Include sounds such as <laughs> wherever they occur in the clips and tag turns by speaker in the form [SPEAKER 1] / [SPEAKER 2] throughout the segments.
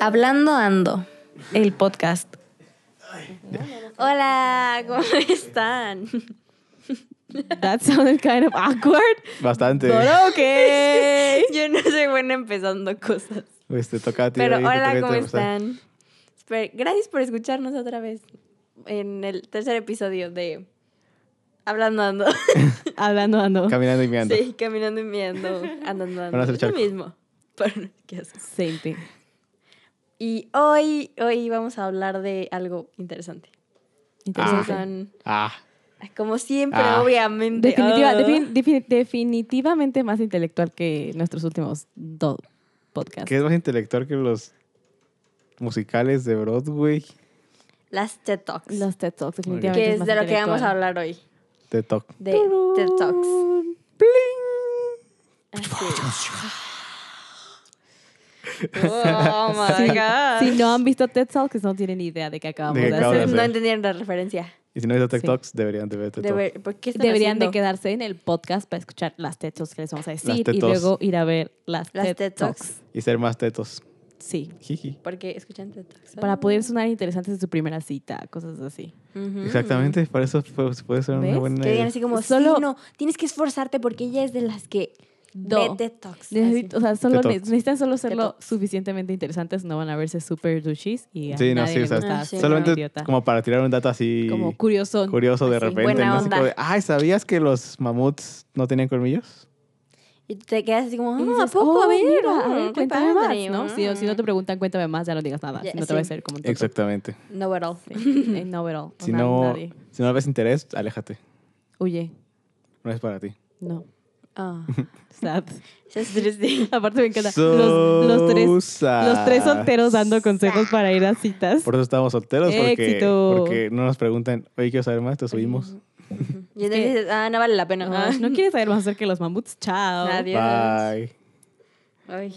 [SPEAKER 1] Hablando Ando, el podcast. Hola, ¿cómo están?
[SPEAKER 2] That sounded kind of awkward.
[SPEAKER 3] Bastante.
[SPEAKER 2] Pero ok.
[SPEAKER 1] Yo no soy buena empezando cosas.
[SPEAKER 3] Pues te toca a ti.
[SPEAKER 1] Pero
[SPEAKER 3] ahí, te toca a
[SPEAKER 1] hola,
[SPEAKER 3] ti
[SPEAKER 1] ¿cómo
[SPEAKER 3] empezar.
[SPEAKER 1] están? Esper- Gracias por escucharnos otra vez en el tercer episodio de Hablando Ando.
[SPEAKER 2] Hablando, ando.
[SPEAKER 3] Caminando y mirando.
[SPEAKER 1] Sí, caminando y mirando, andando, andando.
[SPEAKER 3] hacer
[SPEAKER 1] Es lo
[SPEAKER 3] charco.
[SPEAKER 1] mismo. Pero, ¿qué haces?
[SPEAKER 2] Same thing.
[SPEAKER 1] Ah, Y hoy, hoy vamos a hablar de algo interesante. Entonces
[SPEAKER 2] Interesante.
[SPEAKER 1] son,
[SPEAKER 3] Ah,
[SPEAKER 1] como siempre,
[SPEAKER 3] Ah.
[SPEAKER 1] obviamente.
[SPEAKER 2] Definitiva-
[SPEAKER 1] ah,
[SPEAKER 2] defin- defini- definitivamente más intelectual que nuestros últimos dos podcasts.
[SPEAKER 3] que es más intelectual que los musicales de Broadway.
[SPEAKER 1] Las TED Talks.
[SPEAKER 2] Los TED Talks, definitivamente.
[SPEAKER 1] que es
[SPEAKER 2] más
[SPEAKER 1] de lo que vamos a
[SPEAKER 2] intelectual.
[SPEAKER 1] hablar hoy.
[SPEAKER 3] Te toca.
[SPEAKER 1] De TED Talks. Así es. Oh my
[SPEAKER 3] <laughs>
[SPEAKER 1] God.
[SPEAKER 2] Si no han visto TED Talks, no tienen idea de qué acabamos
[SPEAKER 3] De
[SPEAKER 2] de,
[SPEAKER 3] qué acabamos
[SPEAKER 2] hacer.
[SPEAKER 3] de hacer.
[SPEAKER 1] no entendieron la referencia.
[SPEAKER 3] Y si no hizo
[SPEAKER 2] Sí.
[SPEAKER 3] TikToks, deberían de ver TikToks.
[SPEAKER 1] De ver, ¿por qué están
[SPEAKER 2] Deberían
[SPEAKER 1] haciendo
[SPEAKER 2] de quedarse en el podcast para escuchar las TED Talks que les vamos a decir
[SPEAKER 3] TED
[SPEAKER 2] y
[SPEAKER 3] Talks.
[SPEAKER 2] luego ir a ver las,
[SPEAKER 1] las TED Talks?
[SPEAKER 3] Y ser más tetos.
[SPEAKER 2] Sí.
[SPEAKER 3] Jiji.
[SPEAKER 1] Porque escuchan TED Talks. Ah.
[SPEAKER 2] Para poder sonar interesantes en su primera cita, cosas así.
[SPEAKER 1] Ujú.
[SPEAKER 3] Exactamente, para eso fue- puede ser
[SPEAKER 2] ¿Ves?
[SPEAKER 3] una buena
[SPEAKER 1] Mm. Que digan
[SPEAKER 3] idea.
[SPEAKER 1] así como,
[SPEAKER 2] Solo-
[SPEAKER 1] sí, no, tienes que esforzarte porque ella es de las que
[SPEAKER 2] Do.
[SPEAKER 1] ve TED Talks.
[SPEAKER 2] Necesito- o sea, solo
[SPEAKER 3] Te
[SPEAKER 2] ne-
[SPEAKER 3] toca.
[SPEAKER 2] necesitan solo ser
[SPEAKER 1] Te
[SPEAKER 2] lo
[SPEAKER 1] toca.
[SPEAKER 2] suficientemente interesantes, no van a verse súper douchis y a
[SPEAKER 3] Sí, no,
[SPEAKER 2] nadie
[SPEAKER 3] sí,
[SPEAKER 2] le
[SPEAKER 3] o sea,
[SPEAKER 2] gusta
[SPEAKER 1] Ah, sí.
[SPEAKER 2] ser un
[SPEAKER 3] Solamente
[SPEAKER 2] idiota.
[SPEAKER 3] como para tirar un dato así
[SPEAKER 2] Como curioso.
[SPEAKER 3] curioso de
[SPEAKER 2] así.
[SPEAKER 3] repente.
[SPEAKER 1] Buena
[SPEAKER 3] ¿no? Así
[SPEAKER 1] onda.
[SPEAKER 3] como de, Ay, ¿sabías que los mamuts no tenían colmillos?
[SPEAKER 1] Y te quedas así como,
[SPEAKER 2] Y
[SPEAKER 1] ah,
[SPEAKER 2] dices,
[SPEAKER 1] ¿a poco?
[SPEAKER 2] "Oh,
[SPEAKER 1] a ver,
[SPEAKER 2] mira,
[SPEAKER 1] ah,
[SPEAKER 2] a ver,
[SPEAKER 1] qué
[SPEAKER 2] cuéntame
[SPEAKER 1] padre,
[SPEAKER 2] más, ¿no? Si,
[SPEAKER 1] ah".
[SPEAKER 2] si no te preguntan, cuéntame más, ya no digas nada.
[SPEAKER 1] Ya,
[SPEAKER 2] si no te va a
[SPEAKER 1] sí.
[SPEAKER 2] ser como un tonto.
[SPEAKER 3] Exactamente.
[SPEAKER 1] No, at all.
[SPEAKER 2] Sí, eh, no, pero
[SPEAKER 3] Si
[SPEAKER 2] na-
[SPEAKER 3] no,
[SPEAKER 2] nadie.
[SPEAKER 3] si no ves interés, aléjate.
[SPEAKER 2] Huye.
[SPEAKER 3] No es para ti.
[SPEAKER 2] No.
[SPEAKER 1] <laughs> Ah,
[SPEAKER 2] Sad.
[SPEAKER 1] eso es triste.
[SPEAKER 2] <laughs> Aparte me encanta.
[SPEAKER 3] So
[SPEAKER 2] los, los tres,
[SPEAKER 3] sad.
[SPEAKER 2] los tres solteros dando consejos para ir a citas.
[SPEAKER 3] Por eso estamos solteros, porque,
[SPEAKER 2] Éxito.
[SPEAKER 3] porque no nos preguntan, oye, quiero saber más, te subimos.
[SPEAKER 1] Y entonces
[SPEAKER 2] que-
[SPEAKER 1] dices, ah, no vale la pena.
[SPEAKER 2] No,
[SPEAKER 1] ah.
[SPEAKER 2] no quieres saber más acerca de los mamuts. Chao.
[SPEAKER 1] Nadie. Adiós.
[SPEAKER 3] Bye.
[SPEAKER 1] Ay,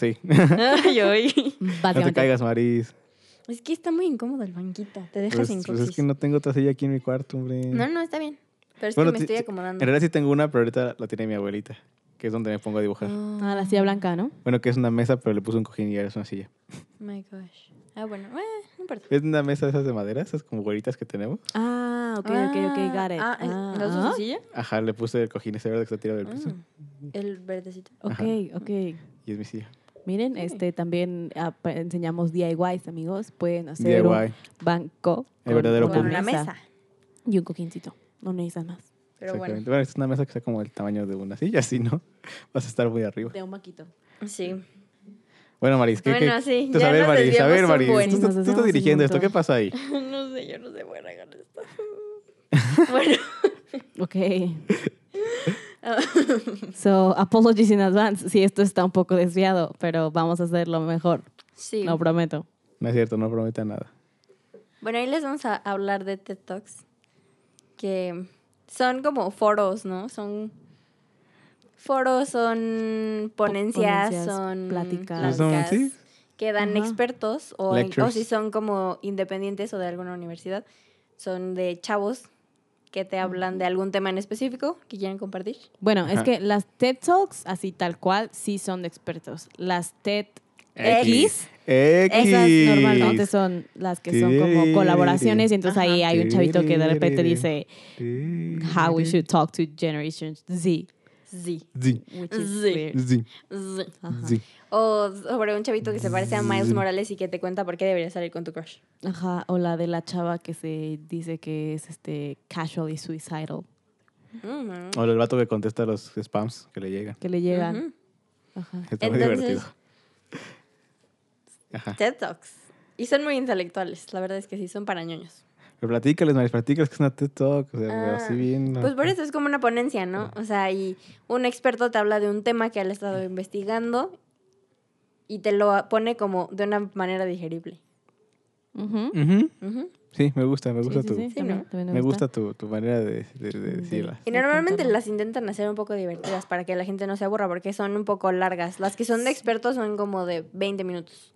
[SPEAKER 3] Sí.
[SPEAKER 1] ay, ay.
[SPEAKER 3] <laughs> no te
[SPEAKER 2] Básicamente.
[SPEAKER 3] caigas, Maris.
[SPEAKER 1] <laughs> Es que está muy incómodo el banquito. Te dejas
[SPEAKER 3] Pues,
[SPEAKER 1] en
[SPEAKER 3] pues
[SPEAKER 1] cookies.
[SPEAKER 3] es que no tengo otra silla aquí en mi cuarto, hombre.
[SPEAKER 1] no, no, está bien. Pero es
[SPEAKER 3] Bueno,
[SPEAKER 1] que me
[SPEAKER 3] ti-
[SPEAKER 1] estoy
[SPEAKER 3] ti-
[SPEAKER 1] acomodando.
[SPEAKER 3] En realidad sí tengo una, pero ahorita la tiene mi abuelita, que es donde me pongo a dibujar.
[SPEAKER 2] Ah, la silla blanca, ¿no?
[SPEAKER 3] Bueno, que es una mesa, pero le puse un cojín y ahora es una silla.
[SPEAKER 1] Oh My gosh. Ah, bueno, eh, no importa.
[SPEAKER 3] Es una mesa de esas de madera, esas como güeritas que tenemos.
[SPEAKER 2] Ah, ok, ok, ok, got it.
[SPEAKER 1] Ah, es-
[SPEAKER 2] Ah,
[SPEAKER 1] ¿no es
[SPEAKER 2] ah.
[SPEAKER 1] su silla?
[SPEAKER 3] Ajá, le puse el cojín ese verde que está tirado del piso.
[SPEAKER 1] Ah, el verdecito.
[SPEAKER 3] Ajá.
[SPEAKER 2] Ok, ok.
[SPEAKER 3] Y es mi silla.
[SPEAKER 2] Miren, este también ah, pa- enseñamos DIYs, amigos. Pueden hacer
[SPEAKER 3] DIY.
[SPEAKER 2] un banco
[SPEAKER 3] El verdadero
[SPEAKER 1] Con
[SPEAKER 3] pum.
[SPEAKER 1] una mesa.
[SPEAKER 2] y un cojincito. No necesitan más.
[SPEAKER 1] Pero bueno.
[SPEAKER 3] Exactamente. es una mesa que sea como el tamaño de una silla, <laughs> si no, vas a estar muy arriba.
[SPEAKER 2] De un maquito.
[SPEAKER 1] Sí.
[SPEAKER 3] Bueno, Maris, ¿qué,
[SPEAKER 1] Bueno,
[SPEAKER 3] qué?
[SPEAKER 1] sí,
[SPEAKER 3] Entonces,
[SPEAKER 1] ya
[SPEAKER 3] a ver,
[SPEAKER 1] nos
[SPEAKER 3] Maris, a
[SPEAKER 1] desviamos
[SPEAKER 3] ver,
[SPEAKER 1] un
[SPEAKER 3] Maris,
[SPEAKER 1] buen.
[SPEAKER 3] tú,
[SPEAKER 2] Nos
[SPEAKER 3] tú estás
[SPEAKER 2] desviamos un
[SPEAKER 3] dirigiendo esto,
[SPEAKER 2] montón.
[SPEAKER 3] ¿qué pasa ahí?
[SPEAKER 1] <laughs> No sé, yo no sé voy a regar esto.
[SPEAKER 2] <laughs>
[SPEAKER 1] bueno,
[SPEAKER 2] Ok. so, apologies in advance si esto está un poco desviado, pero vamos a hacerlo mejor.
[SPEAKER 1] sí.
[SPEAKER 2] Lo prometo.
[SPEAKER 3] No es cierto, no prometa nada.
[SPEAKER 1] Bueno, ahí les vamos a hablar de TED Talks, que son como foros, ¿no? Son foros, son ponencias,
[SPEAKER 2] ponencias,
[SPEAKER 1] son
[SPEAKER 2] pláticas.
[SPEAKER 3] Son-
[SPEAKER 1] pláticas
[SPEAKER 3] sí.
[SPEAKER 1] que dan
[SPEAKER 2] Ajá.
[SPEAKER 1] expertos o, en- o
[SPEAKER 3] Lectures.
[SPEAKER 1] si son como independientes o de alguna universidad, son de chavos que te hablan de algún tema en específico que quieren compartir.
[SPEAKER 2] Bueno, es
[SPEAKER 3] Ajá.
[SPEAKER 2] que las TED Talks, así tal cual, sí son de expertos. Las TED
[SPEAKER 1] X.
[SPEAKER 2] X,
[SPEAKER 3] X.
[SPEAKER 2] esas normalmente son las que son como colaboraciones y entonces ahí
[SPEAKER 1] Ajá.
[SPEAKER 2] hay un chavito que de repente dice how we should talk to Generation Z,
[SPEAKER 1] Sí.
[SPEAKER 3] Sí,
[SPEAKER 2] which is
[SPEAKER 1] Sí.
[SPEAKER 2] weird.
[SPEAKER 3] sí,
[SPEAKER 1] sí.
[SPEAKER 2] Ajá.
[SPEAKER 3] sí.
[SPEAKER 1] O sobre un chavito que se parece a
[SPEAKER 3] Mm.
[SPEAKER 1] Miles Morales y que te cuenta por qué deberías salir con tu crush.
[SPEAKER 2] Ajá, o la de la chava que se dice que es este casually suicidal,
[SPEAKER 1] Mm.
[SPEAKER 3] O el vato que contesta los spams que le llegan.
[SPEAKER 2] que le llegan.
[SPEAKER 1] Ujú.
[SPEAKER 2] Ajá.
[SPEAKER 3] Está muy
[SPEAKER 1] Entonces-
[SPEAKER 3] divertido. Ajá.
[SPEAKER 1] TED Talks. Y son muy intelectuales, la verdad es que sí, son para ñoños.
[SPEAKER 3] Pero platícales, Maris, platícales que es una TED Talk. O sea, pero
[SPEAKER 1] Ah,
[SPEAKER 3] así bien.
[SPEAKER 1] Pues por eso es como una ponencia, ¿no? O sea, y un experto te habla de un tema que él ha estado investigando y te lo pone como de una manera digerible.
[SPEAKER 2] Ujú.
[SPEAKER 3] Ujú.
[SPEAKER 1] Ujú.
[SPEAKER 3] Sí, me gusta, me
[SPEAKER 2] Sí,
[SPEAKER 3] gusta
[SPEAKER 2] sí,
[SPEAKER 3] tu.
[SPEAKER 2] sí, también-
[SPEAKER 1] ¿no?
[SPEAKER 2] también
[SPEAKER 3] Me gusta tu, tu manera de, de, de
[SPEAKER 2] De-
[SPEAKER 3] decirlas.
[SPEAKER 1] Y
[SPEAKER 2] Sí,
[SPEAKER 1] normalmente
[SPEAKER 2] cuéntalo.
[SPEAKER 1] las intentan hacer un poco divertidas para que la gente no se aburra porque son un poco largas. Las que son de expertos son como de 20 minutos.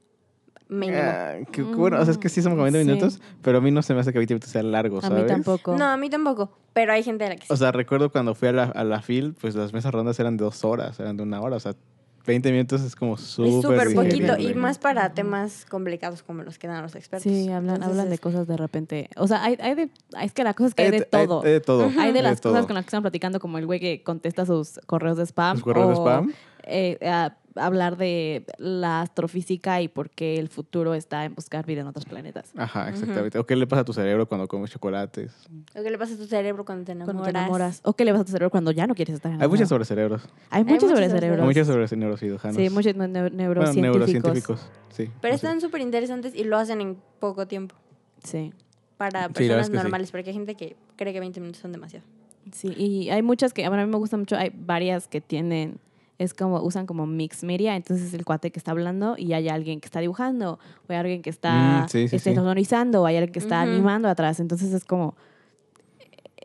[SPEAKER 1] Mínimo.
[SPEAKER 3] Ah, que- que bueno, o sea, es que sí son como 20
[SPEAKER 2] Mm, Sí.
[SPEAKER 3] minutos, pero a mí no se me hace que 20 minutos sean largos,
[SPEAKER 2] A
[SPEAKER 3] ¿sabes?
[SPEAKER 2] mí tampoco.
[SPEAKER 1] No, a mí tampoco, pero hay gente a la que sí.
[SPEAKER 3] O sea, recuerdo cuando fui a la, a la FIL, pues las mesas rondas eran de dos horas, eran de una hora, o sea, 20 minutos es como súper
[SPEAKER 1] Es súper
[SPEAKER 3] digerible.
[SPEAKER 1] poquito y más para temas complicados como los que dan los expertos.
[SPEAKER 2] Sí, hablan, hablan
[SPEAKER 1] pues,
[SPEAKER 2] de
[SPEAKER 1] Entonces,
[SPEAKER 2] cosas de repente. O sea, hay, hay de, es que la cosa es que hay de
[SPEAKER 3] t- hay-
[SPEAKER 2] todo.
[SPEAKER 3] Hay de todo.
[SPEAKER 2] Hay de las cosas
[SPEAKER 3] todo.
[SPEAKER 2] con las que están platicando, como el güey que contesta sus correos de spam.
[SPEAKER 3] Los correos de
[SPEAKER 2] o,
[SPEAKER 3] spam.
[SPEAKER 2] eh, a- hablar de la astrofísica y por qué el futuro está en buscar vida en otros planetas.
[SPEAKER 3] Ajá, exactamente. ¿O qué le pasa a tu cerebro cuando comes chocolates?
[SPEAKER 1] ¿o ¿Qué le pasa a tu cerebro cuando te enamoras?
[SPEAKER 2] Cuando te enamoras. O qué le vas a tu cerebro cuando ya no quieres estar
[SPEAKER 3] Hay
[SPEAKER 2] enamorado.
[SPEAKER 3] muchas sobre cerebros.
[SPEAKER 2] Hay muchos
[SPEAKER 1] muchas
[SPEAKER 2] sobre
[SPEAKER 1] sobre
[SPEAKER 2] cerebros.
[SPEAKER 3] Hay muchas sobre neurocirujanos.
[SPEAKER 2] Sí, muchos neu- neu-
[SPEAKER 3] Bueno,
[SPEAKER 2] neurocientíficos.
[SPEAKER 3] neurocientíficos. Sí.
[SPEAKER 1] Pero
[SPEAKER 3] así.
[SPEAKER 1] están súper interesantes y lo hacen en poco tiempo
[SPEAKER 2] Sí.
[SPEAKER 1] para
[SPEAKER 3] Sí, la verdad es
[SPEAKER 1] personas
[SPEAKER 3] que sí.
[SPEAKER 1] normales, porque hay gente que cree que 20 minutos son demasiado.
[SPEAKER 2] Sí, y hay muchas que, bueno, a mí me gustan mucho, hay varias que tienen, es como, usan como mix media, entonces el cuate que está hablando y hay alguien que está dibujando, o hay alguien que está
[SPEAKER 3] Mm, sí, sí,
[SPEAKER 2] este,
[SPEAKER 3] sí.
[SPEAKER 2] sonorizando, o hay alguien que está
[SPEAKER 1] Ujú.
[SPEAKER 2] animando atrás, entonces es como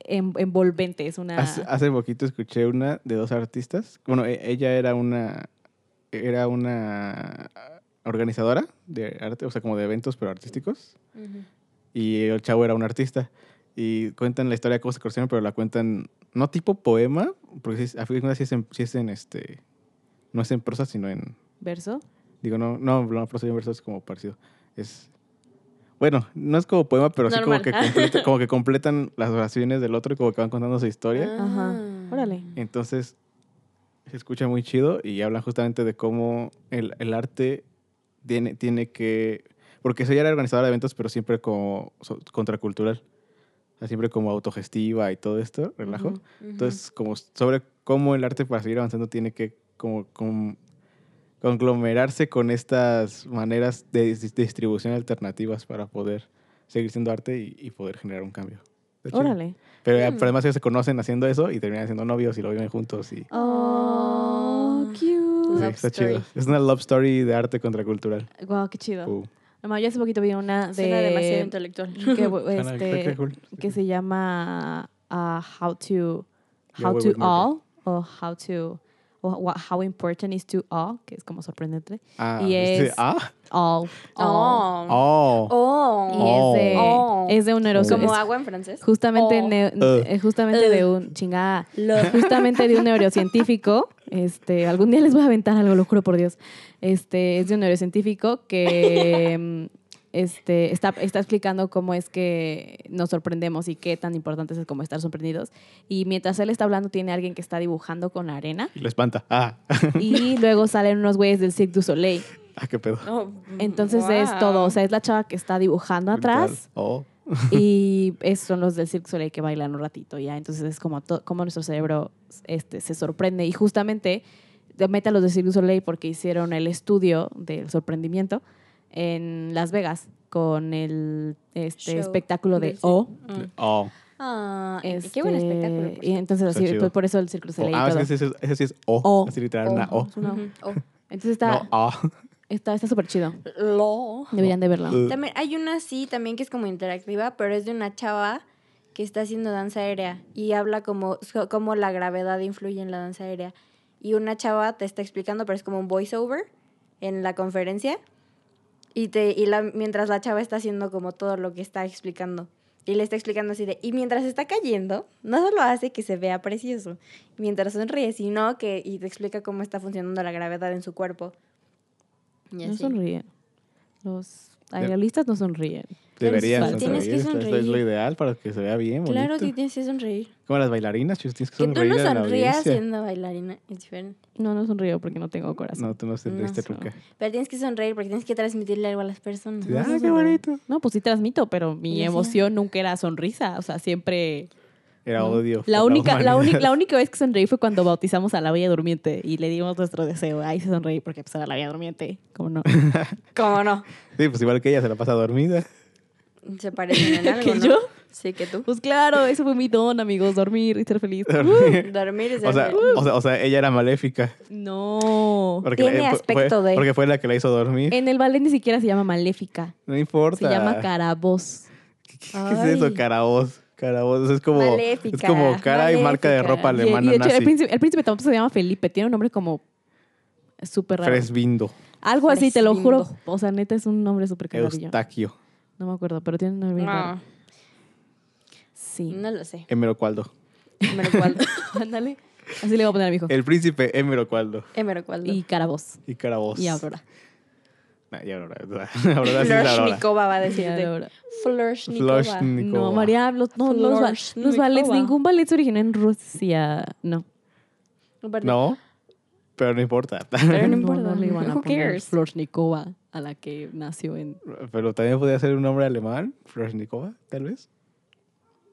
[SPEAKER 2] en- envolvente, es una...
[SPEAKER 3] Hace, hace poquito escuché una de dos artistas. Bueno, e- ella era una era una organizadora de arte, o sea, como de eventos pero artísticos. Y el chavo era un artista. Y cuentan la historia de cómo se conocieron, pero la cuentan no tipo poema, porque sí es- a fin de cuentas sí es en, sí es en, este no es en prosa, sino en
[SPEAKER 2] ¿Verso?
[SPEAKER 3] digo no no, no prosa y en verso es como parecido. Es bueno, no es como poema, pero sí como
[SPEAKER 1] Normal.
[SPEAKER 3] que, completa- como que completan las oraciones del otro y como que van contando su historia.
[SPEAKER 1] Ah.
[SPEAKER 2] Ajá. Órale.
[SPEAKER 3] Entonces, se escucha muy chido y hablan justamente de cómo el, el arte tiene, tiene que... Porque soy era organizadora de eventos, pero siempre como so- contracultural. O sea, siempre como autogestiva y todo esto, relajo.
[SPEAKER 2] Ujú.
[SPEAKER 3] Entonces, como sobre cómo el arte para seguir avanzando tiene que como, con- conglomerarse con estas maneras de dis- distribución alternativas para poder seguir siendo arte y, y poder generar un cambio. Está chido.
[SPEAKER 2] Órale.
[SPEAKER 3] Pero,
[SPEAKER 1] Mm.
[SPEAKER 3] pero además ellos se conocen haciendo eso y terminan siendo novios y lo viven juntos. Y,
[SPEAKER 2] Oh,
[SPEAKER 3] Sí,
[SPEAKER 2] cute.
[SPEAKER 1] Love
[SPEAKER 3] está
[SPEAKER 1] story.
[SPEAKER 3] chido. Es una love story de arte contracultural.
[SPEAKER 2] Wow, qué chido.
[SPEAKER 3] Uh,
[SPEAKER 2] Mamá, yo hace poquito vi una de...
[SPEAKER 1] Suena demasiado intelectual.
[SPEAKER 2] <laughs>
[SPEAKER 3] <laughs>
[SPEAKER 2] que,
[SPEAKER 3] suena-
[SPEAKER 2] este,
[SPEAKER 3] está cool.
[SPEAKER 2] que se llama ah, How to
[SPEAKER 3] Yo
[SPEAKER 2] How
[SPEAKER 3] voy
[SPEAKER 2] to
[SPEAKER 3] with Murder.
[SPEAKER 2] All o How to o wha- How Important is to All, que es como sorprendente.
[SPEAKER 3] Ah,
[SPEAKER 2] y
[SPEAKER 3] ¿viste?
[SPEAKER 2] es-
[SPEAKER 3] Ah,
[SPEAKER 2] All. All.
[SPEAKER 1] Oh.
[SPEAKER 3] oh.
[SPEAKER 1] Oh.
[SPEAKER 2] Y
[SPEAKER 3] Oh.
[SPEAKER 2] es de,
[SPEAKER 1] Oh.
[SPEAKER 2] es de un neuro-
[SPEAKER 3] Como Uh.
[SPEAKER 1] ¿Como
[SPEAKER 2] es
[SPEAKER 1] agua en francés?
[SPEAKER 2] justamente
[SPEAKER 1] Oh. Uh.
[SPEAKER 2] neu-
[SPEAKER 3] Ugh.
[SPEAKER 2] eh, justamente de
[SPEAKER 1] Ugh.
[SPEAKER 2] un chingada justamente de un neurocientífico, este, algún día les voy a aventar algo, lo juro por Dios. Este, es de un neurocientífico que mm, este, está, está explicando cómo es que nos sorprendemos y qué tan importante es como estar sorprendidos. Y mientras él está hablando, tiene alguien que está dibujando con la arena
[SPEAKER 3] Y lo espanta. Ah, <laughs>
[SPEAKER 2] y luego salen unos güeyes del Cirque du Soleil.
[SPEAKER 3] ah qué pedo.
[SPEAKER 1] Oh,
[SPEAKER 2] <laughs> Entonces es
[SPEAKER 1] wow.
[SPEAKER 2] todo, o sea, es la chava que está dibujando atrás
[SPEAKER 3] Oh.
[SPEAKER 2] y es- son los del Cirque du Soleil que bailan un ratito ya. Entonces es como, to- como nuestro cerebro este, se sorprende. Y justamente te mete a los del Cirque du Soleil porque hicieron el estudio del sorprendimiento en Las Vegas con el este,
[SPEAKER 1] Show
[SPEAKER 2] espectáculo de
[SPEAKER 1] del Cirque.
[SPEAKER 2] O.
[SPEAKER 1] Mm.
[SPEAKER 3] Oh.
[SPEAKER 1] Ah, qué buen
[SPEAKER 2] Este,
[SPEAKER 1] espectáculo. por
[SPEAKER 2] Y entonces
[SPEAKER 3] Está
[SPEAKER 2] así-
[SPEAKER 3] chido.
[SPEAKER 2] pues, por eso el Cirque du Soleil y
[SPEAKER 3] Ah, es
[SPEAKER 2] todo.
[SPEAKER 3] que ese, ese sí es O.
[SPEAKER 2] O.
[SPEAKER 3] Así literal, una
[SPEAKER 2] O.
[SPEAKER 1] Oh.
[SPEAKER 3] O.
[SPEAKER 2] es una O.
[SPEAKER 1] cierto. Ujú.
[SPEAKER 2] Entonces
[SPEAKER 3] No,
[SPEAKER 2] está
[SPEAKER 3] ah. <laughs>
[SPEAKER 2] está está súper chido.
[SPEAKER 1] Oh. Lo.
[SPEAKER 2] Deberían de verlo.
[SPEAKER 3] Uh.
[SPEAKER 1] También hay una sí, también que es como interactiva, pero es de una chava que está haciendo danza aérea y habla como, so- cómo la gravedad influye en la danza aérea. Y una chava te está explicando, pero es como un voiceover en la conferencia. Y, te, y la, mientras la chava está haciendo como todo lo que está explicando. Y le está explicando así de... Y mientras está cayendo, no solo hace que se vea precioso, mientras sonríe, sino que... Y te explica cómo está funcionando la gravedad en su cuerpo. Y
[SPEAKER 2] No
[SPEAKER 1] así.
[SPEAKER 2] sonríen. Los aerialistas no sonríen.
[SPEAKER 3] Deberías
[SPEAKER 2] sí,
[SPEAKER 1] tienes que
[SPEAKER 3] sonreír. Es- Es lo
[SPEAKER 1] sonreír.
[SPEAKER 3] ideal para que se vea bien.
[SPEAKER 1] Claro que
[SPEAKER 3] bonito.
[SPEAKER 1] tienes que sonreír.
[SPEAKER 3] Como las bailarinas, chicos, tienes que
[SPEAKER 1] Que tú
[SPEAKER 3] sonreír.
[SPEAKER 1] no
[SPEAKER 3] a la
[SPEAKER 1] sonrías
[SPEAKER 3] audiencia.
[SPEAKER 1] siendo bailarina, es diferente.
[SPEAKER 2] No, no sonrío porque no tengo corazón.
[SPEAKER 3] No, tú no sonreíste
[SPEAKER 1] No.
[SPEAKER 3] nunca.
[SPEAKER 1] Pero tienes que sonreír porque tienes que transmitirle algo a las personas.
[SPEAKER 3] Sí, ah,
[SPEAKER 2] no
[SPEAKER 3] qué
[SPEAKER 2] sonrío.
[SPEAKER 3] bonito.
[SPEAKER 2] No, pues sí transmito, pero mi
[SPEAKER 1] Ya sé.
[SPEAKER 2] emoción nunca era sonrisa, o sea, siempre...
[SPEAKER 3] Era odio.
[SPEAKER 2] La
[SPEAKER 3] por
[SPEAKER 2] única, la, única,
[SPEAKER 3] humanidad.
[SPEAKER 2] la única vez que sonreí fue cuando bautizamos a la Bella Durmiente y le dimos nuestro deseo. Ahí se sonreí porque pues, era la Bella Durmiente,
[SPEAKER 3] <laughs>
[SPEAKER 2] como no.
[SPEAKER 1] ¿Cómo no?
[SPEAKER 3] Sí, pues igual que ella se la pasa
[SPEAKER 2] <laughs>
[SPEAKER 3] dormida.
[SPEAKER 1] Se parecen
[SPEAKER 3] <laughs>
[SPEAKER 1] en algo,
[SPEAKER 2] ¿Que
[SPEAKER 1] ¿no?
[SPEAKER 2] yo?
[SPEAKER 1] Sí, que tú.
[SPEAKER 2] Pues claro, eso fue mi don, amigos, dormir y ser feliz.
[SPEAKER 1] Dormir es
[SPEAKER 3] O sea,
[SPEAKER 1] dormir.
[SPEAKER 3] o sea, o sea, ella era maléfica.
[SPEAKER 2] No.
[SPEAKER 3] Porque la- eh,
[SPEAKER 1] Tiene
[SPEAKER 3] fue-
[SPEAKER 1] aspecto
[SPEAKER 3] fue,
[SPEAKER 1] de-
[SPEAKER 3] Porque fue la que la hizo dormir.
[SPEAKER 2] En el ballet ni siquiera se llama Maléfica,
[SPEAKER 3] No importa.
[SPEAKER 2] Eh, se llama Caraboz.
[SPEAKER 3] ¿Qué, qué- qué es
[SPEAKER 1] Ay.
[SPEAKER 3] eso? Caraoz. Caraoz. Es como.
[SPEAKER 1] Maléfica,
[SPEAKER 3] Es como cara y marca de
[SPEAKER 1] maléfica.
[SPEAKER 3] ropa
[SPEAKER 2] Y-
[SPEAKER 3] alemana
[SPEAKER 2] y de hecho, el
[SPEAKER 3] nazi.
[SPEAKER 2] príncipe, el príncipe tampoco se llama Felipe, tiene un nombre como súper raro.
[SPEAKER 3] Fresbindo.
[SPEAKER 2] Algo así, te lo juro.
[SPEAKER 1] Fresbindo.
[SPEAKER 2] O sea, neta es un nombre súper cagadillo.
[SPEAKER 3] Eustaquio.
[SPEAKER 2] No me acuerdo, pero tiene un
[SPEAKER 3] uh,
[SPEAKER 2] nombre bien raro.
[SPEAKER 1] No,
[SPEAKER 2] Sí.
[SPEAKER 1] no lo sé.
[SPEAKER 3] Emerocualdo.
[SPEAKER 1] Me lo guardo.
[SPEAKER 2] <laughs> Ándale. Así le voy a poner a mi hijo.
[SPEAKER 3] El príncipe Émero Cualdo
[SPEAKER 1] Emerocualdo.
[SPEAKER 2] Y Caraboz.
[SPEAKER 3] y Caraboz.
[SPEAKER 2] Y Aurora.
[SPEAKER 3] Nah, y Aurora. <laughs> Aurora sí es la Aurora.
[SPEAKER 1] Florshnikova va a
[SPEAKER 2] Y
[SPEAKER 1] decirte.
[SPEAKER 2] Aurora.
[SPEAKER 1] Florshnikova.
[SPEAKER 3] Florshnikova.
[SPEAKER 2] No, María, los, no, los, ba-
[SPEAKER 1] Flores
[SPEAKER 2] los ballets,
[SPEAKER 1] Nikova.
[SPEAKER 2] ningún ballet se originó en Rusia. No.
[SPEAKER 1] Aparte-
[SPEAKER 3] No, pero no importa.
[SPEAKER 1] <laughs> Pero no
[SPEAKER 2] no,
[SPEAKER 1] importa.
[SPEAKER 2] no le iban a
[SPEAKER 1] Who
[SPEAKER 2] poner
[SPEAKER 1] cares?
[SPEAKER 2] Florshnikova, a la que nació en...
[SPEAKER 3] <laughs> pero también podría ser un nombre alemán, Florshnikova, tal vez.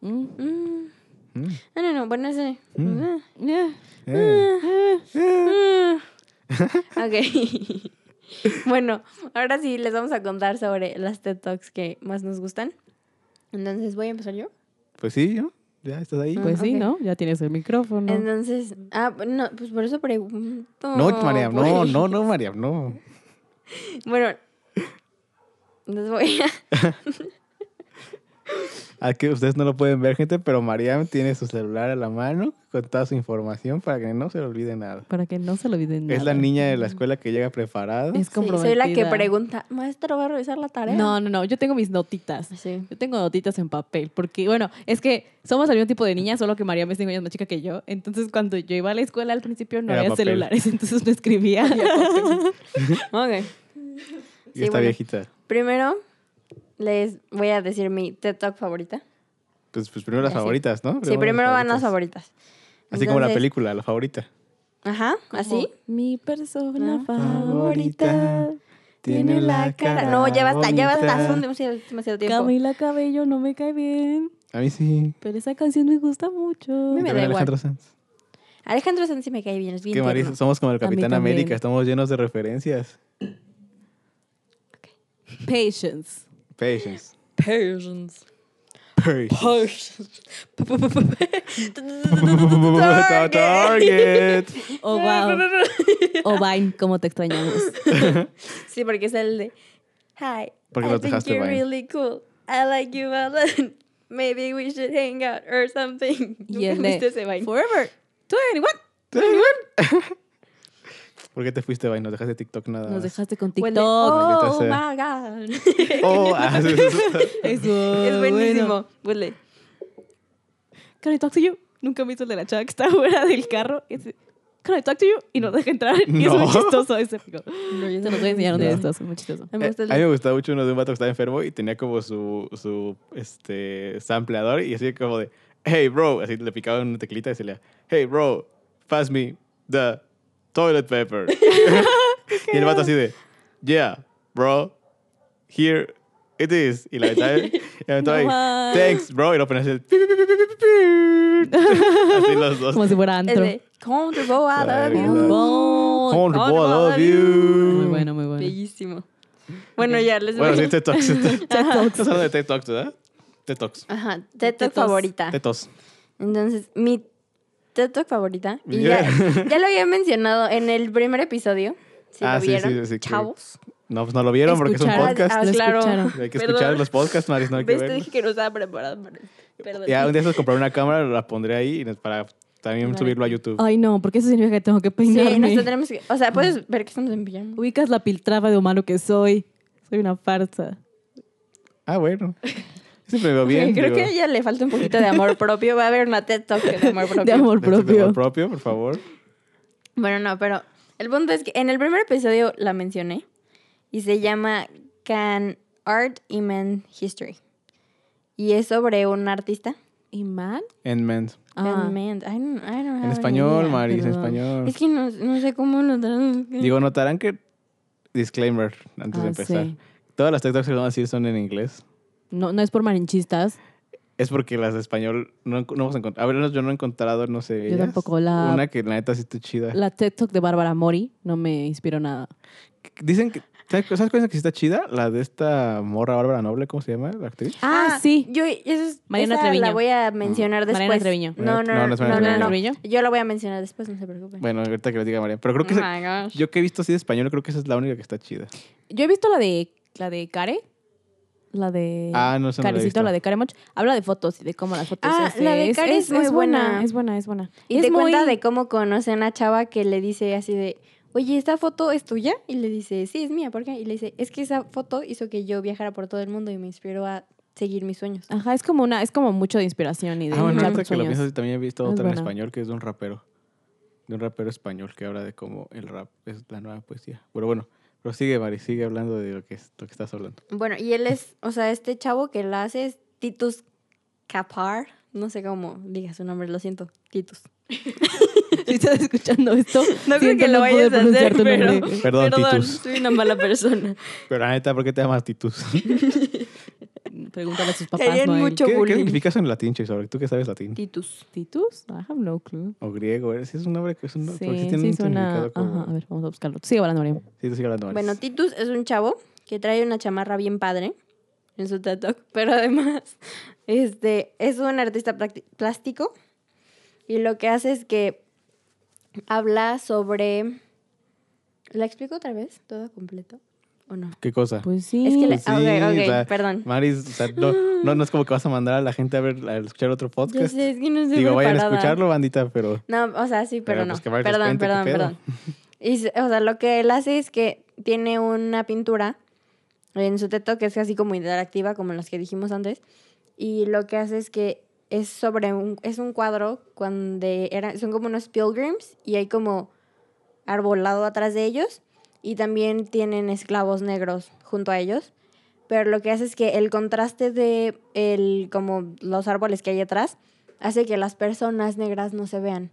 [SPEAKER 2] Mm,
[SPEAKER 1] Mm.
[SPEAKER 3] Mm.
[SPEAKER 1] No, no, no. Bueno, ese.
[SPEAKER 3] Mm.
[SPEAKER 1] Ah.
[SPEAKER 2] yeah.
[SPEAKER 3] Eh.
[SPEAKER 1] Mm. ok. <laughs> bueno, ahora sí les vamos a contar sobre las TED Talks que más nos gustan. Entonces, ¿voy a empezar yo?
[SPEAKER 3] Pues sí, ¿no? Ya estás ahí.
[SPEAKER 2] Pues sí,
[SPEAKER 1] Ah, ok.
[SPEAKER 2] ¿no? Ya tienes el micrófono.
[SPEAKER 1] Entonces, ah, no, pues por eso pregunto.
[SPEAKER 3] no, Mariam, no,
[SPEAKER 1] pues.
[SPEAKER 3] no, no, Mariam, no.
[SPEAKER 1] Bueno, entonces voy a...
[SPEAKER 3] Aquí Ah, ustedes no lo pueden ver, gente, pero Mariam tiene su celular a la mano con toda su información para que no se le olvide nada.
[SPEAKER 2] Para que no se lo olviden
[SPEAKER 3] Es la
[SPEAKER 2] nada.
[SPEAKER 3] niña de la escuela que llega preparada.
[SPEAKER 2] Es
[SPEAKER 1] Sí, soy la que
[SPEAKER 2] comprometida.
[SPEAKER 1] pregunta, maestro, ¿va a revisar la tarea?
[SPEAKER 2] No, no, no. Yo tengo mis notitas.
[SPEAKER 1] Sí.
[SPEAKER 2] Yo tengo notitas en papel, porque bueno, es que somos el mismo tipo de niña, solo que María me es cinco años más chica que yo. Entonces, cuando yo iba a la escuela al principio no
[SPEAKER 3] Era
[SPEAKER 2] había
[SPEAKER 3] papel.
[SPEAKER 2] celulares, <laughs> entonces no escribía. <laughs>
[SPEAKER 1] Ok.
[SPEAKER 3] y
[SPEAKER 1] sí,
[SPEAKER 3] está
[SPEAKER 1] bueno.
[SPEAKER 3] viejita.
[SPEAKER 1] Primero, les voy a decir mi TED Talk favorita.
[SPEAKER 3] Pues, pues primero las
[SPEAKER 1] Ya sé.
[SPEAKER 3] favoritas, ¿no?
[SPEAKER 1] sí, primero van las
[SPEAKER 3] las
[SPEAKER 1] favoritas.
[SPEAKER 3] Así como la
[SPEAKER 1] Entonces-
[SPEAKER 3] película, la favorita.
[SPEAKER 1] Ajá, así.
[SPEAKER 2] Mi persona
[SPEAKER 1] Ah.
[SPEAKER 2] favorita.
[SPEAKER 1] No, ya basta, ya basta. Son
[SPEAKER 3] bonita.
[SPEAKER 1] demasiado, demasiado tiempo.
[SPEAKER 2] Camila Cabello no me cae bien,
[SPEAKER 3] A mí sí.
[SPEAKER 2] pero esa canción me gusta mucho.
[SPEAKER 1] me
[SPEAKER 3] También
[SPEAKER 1] da igual.
[SPEAKER 3] Alejandro Sanz.
[SPEAKER 1] Alejandro Sanz sí me cae bien, es bien
[SPEAKER 3] Que Maris-
[SPEAKER 1] tierno.
[SPEAKER 3] somos como el
[SPEAKER 2] A mí
[SPEAKER 3] Capitán
[SPEAKER 2] también.
[SPEAKER 3] América, estamos llenos de referencias.
[SPEAKER 2] Patience.
[SPEAKER 3] Patience.
[SPEAKER 1] Patience.
[SPEAKER 3] Patience.
[SPEAKER 1] Patience. <laughs>
[SPEAKER 3] Target. <laughs>
[SPEAKER 2] Oh, wow. <laughs> O Vine, cómo te extrañamos.
[SPEAKER 1] Sí, porque es el de Hi, <laughs>
[SPEAKER 3] Porque
[SPEAKER 1] I
[SPEAKER 3] lo
[SPEAKER 1] think
[SPEAKER 3] dejaste,
[SPEAKER 1] you're
[SPEAKER 3] Vine.
[SPEAKER 1] really cool. I like you a lot. <laughs> Maybe we should hang out or something.
[SPEAKER 2] <laughs> Y
[SPEAKER 1] Nunca
[SPEAKER 2] el
[SPEAKER 1] viste
[SPEAKER 2] de
[SPEAKER 1] ese Vine.
[SPEAKER 2] Forever 21.
[SPEAKER 3] <laughs> ¿Por qué te fuiste, Vine? Nos dejaste TikTok nada.
[SPEAKER 2] Nos
[SPEAKER 3] más.
[SPEAKER 2] dejaste con
[SPEAKER 1] O el
[SPEAKER 2] TikTok.
[SPEAKER 1] de, oh,
[SPEAKER 3] Maldita
[SPEAKER 1] my God.
[SPEAKER 3] Oh, ah, sí, sí, sí.
[SPEAKER 1] <laughs>
[SPEAKER 2] Eso,
[SPEAKER 1] es
[SPEAKER 2] bueno.
[SPEAKER 1] buenísimo. Huele.
[SPEAKER 2] Can I talk to you? Nunca me hizo el de la chava que está fuera del carro. Ese, Can I talk to you? Y nos deja entrar. Y es
[SPEAKER 3] No.
[SPEAKER 2] muy chistoso ese. pico. <laughs> Se los voy a enseñar un día de
[SPEAKER 3] No.
[SPEAKER 2] estos. Es muy chistoso.
[SPEAKER 1] A mí me
[SPEAKER 3] Eh,
[SPEAKER 1] gusta el
[SPEAKER 3] a mí
[SPEAKER 1] de-
[SPEAKER 3] me gustaba mucho uno de un vato que estaba enfermo y tenía como su, su este, sampleador y así como de, hey bro, así le picaba una teclita y se le, hey bro, pass me the toilet paper. <laughs> y el vato así de, yeah, bro, here it is. Y la aventaba, y la aventaba
[SPEAKER 2] No
[SPEAKER 3] ahí,
[SPEAKER 2] más.
[SPEAKER 3] thanks bro, y lo ponías el, pi, pi, pi, pi, pi, pi,
[SPEAKER 2] <laughs>
[SPEAKER 3] pi. así los dos.
[SPEAKER 2] <laughs> Como si fuera
[SPEAKER 1] el
[SPEAKER 2] antro.
[SPEAKER 1] de Country Boy, I love
[SPEAKER 3] Ay, verdad.
[SPEAKER 1] you.
[SPEAKER 2] Bon.
[SPEAKER 3] Comfortable,
[SPEAKER 1] Comfortable,
[SPEAKER 3] I
[SPEAKER 1] I love
[SPEAKER 3] love you.
[SPEAKER 2] Muy bueno, muy bueno.
[SPEAKER 1] Bellísimo. Bueno, ya les
[SPEAKER 3] Bueno,
[SPEAKER 1] voy.
[SPEAKER 3] sí, TED Talks.
[SPEAKER 2] TED Talks.
[SPEAKER 3] Estás hablando de TED Talks, ¿verdad? TED Talks.
[SPEAKER 1] Ajá, TED Talk
[SPEAKER 2] Tetos.
[SPEAKER 1] favorita.
[SPEAKER 3] Tetos.
[SPEAKER 1] Entonces, mi TED Talk favorita, y
[SPEAKER 3] Mira.
[SPEAKER 1] ya, <laughs> ya lo había mencionado en el primer episodio, si
[SPEAKER 3] Ah,
[SPEAKER 1] lo
[SPEAKER 3] sí,
[SPEAKER 1] vieron,
[SPEAKER 3] sí, sí, que-
[SPEAKER 1] chavos.
[SPEAKER 3] <laughs> No, pues no lo vieron porque es un
[SPEAKER 2] Escuchar.
[SPEAKER 3] podcast.
[SPEAKER 1] Ah,
[SPEAKER 2] Lo
[SPEAKER 1] claro.
[SPEAKER 2] escucharon.
[SPEAKER 3] Hay que
[SPEAKER 1] Perdón.
[SPEAKER 3] escuchar los podcasts, Maris, no hay que
[SPEAKER 1] ¿Ves? Te
[SPEAKER 3] ver.
[SPEAKER 1] dije que no estaba preparada, Mari. Perdón.
[SPEAKER 3] Ya un día se comprar una cámara, la pondré ahí y nos- para también
[SPEAKER 1] Vale. Oh.
[SPEAKER 3] subirlo a YouTube.
[SPEAKER 2] <laughs> Ay, no, porque eso significa que tengo que
[SPEAKER 1] Sí,
[SPEAKER 2] peinarme.
[SPEAKER 1] nosotros tenemos que, o sea, puedes ver que estamos en pijama.
[SPEAKER 2] Ubicas la piltrafa de humano que soy. Soy una farsa.
[SPEAKER 3] Ah, bueno. Siempre veo
[SPEAKER 1] Ok,
[SPEAKER 3] bien.
[SPEAKER 1] creo
[SPEAKER 3] digo,
[SPEAKER 1] que a ella le falta un poquito de amor propio. Va a haber una TED Talk <laughs> de amor propio.
[SPEAKER 2] De amor
[SPEAKER 3] este es de
[SPEAKER 2] propio.
[SPEAKER 3] amor propio, por favor.
[SPEAKER 1] Bueno, no, pero el punto es que en el primer episodio la mencioné y se llama Can Art Invent History. Y es sobre un artista.
[SPEAKER 2] ¿Y man?
[SPEAKER 3] En men.
[SPEAKER 2] Ah.
[SPEAKER 1] Can man- I don't- I don't have
[SPEAKER 3] En
[SPEAKER 1] any
[SPEAKER 3] español,
[SPEAKER 1] idea.
[SPEAKER 3] Maris, en
[SPEAKER 2] perdón.
[SPEAKER 3] español.
[SPEAKER 1] Es que no, no sé cómo lo traducen.
[SPEAKER 3] Digo, notarán que. Disclaimer, antes de
[SPEAKER 2] Ah,
[SPEAKER 3] empezar.
[SPEAKER 2] sí.
[SPEAKER 3] Todas las TED Talks que van a decir son en inglés.
[SPEAKER 2] No, no es por marinchistas.
[SPEAKER 3] Es porque las de español no, enco- no hemos encontrado. A ver, no- yo no he encontrado, no sé.
[SPEAKER 2] Yo
[SPEAKER 3] ellas.
[SPEAKER 2] tampoco, la-
[SPEAKER 3] Una que la neta sí está chida.
[SPEAKER 2] La TED Talk de Bárbara Mori no me inspiró nada.
[SPEAKER 3] Dicen que. ¿Sabes cu- sabes cuál es la que sí está chida? La de esta morra Bárbara Noble, ¿cómo se llama? La actriz.
[SPEAKER 2] Ah, sí.
[SPEAKER 1] Yo eso es-
[SPEAKER 2] Mariana
[SPEAKER 1] esa
[SPEAKER 2] Treviño.
[SPEAKER 1] la voy a mencionar
[SPEAKER 2] Mariana
[SPEAKER 1] después.
[SPEAKER 2] Treviño.
[SPEAKER 1] No, no, no, no,
[SPEAKER 3] No, no es
[SPEAKER 1] no,
[SPEAKER 3] Mariana
[SPEAKER 1] no.
[SPEAKER 2] Treviño.
[SPEAKER 1] Yo la voy a mencionar después, no se preocupen.
[SPEAKER 3] Bueno, ahorita que les diga María. Pero creo que
[SPEAKER 1] Oh
[SPEAKER 3] esa-
[SPEAKER 1] my gosh.
[SPEAKER 3] yo que he visto así de español, creo que esa es la única que está chida.
[SPEAKER 2] Yo he visto la de la de Care. La de
[SPEAKER 3] Ah, no, esa no la he
[SPEAKER 2] Carecito,
[SPEAKER 3] visto.
[SPEAKER 2] la de Care Moch. Habla de fotos y de cómo las fotos
[SPEAKER 1] Ah,
[SPEAKER 2] se hace.
[SPEAKER 1] la de Care es muy buena.
[SPEAKER 2] Es buena, es buena.
[SPEAKER 1] Y
[SPEAKER 2] es
[SPEAKER 1] te
[SPEAKER 2] muy-
[SPEAKER 1] cuenta de cómo conoce a una chava que le dice así de, oye, ¿esta foto es tuya? Y le dice, sí, es mía, ¿por qué? Y le dice, es que esa foto hizo que yo viajara por todo el mundo y me inspiró a seguir mis sueños.
[SPEAKER 2] Ajá, es como una, es como mucho de inspiración y de
[SPEAKER 3] Ah, bueno,
[SPEAKER 2] luchar
[SPEAKER 3] ahorita
[SPEAKER 2] por
[SPEAKER 3] que lo
[SPEAKER 2] sueños.
[SPEAKER 3] pienso, también he visto
[SPEAKER 2] Es
[SPEAKER 3] otra en
[SPEAKER 2] buena.
[SPEAKER 3] español que es de un rapero. de un rapero español que habla de cómo el rap es la nueva poesía. Pero bueno, pero sigue, Mari, sigue hablando de lo que, es, lo que estás
[SPEAKER 2] <laughs>
[SPEAKER 3] hablando.
[SPEAKER 1] Bueno, y él es, o sea, este chavo que la hace es Titus Capar. No sé cómo diga su nombre, lo siento, Titus.
[SPEAKER 2] <laughs> Si estás escuchando esto,
[SPEAKER 1] <laughs> No creo
[SPEAKER 2] siento,
[SPEAKER 1] que lo
[SPEAKER 2] pude
[SPEAKER 1] vayas a
[SPEAKER 2] pronunciar
[SPEAKER 1] hacer,
[SPEAKER 2] tu
[SPEAKER 1] pero...
[SPEAKER 2] nombre.
[SPEAKER 3] Perdón, Titus.
[SPEAKER 1] <laughs> soy una mala persona.
[SPEAKER 3] Pero la neta, ¿por qué te llamas
[SPEAKER 2] <laughs>
[SPEAKER 3] Titus?
[SPEAKER 2] Pregúntale a sus
[SPEAKER 1] Te
[SPEAKER 2] papás,
[SPEAKER 1] harían
[SPEAKER 2] no a él.
[SPEAKER 1] mucho-
[SPEAKER 3] ¿Qué, qué
[SPEAKER 1] bullying.
[SPEAKER 3] significa eso en latín, Chase? Sobre tú que sabes latín.
[SPEAKER 1] Titus.
[SPEAKER 2] ¿Titus? I have no clue.
[SPEAKER 3] O griego, ¿eh? Sí, es un nombre que es un nombre. porque
[SPEAKER 2] Sí,
[SPEAKER 3] tiene
[SPEAKER 2] sí
[SPEAKER 3] un
[SPEAKER 2] suena...
[SPEAKER 3] significado como-
[SPEAKER 2] Ajá, a ver, vamos a buscarlo. Sigue hablando, María.
[SPEAKER 3] Sí, tú sigue hablando, Mari.
[SPEAKER 1] Bueno, Titus es un chavo que trae una chamarra bien padre en su tatuaje, <laughs> pero además este, es un artista practi- plástico y lo que hace es que habla sobre... ¿La explico otra vez? ¿Todo completo? ¿O no?
[SPEAKER 3] ¿Qué cosa?
[SPEAKER 2] Pues sí.
[SPEAKER 1] Es que le-
[SPEAKER 3] Pues
[SPEAKER 1] Ah, ok, ok,
[SPEAKER 3] o sea,
[SPEAKER 1] perdón.
[SPEAKER 3] Maris, o sea, no, no, no es como que vas a mandar a la gente a ver, a escuchar otro
[SPEAKER 1] Ya
[SPEAKER 3] podcast.
[SPEAKER 1] sé, es que no estoy
[SPEAKER 3] Digo, vayan a
[SPEAKER 1] preparada.
[SPEAKER 3] escucharlo, bandita, pero
[SPEAKER 1] No, o sea, sí, pero,
[SPEAKER 3] Pero,
[SPEAKER 1] no.
[SPEAKER 3] pues, que vaya al
[SPEAKER 1] perdón,
[SPEAKER 3] frente,
[SPEAKER 1] perdón,
[SPEAKER 3] ¿qué pedo?
[SPEAKER 1] perdón. Y, s- o sea, lo que él hace es que tiene una pintura en su teto que es así como interactiva, como las que dijimos antes. Y lo que hace es que es sobre un, es un cuadro cuando era, son como unos pilgrims y hay como arbolado atrás de ellos y también tienen esclavos negros junto a ellos. Pero lo que hace es que el contraste de el, como los árboles que hay atrás hace que las personas negras no se vean.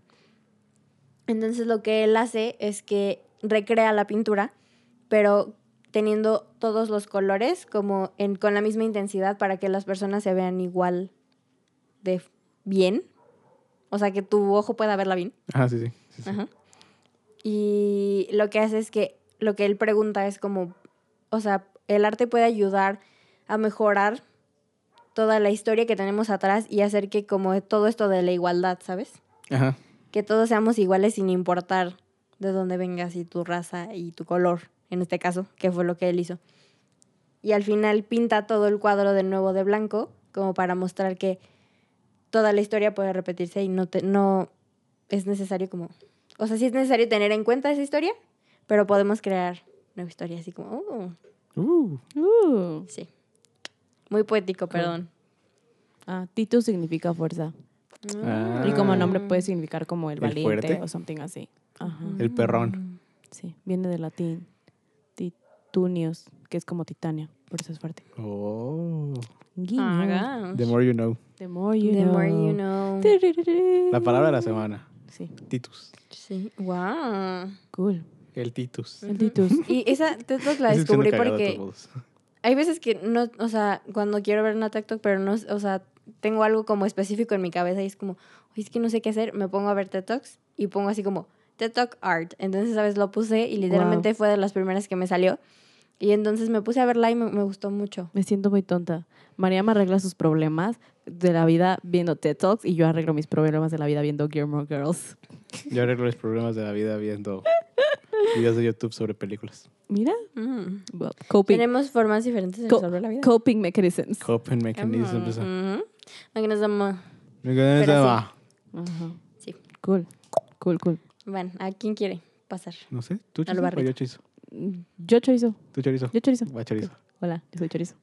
[SPEAKER 1] Entonces lo que él hace es que recrea la pintura, pero teniendo todos los colores como en- con la misma intensidad para que las personas se vean igual de f- bien. O sea, que tu ojo pueda verla bien.
[SPEAKER 3] Ah, sí, sí. sí, sí.
[SPEAKER 1] Ajá. Y lo que hace es que lo que él pregunta es como, o sea, el arte puede ayudar a mejorar toda la historia que tenemos atrás y hacer que como todo esto de la igualdad, ¿sabes?
[SPEAKER 3] Ajá.
[SPEAKER 1] Que todos seamos iguales sin importar de dónde vengas y tu raza y tu color, en este caso, que fue lo que él hizo. Y al final pinta todo el cuadro de nuevo de blanco, como para mostrar que toda la historia puede repetirse y no, te- no es necesario como... O sea, sí es necesario tener en cuenta esa historia, pero podemos crear nueva historia, así como... "Oh,
[SPEAKER 3] Uh,
[SPEAKER 2] Uh.
[SPEAKER 1] sí. Muy poético, perdón.
[SPEAKER 2] Ah, Titus significa fuerza.
[SPEAKER 3] Ah.
[SPEAKER 2] Y como nombre puede significar como el
[SPEAKER 3] ¿El
[SPEAKER 2] valiente
[SPEAKER 3] fuerte? Mm.
[SPEAKER 2] o something así. Ajá.
[SPEAKER 3] el perrón.
[SPEAKER 2] Sí, viene del latín titunius, que es como titanio, por eso es fuerte.
[SPEAKER 3] Oh.
[SPEAKER 2] Guiño.
[SPEAKER 1] Ah,
[SPEAKER 3] The more you know.
[SPEAKER 2] The more you
[SPEAKER 1] The
[SPEAKER 2] know.
[SPEAKER 1] more you know.
[SPEAKER 2] Tiririri.
[SPEAKER 3] La palabra de la semana.
[SPEAKER 2] Sí,
[SPEAKER 3] Titus.
[SPEAKER 1] Sí. Wow.
[SPEAKER 2] cool.
[SPEAKER 3] El Titus.
[SPEAKER 2] El titus.
[SPEAKER 1] Y esa TikTok la
[SPEAKER 3] Ese suena
[SPEAKER 1] descubrí
[SPEAKER 3] cagado de
[SPEAKER 1] porque
[SPEAKER 3] todos modos.
[SPEAKER 1] hay veces que no, o sea, cuando quiero ver una TikTok, pero no, o sea, tengo algo como específico en mi cabeza y es como, "Ay, es que no sé qué hacer, me pongo a ver TikToks y pongo así como TikTok art. Entonces, ¿sabes? Lo puse y literalmente fue de las primeras que me salió. Y entonces me puse a verla y me, me gustó mucho.
[SPEAKER 2] Me siento muy tonta. Mariam arregla sus problemas de la vida viendo TED Talks y yo arreglo mis problemas de la vida viendo Gilmore Girls.
[SPEAKER 3] Yo arreglo los problemas de la
[SPEAKER 1] <laughs>
[SPEAKER 3] vida viendo videos de YouTube sobre películas.
[SPEAKER 2] Mira,
[SPEAKER 1] Mm.
[SPEAKER 2] well, coping,
[SPEAKER 1] Tenemos formas diferentes de
[SPEAKER 2] Co-
[SPEAKER 1] resolver la vida.
[SPEAKER 2] coping mechanisms.
[SPEAKER 3] Coping mechanisms.
[SPEAKER 1] Mm. Mecanism.
[SPEAKER 3] Mecanism.
[SPEAKER 1] Pero
[SPEAKER 2] Ajá.
[SPEAKER 1] Sí.
[SPEAKER 2] Cool, cool, cool.
[SPEAKER 1] Bueno, ¿a quién quiere pasar?
[SPEAKER 3] No sé, tú
[SPEAKER 1] Al
[SPEAKER 3] chorizo. o
[SPEAKER 1] barrito.
[SPEAKER 3] Yo chorizo.
[SPEAKER 2] Yo chorizo,
[SPEAKER 3] Tú chorizo.
[SPEAKER 2] yo chorizo.
[SPEAKER 3] Va chorizo.
[SPEAKER 2] Hola, yo soy chorizo.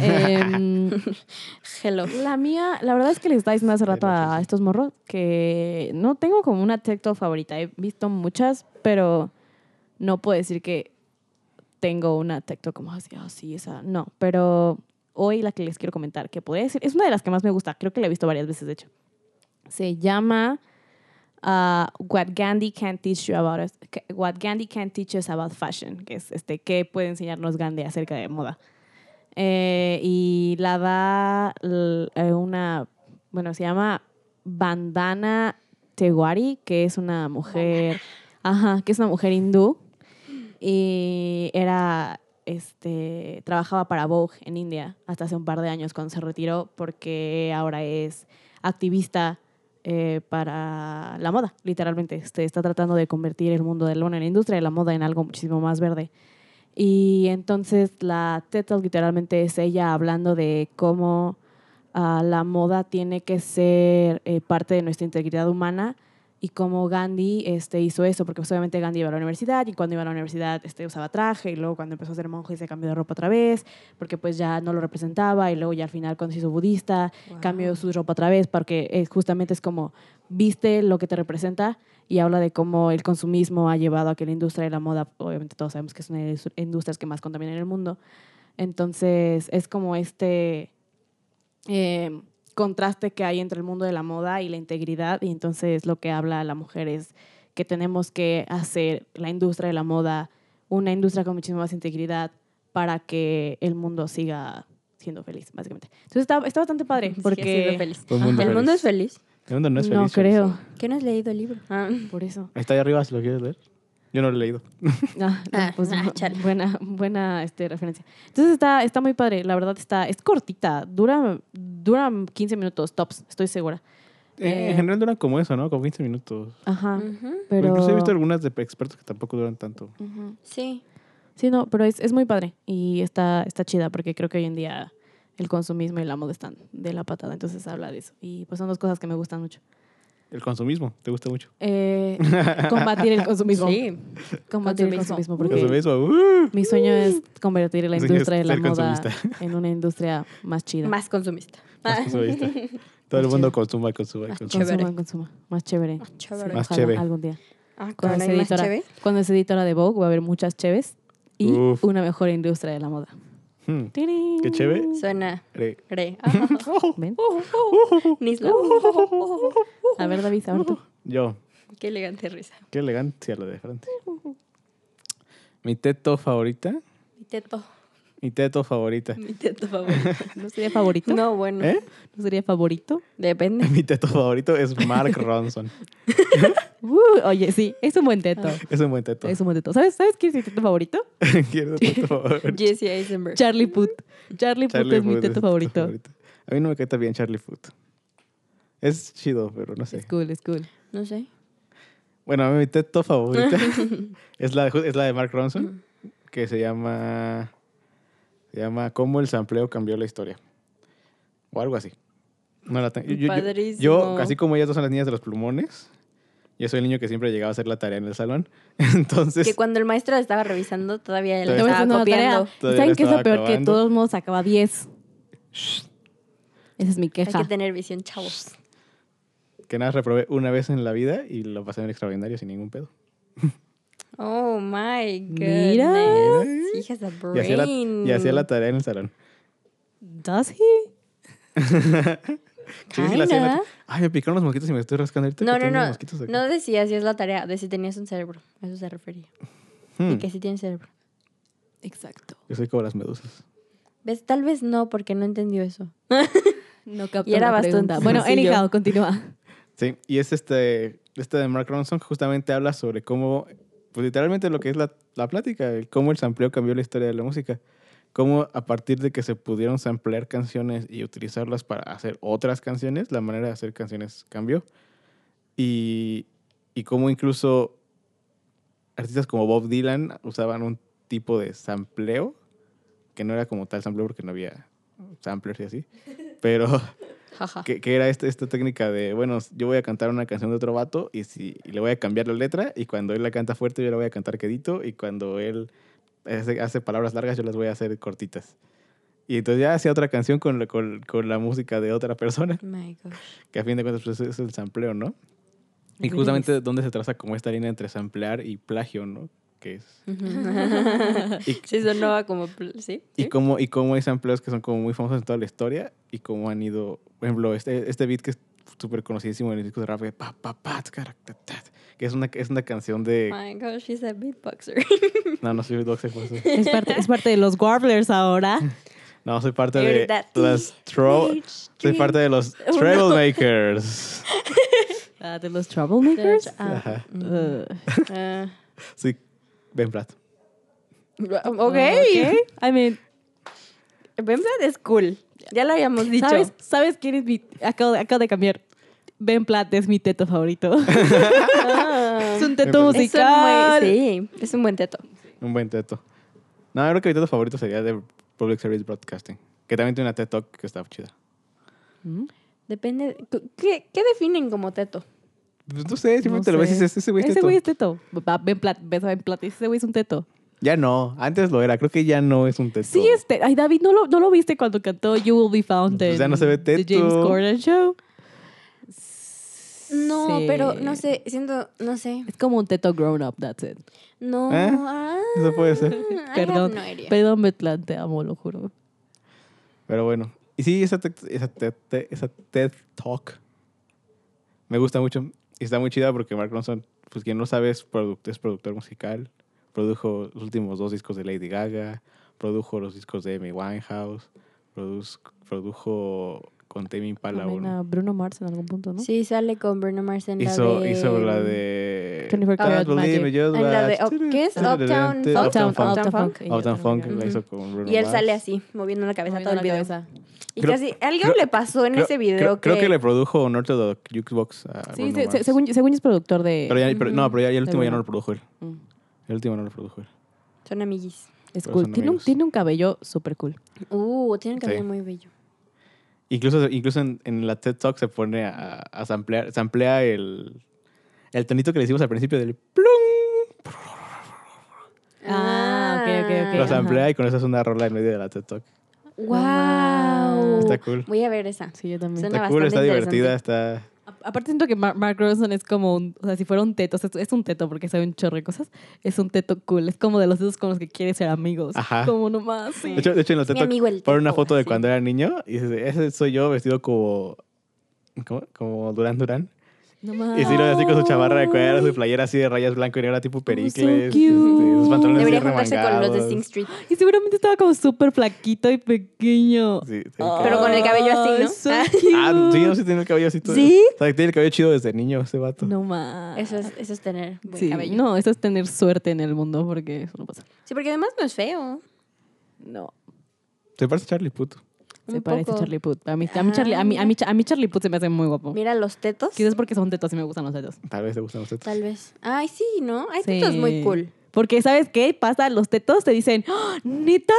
[SPEAKER 2] Em,
[SPEAKER 1] Hello.
[SPEAKER 2] la mía, la verdad es que les dais más rato a estos morros que no tengo como una TikTok favorita. He visto muchas, pero no puedo decir que tengo una TikTok como así, ah, sí, esa. No, pero hoy la que les quiero comentar, que podría decir, es una de las que más me gusta. Creo que la he visto varias veces, de hecho. Se llama ah, What Gandhi Can't Teach You About Us- What Gandhi Can't Teach Us About Fashion, que es este, qué puede enseñarnos Gandhi acerca de moda. Eh, y la da l- eh, una, bueno, se llama Bandana Tewari, que es una mujer, ajá, que es una mujer hindú. Y era, este, trabajaba para Vogue en India hasta hace un par de años cuando se retiró porque ahora es activista eh, para la moda, literalmente. Este, está tratando de convertir el mundo del bueno, la industria de la moda en algo muchísimo más verde. Y entonces la TED Talk literalmente es ella hablando de cómo ah, la moda tiene que ser eh, parte de nuestra integridad humana y cómo Gandhi este, hizo eso, porque pues, obviamente Gandhi iba a la universidad y cuando iba a la universidad este, usaba traje y luego cuando empezó a ser monje se cambió de ropa otra vez, porque pues ya no lo representaba y luego ya al final cuando se hizo budista
[SPEAKER 1] Wow.
[SPEAKER 2] cambió su ropa otra vez, porque eh, justamente es como viste lo que te representa y habla de cómo el consumismo ha llevado a que la industria de la moda, obviamente todos sabemos que es una de las industrias que más contamina en el mundo, entonces es como este eh, contraste que hay entre el mundo de la moda y la integridad. Y entonces lo que habla la mujer es que tenemos que hacer la industria de la moda una industria con muchísima más integridad para que el mundo siga siendo feliz, básicamente. Entonces está, está bastante padre
[SPEAKER 1] Sí,
[SPEAKER 2] porque...
[SPEAKER 1] ha sido feliz.
[SPEAKER 3] Todo el mundo
[SPEAKER 1] el
[SPEAKER 3] feliz.
[SPEAKER 1] mundo es feliz.
[SPEAKER 3] El mundo no es
[SPEAKER 2] no
[SPEAKER 3] feliz. Charles.
[SPEAKER 2] creo,
[SPEAKER 1] ¿Qué no has leído el libro? Ah.
[SPEAKER 2] por eso. <laughs>
[SPEAKER 3] Ahí Está ahí arriba, si lo quieres leer. Yo no lo he leído.
[SPEAKER 2] Ah, no,
[SPEAKER 1] Ah,
[SPEAKER 2] pues,
[SPEAKER 1] ah,
[SPEAKER 2] no.
[SPEAKER 1] chale.
[SPEAKER 2] buena buena este, referencia. Entonces está, está muy padre, la verdad está, es cortita, dura, dura 15 minutos tops, estoy segura.
[SPEAKER 3] Eh,
[SPEAKER 2] Eh.
[SPEAKER 3] en general duran como eso, ¿no? Como 15 minutos.
[SPEAKER 2] Ajá.
[SPEAKER 1] Ujú.
[SPEAKER 2] Pero...
[SPEAKER 3] Incluso he visto algunas de expertos que tampoco duran tanto.
[SPEAKER 2] Ujú.
[SPEAKER 1] Sí.
[SPEAKER 2] Sí, no, pero es, es muy padre y está, está chida porque creo que hoy en día el consumismo y la moda están de la patada, entonces habla de eso. Y pues son dos cosas que me gustan mucho.
[SPEAKER 3] El consumismo, te gusta mucho.
[SPEAKER 2] Eh, combatir el consumismo.
[SPEAKER 1] Sí.
[SPEAKER 2] combatir el
[SPEAKER 1] Consumismo.
[SPEAKER 2] consumismo porque
[SPEAKER 3] Consumismo, ¡uh!
[SPEAKER 2] mi sueño es convertir la
[SPEAKER 3] Mi sueño es
[SPEAKER 2] industria de la
[SPEAKER 3] ser
[SPEAKER 2] moda
[SPEAKER 3] consumista.
[SPEAKER 2] en una industria más chida.
[SPEAKER 1] Más consumista.
[SPEAKER 3] Más
[SPEAKER 1] Ah.
[SPEAKER 2] <laughs>
[SPEAKER 3] consumista. Todo el
[SPEAKER 2] Más
[SPEAKER 3] mundo
[SPEAKER 2] chido.
[SPEAKER 3] consuma, consuma,
[SPEAKER 2] Ah,
[SPEAKER 1] Más
[SPEAKER 3] consuma.
[SPEAKER 1] chévere.
[SPEAKER 2] consuma, consuma, más chévere.
[SPEAKER 1] Más chévere.
[SPEAKER 3] Más
[SPEAKER 2] ojalá
[SPEAKER 3] chévere.
[SPEAKER 2] Algún día.
[SPEAKER 1] Ah,
[SPEAKER 2] Cuando
[SPEAKER 1] caray,
[SPEAKER 2] sea,
[SPEAKER 1] más
[SPEAKER 2] editora,
[SPEAKER 1] chévere.
[SPEAKER 2] cuando sea editora de Vogue va a haber muchas chéves y
[SPEAKER 3] Uf.
[SPEAKER 2] una mejor industria de la moda.
[SPEAKER 3] Hmm.
[SPEAKER 2] ¡Tirín!
[SPEAKER 3] Qué chévere.
[SPEAKER 1] Suena.
[SPEAKER 3] Re- <laughs>
[SPEAKER 1] Re. Ah,
[SPEAKER 2] Ven.
[SPEAKER 1] Nisla.
[SPEAKER 2] A ver, David, ahora
[SPEAKER 3] <laughs>
[SPEAKER 2] tú.
[SPEAKER 3] Yo,
[SPEAKER 1] Qué elegante risa.
[SPEAKER 3] qué elegancia lo de frente. Mi teto favorita.
[SPEAKER 1] Mi teto.
[SPEAKER 3] Mi teto favorita.
[SPEAKER 1] Mi teto favorito.
[SPEAKER 2] ¿No sería favorito?
[SPEAKER 1] No, bueno.
[SPEAKER 3] ¿Eh? <laughs>
[SPEAKER 2] ¿No sería favorito?
[SPEAKER 1] Depende.
[SPEAKER 3] Mi teto favorito es Mark Ronson.
[SPEAKER 2] Uh, oye, sí, es un buen teto.
[SPEAKER 3] Es un buen teto. <laughs>
[SPEAKER 2] Es un buen teto. ¿Sabes, ¿sabes quién es mi teto favorito?
[SPEAKER 3] Quiero teto favorito.
[SPEAKER 1] Jesse Eisenberg.
[SPEAKER 2] Charlie Puth. Mm. <laughs> Charlie, Puth es mi
[SPEAKER 3] Puth
[SPEAKER 2] teto favorito.
[SPEAKER 3] A mí no me cae tan bien Charlie Puth. Es chido, pero no sé.
[SPEAKER 2] Es cool, es cool.
[SPEAKER 1] No sé.
[SPEAKER 3] Bueno, a mí mi teto
[SPEAKER 2] <laughs>
[SPEAKER 3] favorita es, la, es la de Mark Ronson, que se llama. Se llama ¿Cómo el sampleo cambió la historia? O algo así. No la tengo. Yo, yo- yo-
[SPEAKER 1] Padrísimo.
[SPEAKER 3] yo, así como ellas dos son las niñas de los plumones, yo soy el niño que siempre llegaba a hacer la tarea en el salón. <laughs> Entonces.
[SPEAKER 1] Que cuando el maestro la estaba revisando, todavía la
[SPEAKER 3] Todavía
[SPEAKER 2] Estaba
[SPEAKER 1] estaba
[SPEAKER 2] haciendo la
[SPEAKER 1] copiando.
[SPEAKER 2] tarea.
[SPEAKER 3] Todavía
[SPEAKER 2] ¿Saben
[SPEAKER 3] la
[SPEAKER 2] qué es lo
[SPEAKER 3] estaba
[SPEAKER 2] peor? Que de
[SPEAKER 3] acabando.
[SPEAKER 2] todos modos acaba 10.
[SPEAKER 3] Shh.
[SPEAKER 2] Esa es mi
[SPEAKER 1] Hay
[SPEAKER 2] queja.
[SPEAKER 1] que tener visión, chavos.
[SPEAKER 3] que nada, reprobé una vez en la vida y lo pasé en el extraordinario sin ningún pedo.
[SPEAKER 1] Oh my god.
[SPEAKER 2] Mira.
[SPEAKER 1] She has a brain.
[SPEAKER 3] Y hacía, la, y hacía la tarea en el salón.
[SPEAKER 2] ¿Does he?
[SPEAKER 3] Sí, sí, la hacía en la-
[SPEAKER 1] Kinda.
[SPEAKER 3] Ay, me picaron los mosquitos y me estoy rascando ahorita.
[SPEAKER 1] No,
[SPEAKER 3] que
[SPEAKER 1] no,
[SPEAKER 3] tengo
[SPEAKER 1] no.
[SPEAKER 3] mosquitos aquí.
[SPEAKER 1] No decía si es la tarea, de si tenías un cerebro. A eso se refería. Y
[SPEAKER 3] Hmm,
[SPEAKER 1] que sí tienes cerebro.
[SPEAKER 2] Exacto.
[SPEAKER 3] Yo soy como las medusas.
[SPEAKER 1] ¿Ves? Tal vez no, porque no entendió eso.
[SPEAKER 2] No captó
[SPEAKER 1] Y era
[SPEAKER 2] la
[SPEAKER 1] bastante
[SPEAKER 2] pregunta. Bueno,
[SPEAKER 1] sencillo.
[SPEAKER 2] anyhow, continúa.
[SPEAKER 3] Sí, y es este, este de Mark Ronson que justamente habla sobre cómo, pues literalmente lo que es la, la plática, el cómo el sampleo cambió la historia de la música. Cómo a partir de que se pudieron samplear canciones y utilizarlas para hacer otras canciones, la manera de hacer canciones cambió. Y, y cómo incluso artistas como Bob Dylan usaban un tipo de sampleo, que no era como tal sampleo porque no había samplers y así, pero
[SPEAKER 1] Jaja.
[SPEAKER 3] que, que era este, esta, esta técnica de, bueno, yo voy a cantar una canción de otro vato y, si, y le voy a cambiar la letra y cuando él la canta fuerte yo la voy a cantar quedito y cuando él hace, hace palabras largas yo las voy a hacer cortitas. Y entonces ya hacía otra canción con, la- con, con la música de otra persona,
[SPEAKER 1] My gosh.
[SPEAKER 3] que a fin de cuentas pues, es el sampleo, ¿no? Y
[SPEAKER 2] Gris.
[SPEAKER 3] justamente donde se traza como esta línea entre samplear y plagio, ¿no? Que es... Y-
[SPEAKER 1] <laughs> sí, sonaba como. pl- ¿Sí?
[SPEAKER 3] Y
[SPEAKER 1] ¿Sí?
[SPEAKER 3] cómo, y cómo hay sampleos que son como muy famosos en toda la historia y cómo han ido, por ejemplo, este, este beat que es súper conocidísimo en el disco de rap, que pa, pa, pa, tskara, ta, ta, que es una, es una canción de...
[SPEAKER 1] My gosh, she's a beatboxer.
[SPEAKER 3] <laughs> No, no soy Doxer, por eso.
[SPEAKER 2] Es parte, es parte de los Warblers <laughs> ahora.
[SPEAKER 3] No, soy parte
[SPEAKER 1] Y
[SPEAKER 3] de
[SPEAKER 1] ahorita,
[SPEAKER 3] las tro... Soy parte de
[SPEAKER 2] <laughs>
[SPEAKER 3] los
[SPEAKER 2] Oh,
[SPEAKER 1] no.
[SPEAKER 3] Troublemakers.
[SPEAKER 2] Ah, de los Troublemakers.
[SPEAKER 1] Ah,
[SPEAKER 3] Ajá.
[SPEAKER 1] mm,
[SPEAKER 2] Uh,
[SPEAKER 1] ah.
[SPEAKER 3] Soy Ben Platt.
[SPEAKER 1] Mm. <laughs> ok.
[SPEAKER 2] ok. I mean,
[SPEAKER 1] Ben Platt es cool. Ya lo habíamos dicho.
[SPEAKER 2] ¿Sabes, ¿Sabes quién es mi.? Acabo de, acabo de cambiar. Ben Platt es mi teto
[SPEAKER 1] <laughs>
[SPEAKER 2] favorito. <laughs>
[SPEAKER 1] Ah.
[SPEAKER 2] es un teto
[SPEAKER 3] Es
[SPEAKER 1] Es un buen-
[SPEAKER 2] musical.
[SPEAKER 1] sí, es un buen teto.
[SPEAKER 3] Un buen teto. No, creo que mi teto favorito sería de Public Service Broadcasting, que también tiene una TED Talk que está chida.
[SPEAKER 2] Mm.
[SPEAKER 1] Depende. ¿Qué, qué definen como teto?
[SPEAKER 3] Pues no sé, siempre
[SPEAKER 2] No
[SPEAKER 3] te lo ves y
[SPEAKER 2] sé.
[SPEAKER 3] dices, ese güey es
[SPEAKER 2] Ese
[SPEAKER 3] teto".
[SPEAKER 2] güey es teto. Va, ven plat, ves, ven plat, ese güey es un teto.
[SPEAKER 3] Ya no, antes lo era, creo que ya no es un teto.
[SPEAKER 2] Sí, es teto. Ay, David, ¿no lo, ¿no lo viste cuando cantó You Will Be Found?
[SPEAKER 3] Pues ya no
[SPEAKER 2] en
[SPEAKER 3] se ve
[SPEAKER 2] The James
[SPEAKER 3] teto.
[SPEAKER 2] Corden Show.
[SPEAKER 1] No,
[SPEAKER 2] Sí.
[SPEAKER 1] pero no sé, siento, no sé.
[SPEAKER 2] Es como un teto grown up, that's it.
[SPEAKER 1] No.
[SPEAKER 3] ¿Eh?
[SPEAKER 1] ah,
[SPEAKER 3] Eso
[SPEAKER 1] <laughs>
[SPEAKER 3] puede ser.
[SPEAKER 1] I have
[SPEAKER 2] Perdón,
[SPEAKER 1] no idea.
[SPEAKER 2] perdón, Betlan, te amo, lo juro.
[SPEAKER 3] Pero bueno. Y sí, esa, te- esa, te- te- esa TED Talk me gusta mucho. Y está muy chida porque Mark Ronson, pues quien no sabe, es, produc- es productor musical. Produjo los últimos dos discos de Lady Gaga. Produjo los discos de Amy Winehouse. produz- produjo con Tame Impala
[SPEAKER 2] También
[SPEAKER 3] uno.
[SPEAKER 2] a Bruno Mars en algún punto, ¿no?
[SPEAKER 1] Sí, sale con Bruno Mars en la
[SPEAKER 3] Hizo,
[SPEAKER 1] de...
[SPEAKER 3] hizo la de...
[SPEAKER 2] Jennifer
[SPEAKER 3] Can't Believe
[SPEAKER 2] Courage Magic.
[SPEAKER 3] It, Just
[SPEAKER 1] En la de-
[SPEAKER 3] Watch.
[SPEAKER 1] Up- ¿qué es?
[SPEAKER 3] Uptown
[SPEAKER 1] Uptown
[SPEAKER 3] Funk.
[SPEAKER 1] Uptown
[SPEAKER 3] Uptown
[SPEAKER 1] Uptown Funk.
[SPEAKER 2] y
[SPEAKER 3] Uptown
[SPEAKER 2] yo
[SPEAKER 3] Funk
[SPEAKER 2] también.
[SPEAKER 3] la hizo con Bruno
[SPEAKER 1] Y él sale
[SPEAKER 3] Mars.
[SPEAKER 1] así, moviendo la cabeza
[SPEAKER 2] Moviendo
[SPEAKER 1] todo el
[SPEAKER 2] la
[SPEAKER 1] video.
[SPEAKER 2] cabeza.
[SPEAKER 1] Y
[SPEAKER 3] Creo-
[SPEAKER 1] casi algo
[SPEAKER 3] creo-
[SPEAKER 1] le pasó en
[SPEAKER 3] Creo-
[SPEAKER 1] ese
[SPEAKER 3] creo,
[SPEAKER 1] video
[SPEAKER 3] creo
[SPEAKER 1] que,
[SPEAKER 3] que le produjo un Orthodox Jukebox a
[SPEAKER 2] Sí,
[SPEAKER 3] Bruno
[SPEAKER 2] se- se-
[SPEAKER 3] Mars.
[SPEAKER 2] según, según es productor de...
[SPEAKER 3] Pero ya, pero- no, pero ya, ya el
[SPEAKER 2] De
[SPEAKER 3] último ya no
[SPEAKER 2] Bruno.
[SPEAKER 3] lo produjo él.
[SPEAKER 2] Mm.
[SPEAKER 3] El último no lo produjo él.
[SPEAKER 1] son amiguis.
[SPEAKER 2] Es
[SPEAKER 3] Pero
[SPEAKER 2] cool.
[SPEAKER 3] son
[SPEAKER 2] Tiene un,
[SPEAKER 3] amigos.
[SPEAKER 2] tiene un cabello súper cool.
[SPEAKER 1] Uh, tiene un cabello
[SPEAKER 3] Sí.
[SPEAKER 1] muy bello.
[SPEAKER 3] Incluso, incluso en, en la TED Talk se pone a, a samplear, samplea el, el tonito que le hicimos al principio del plum.
[SPEAKER 2] Ah, ok, ok, ok.
[SPEAKER 3] Lo
[SPEAKER 2] Los ajá.
[SPEAKER 3] samplea y con eso es una rola en medio de la TED Talk.
[SPEAKER 1] Wow.
[SPEAKER 3] Ah, Está cool.
[SPEAKER 1] Voy a ver esa.
[SPEAKER 2] Sí, yo también.
[SPEAKER 1] Suena
[SPEAKER 3] Está cool,
[SPEAKER 1] bastante
[SPEAKER 3] está divertida, está...
[SPEAKER 2] A- Aparte siento que Mar- Mark Ronson es como un... O sea, si fuera un teto, o sea, es un teto porque sabe un chorro de cosas. Es un teto cool. Es como de los tetos con los que quiere ser amigos.
[SPEAKER 3] Ajá.
[SPEAKER 2] Como nomás, sí.
[SPEAKER 3] De hecho, de hecho, en los TED
[SPEAKER 1] Mi
[SPEAKER 3] Talk
[SPEAKER 1] amigo el
[SPEAKER 3] pone una
[SPEAKER 1] Teto,
[SPEAKER 3] foto de
[SPEAKER 1] así.
[SPEAKER 3] cuando era niño y dice, ese soy yo vestido como... ¿Cómo? Como Durán Durán.
[SPEAKER 2] Nomás.
[SPEAKER 3] Y sí lo ve así con su chamarra de cuero,
[SPEAKER 2] Ay.
[SPEAKER 3] su playera así de rayas blanco y negro tipo Pericles.
[SPEAKER 2] cute.
[SPEAKER 3] este, sus pantalones
[SPEAKER 1] Oh, Debería
[SPEAKER 3] así
[SPEAKER 1] juntarse con los de
[SPEAKER 3] remangados.
[SPEAKER 1] Sing Street.
[SPEAKER 2] Y seguramente estaba como súper flaquito y pequeño.
[SPEAKER 3] Sí, sí,
[SPEAKER 1] Pero con el cabello así, ¿no?
[SPEAKER 2] so
[SPEAKER 1] Ah.
[SPEAKER 2] cute.
[SPEAKER 3] Ah, sí, no, sí tiene el cabello así todo.
[SPEAKER 2] ¿Sí?
[SPEAKER 3] O sea, tiene el cabello chido desde niño ese vato.
[SPEAKER 2] No más.
[SPEAKER 1] Eso es, eso es tener buen
[SPEAKER 2] Sí,
[SPEAKER 1] cabello.
[SPEAKER 2] No, eso es tener suerte en el mundo porque eso no pasa.
[SPEAKER 1] Sí, porque además no es feo.
[SPEAKER 2] No.
[SPEAKER 3] Se parece a Charlie Puto.
[SPEAKER 2] Se
[SPEAKER 1] Un
[SPEAKER 2] parece a
[SPEAKER 1] poco.
[SPEAKER 2] Charlie Puth. A mí, a, mí
[SPEAKER 1] Ah,
[SPEAKER 2] Charlie, a, mí, a, mí, Cha- a mí Charlie Puth se me hace muy guapo.
[SPEAKER 1] Mira los tetos.
[SPEAKER 2] Quizás porque son tetos y me gustan los tetos.
[SPEAKER 3] Tal vez te gustan los tetos.
[SPEAKER 1] Tal vez. Ay, sí, ¿no? Hay tetos muy
[SPEAKER 2] Sí.
[SPEAKER 1] cool.
[SPEAKER 2] Porque, ¿sabes qué? Pasa, los tetos te dicen, "¡Ah! ¿neta?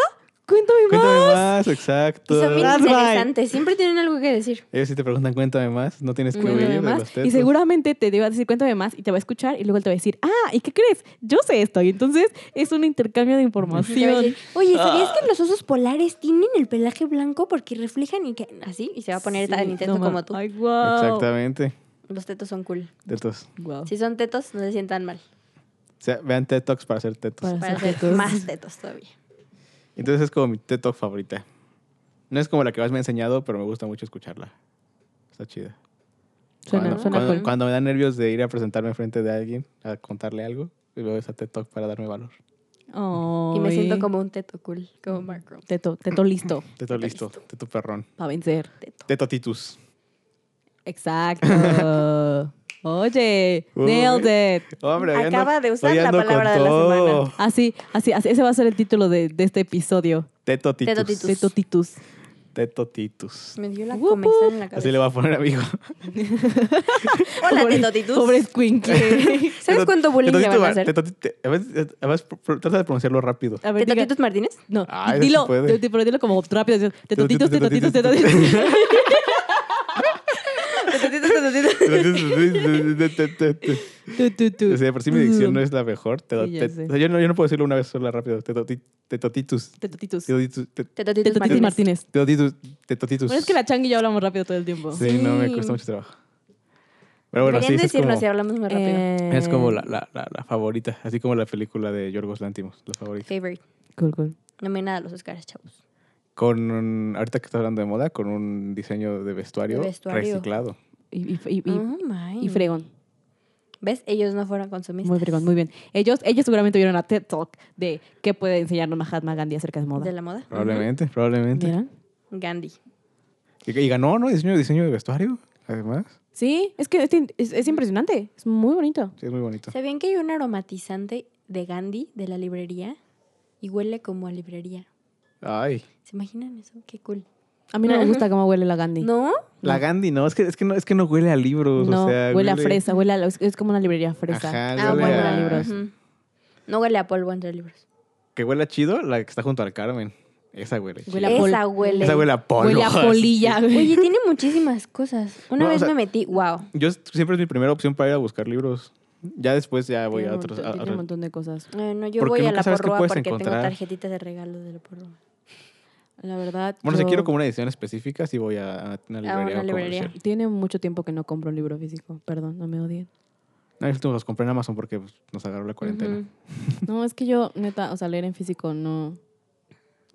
[SPEAKER 2] Cuéntame más.
[SPEAKER 3] Cuéntame más, exacto.
[SPEAKER 1] Y son bien
[SPEAKER 2] That's right.
[SPEAKER 1] interesantes. Siempre tienen algo que decir.
[SPEAKER 3] Ellos sí te preguntan, cuéntame más. No tienes que
[SPEAKER 1] Cuéntame
[SPEAKER 3] huir de
[SPEAKER 2] Cuéntame
[SPEAKER 3] los
[SPEAKER 2] más.
[SPEAKER 3] tetos.
[SPEAKER 2] Y seguramente te iba a decir, cuéntame más, y te va a escuchar, y luego él te va a decir, ah, ¿y qué crees? Yo sé esto. Y entonces es un intercambio
[SPEAKER 1] Te va
[SPEAKER 2] de
[SPEAKER 1] a
[SPEAKER 2] información.
[SPEAKER 1] decir, Oye, ¿sabías
[SPEAKER 2] Ah.
[SPEAKER 1] que los osos polares tienen el pelaje blanco porque reflejan y que así? Y se va a poner tan
[SPEAKER 2] Sí,
[SPEAKER 1] intenso
[SPEAKER 2] no ma-
[SPEAKER 1] como tú.
[SPEAKER 2] Ay, wow.
[SPEAKER 3] Exactamente.
[SPEAKER 1] Los tetos son cool.
[SPEAKER 3] Tetos.
[SPEAKER 2] Guau.
[SPEAKER 1] Si son tetos, no se sientan mal.
[SPEAKER 3] O sea, vean TED Talks para hacer tetos.
[SPEAKER 2] Para-
[SPEAKER 1] Para
[SPEAKER 2] hacer
[SPEAKER 1] hacer
[SPEAKER 2] tetos.
[SPEAKER 1] más tetos todavía.
[SPEAKER 3] Entonces es como mi TED Talk favorita. No es como la que más me ha enseñado, pero me gusta mucho escucharla. Está chida.
[SPEAKER 2] Suena,
[SPEAKER 3] cuando,
[SPEAKER 2] suena
[SPEAKER 3] cuando-
[SPEAKER 2] cool.
[SPEAKER 3] cuando me da nervios de ir a presentarme frente de alguien, a contarle algo, y veo esa TED Talk para darme valor.
[SPEAKER 1] Y me
[SPEAKER 2] Ay.
[SPEAKER 1] siento como un teto cool, como Mark Ronson.
[SPEAKER 2] Teto,
[SPEAKER 1] <laughs>
[SPEAKER 2] teto listo
[SPEAKER 3] Teto listo, Teto perrón,
[SPEAKER 2] para vencer.
[SPEAKER 3] Teto Titus.
[SPEAKER 1] <laughs>
[SPEAKER 2] Exacto. Oye,
[SPEAKER 3] Uy.
[SPEAKER 2] nailed it.
[SPEAKER 3] Hombre, hoy ando-
[SPEAKER 1] Acaba de usar
[SPEAKER 3] hoy
[SPEAKER 1] la
[SPEAKER 3] ando
[SPEAKER 1] palabra
[SPEAKER 3] con
[SPEAKER 1] de la semana.
[SPEAKER 3] todo.
[SPEAKER 2] Así, así, así. Ese va a ser el título de, de este episodio.
[SPEAKER 3] Teto Titus.
[SPEAKER 1] Teto
[SPEAKER 3] Teto
[SPEAKER 1] Titus.
[SPEAKER 3] Titus.
[SPEAKER 2] Teto Titus.
[SPEAKER 1] Pues Me dio la
[SPEAKER 2] Wup,
[SPEAKER 1] comezón en la cabeza.
[SPEAKER 3] Así le va a poner, amigo.
[SPEAKER 1] Hola,
[SPEAKER 2] Pobre-
[SPEAKER 1] Teto Titus.
[SPEAKER 2] Pobre <laughs> escuincle.
[SPEAKER 1] ¿Sabes
[SPEAKER 3] Teto-
[SPEAKER 1] cuánto bullying
[SPEAKER 3] Teto
[SPEAKER 1] le van
[SPEAKER 3] Titus
[SPEAKER 1] a
[SPEAKER 3] va-
[SPEAKER 1] hacer?
[SPEAKER 3] Teto Titus- a veces- eh, a veces pro- pro- trata de pronunciarlo rápido.
[SPEAKER 2] A ver,
[SPEAKER 1] ¿Teto
[SPEAKER 2] diga-
[SPEAKER 1] Titus Martínez?
[SPEAKER 2] No,
[SPEAKER 3] Ah, ese sí
[SPEAKER 2] dilo,
[SPEAKER 3] puede.
[SPEAKER 2] te- te- pero dilo como rápido. así, Teto Titus, Teto Titus, Teto Titus.
[SPEAKER 3] <laughs>
[SPEAKER 1] Teto Titus, Teto Titus.
[SPEAKER 2] <laughs> Tu, tu, tu.
[SPEAKER 3] O sea, por si mi dicción no es la mejor. Teto-
[SPEAKER 2] Sí, ya
[SPEAKER 3] te-
[SPEAKER 2] sé.
[SPEAKER 3] o sea, yo, no, yo no puedo decirlo una vez sola rápido. Teto Ti- Teto Titus.
[SPEAKER 2] Teto Titus.
[SPEAKER 3] Teto Titus. te-
[SPEAKER 1] Teto Titus
[SPEAKER 2] Teto
[SPEAKER 1] Martínez.
[SPEAKER 2] Titus Martínez.
[SPEAKER 3] Teto Titus. Teto Titus.
[SPEAKER 2] Bueno, es que la Chang y yo hablamos rápido todo el tiempo.
[SPEAKER 3] Sí, no, me
[SPEAKER 1] Sí.
[SPEAKER 3] cuesta mucho trabajo. Pero Ah, bueno, sí,
[SPEAKER 1] Deberían
[SPEAKER 3] esa es
[SPEAKER 1] decirnos
[SPEAKER 3] como,
[SPEAKER 1] si hablamos más rápido.
[SPEAKER 2] Eh,
[SPEAKER 3] es como la, la, la, la favorita. Así como la película de Yorgos Lantimos, la favorita.
[SPEAKER 1] Favorite.
[SPEAKER 2] Cool, cool.
[SPEAKER 1] Nominada a los Oscars, chavos.
[SPEAKER 3] Con un- ahorita que está hablando de moda, con un diseño de vestuario,
[SPEAKER 1] De vestuario.
[SPEAKER 3] reciclado.
[SPEAKER 2] Y, y, y, y-
[SPEAKER 1] Oh, my.
[SPEAKER 2] y fregón.
[SPEAKER 1] ¿Ves? Ellos no fueron consumistas.
[SPEAKER 2] Muy fregón, muy bien. Ellos, ellos seguramente vieron la TED Talk de qué puede enseñarnos Mahatma Gandhi acerca de moda.
[SPEAKER 1] De la moda.
[SPEAKER 3] Probablemente, probablemente.
[SPEAKER 2] Mira.
[SPEAKER 1] Gandhi.
[SPEAKER 3] Y, y ganó, ¿no? Diseño, diseño de vestuario, además.
[SPEAKER 2] Sí, es que es, es- es impresionante. Es muy bonito.
[SPEAKER 3] Sí, es muy bonito.
[SPEAKER 1] ¿Sabían que hay un aromatizante de Gandhi de la librería? Y huele como a librería.
[SPEAKER 3] Ay.
[SPEAKER 1] ¿Se imaginan eso? Qué cool.
[SPEAKER 2] A mí no me gusta cómo huele la Gandhi.
[SPEAKER 1] ¿No?
[SPEAKER 3] La Gandhi, no, es que, es que no, es que no huele a libros.
[SPEAKER 2] No,
[SPEAKER 3] o sea,
[SPEAKER 2] huele a fresa, huele a, es, es como una librería fresa.
[SPEAKER 1] Ah,
[SPEAKER 3] Ajá,
[SPEAKER 2] Ah,
[SPEAKER 3] Ah, huele
[SPEAKER 2] bueno,
[SPEAKER 3] a-
[SPEAKER 2] libros.
[SPEAKER 1] ujú. No huele a polvo entre libros.
[SPEAKER 3] Que huele chido, la que está junto al Carmen. Esa huele.
[SPEAKER 2] Huele a
[SPEAKER 3] chido.
[SPEAKER 2] pol-
[SPEAKER 1] Esa huele.
[SPEAKER 3] Esa huele a polo.
[SPEAKER 2] Huele
[SPEAKER 3] <laughs>
[SPEAKER 2] a <laughs> polilla, güey.
[SPEAKER 1] Oye, tiene muchísimas cosas. Una
[SPEAKER 3] No, o
[SPEAKER 1] vez
[SPEAKER 3] sea-
[SPEAKER 1] me metí, wow.
[SPEAKER 3] Yo s- siempre es mi primera opción para ir a buscar libros. Ya después ya voy a
[SPEAKER 2] Tiene un
[SPEAKER 3] otros.
[SPEAKER 2] montón-
[SPEAKER 3] a-
[SPEAKER 2] tiene
[SPEAKER 3] a-
[SPEAKER 2] un montón de cosas.
[SPEAKER 1] Eh, no, yo
[SPEAKER 3] Porque
[SPEAKER 1] voy a
[SPEAKER 3] nunca
[SPEAKER 1] la
[SPEAKER 3] sabes qué
[SPEAKER 1] porrúa
[SPEAKER 3] puedes
[SPEAKER 1] porque tengo
[SPEAKER 3] encontrar.
[SPEAKER 1] tarjetitas de regalo de la porrúa.
[SPEAKER 2] La verdad.
[SPEAKER 3] Bueno, si
[SPEAKER 2] yo-
[SPEAKER 3] quiero como una edición específica, sí voy a a una librería.
[SPEAKER 1] una librería.
[SPEAKER 3] comercial.
[SPEAKER 2] eh, Tiene mucho tiempo que no compro un libro físico. Perdón, no
[SPEAKER 3] <laughs>
[SPEAKER 2] me odien.
[SPEAKER 3] No, yo último los compré en Amazon porque pues, nos agarró la cuarentena.
[SPEAKER 1] Ujú.
[SPEAKER 2] No, es que yo, neta, o sea, leer en físico no.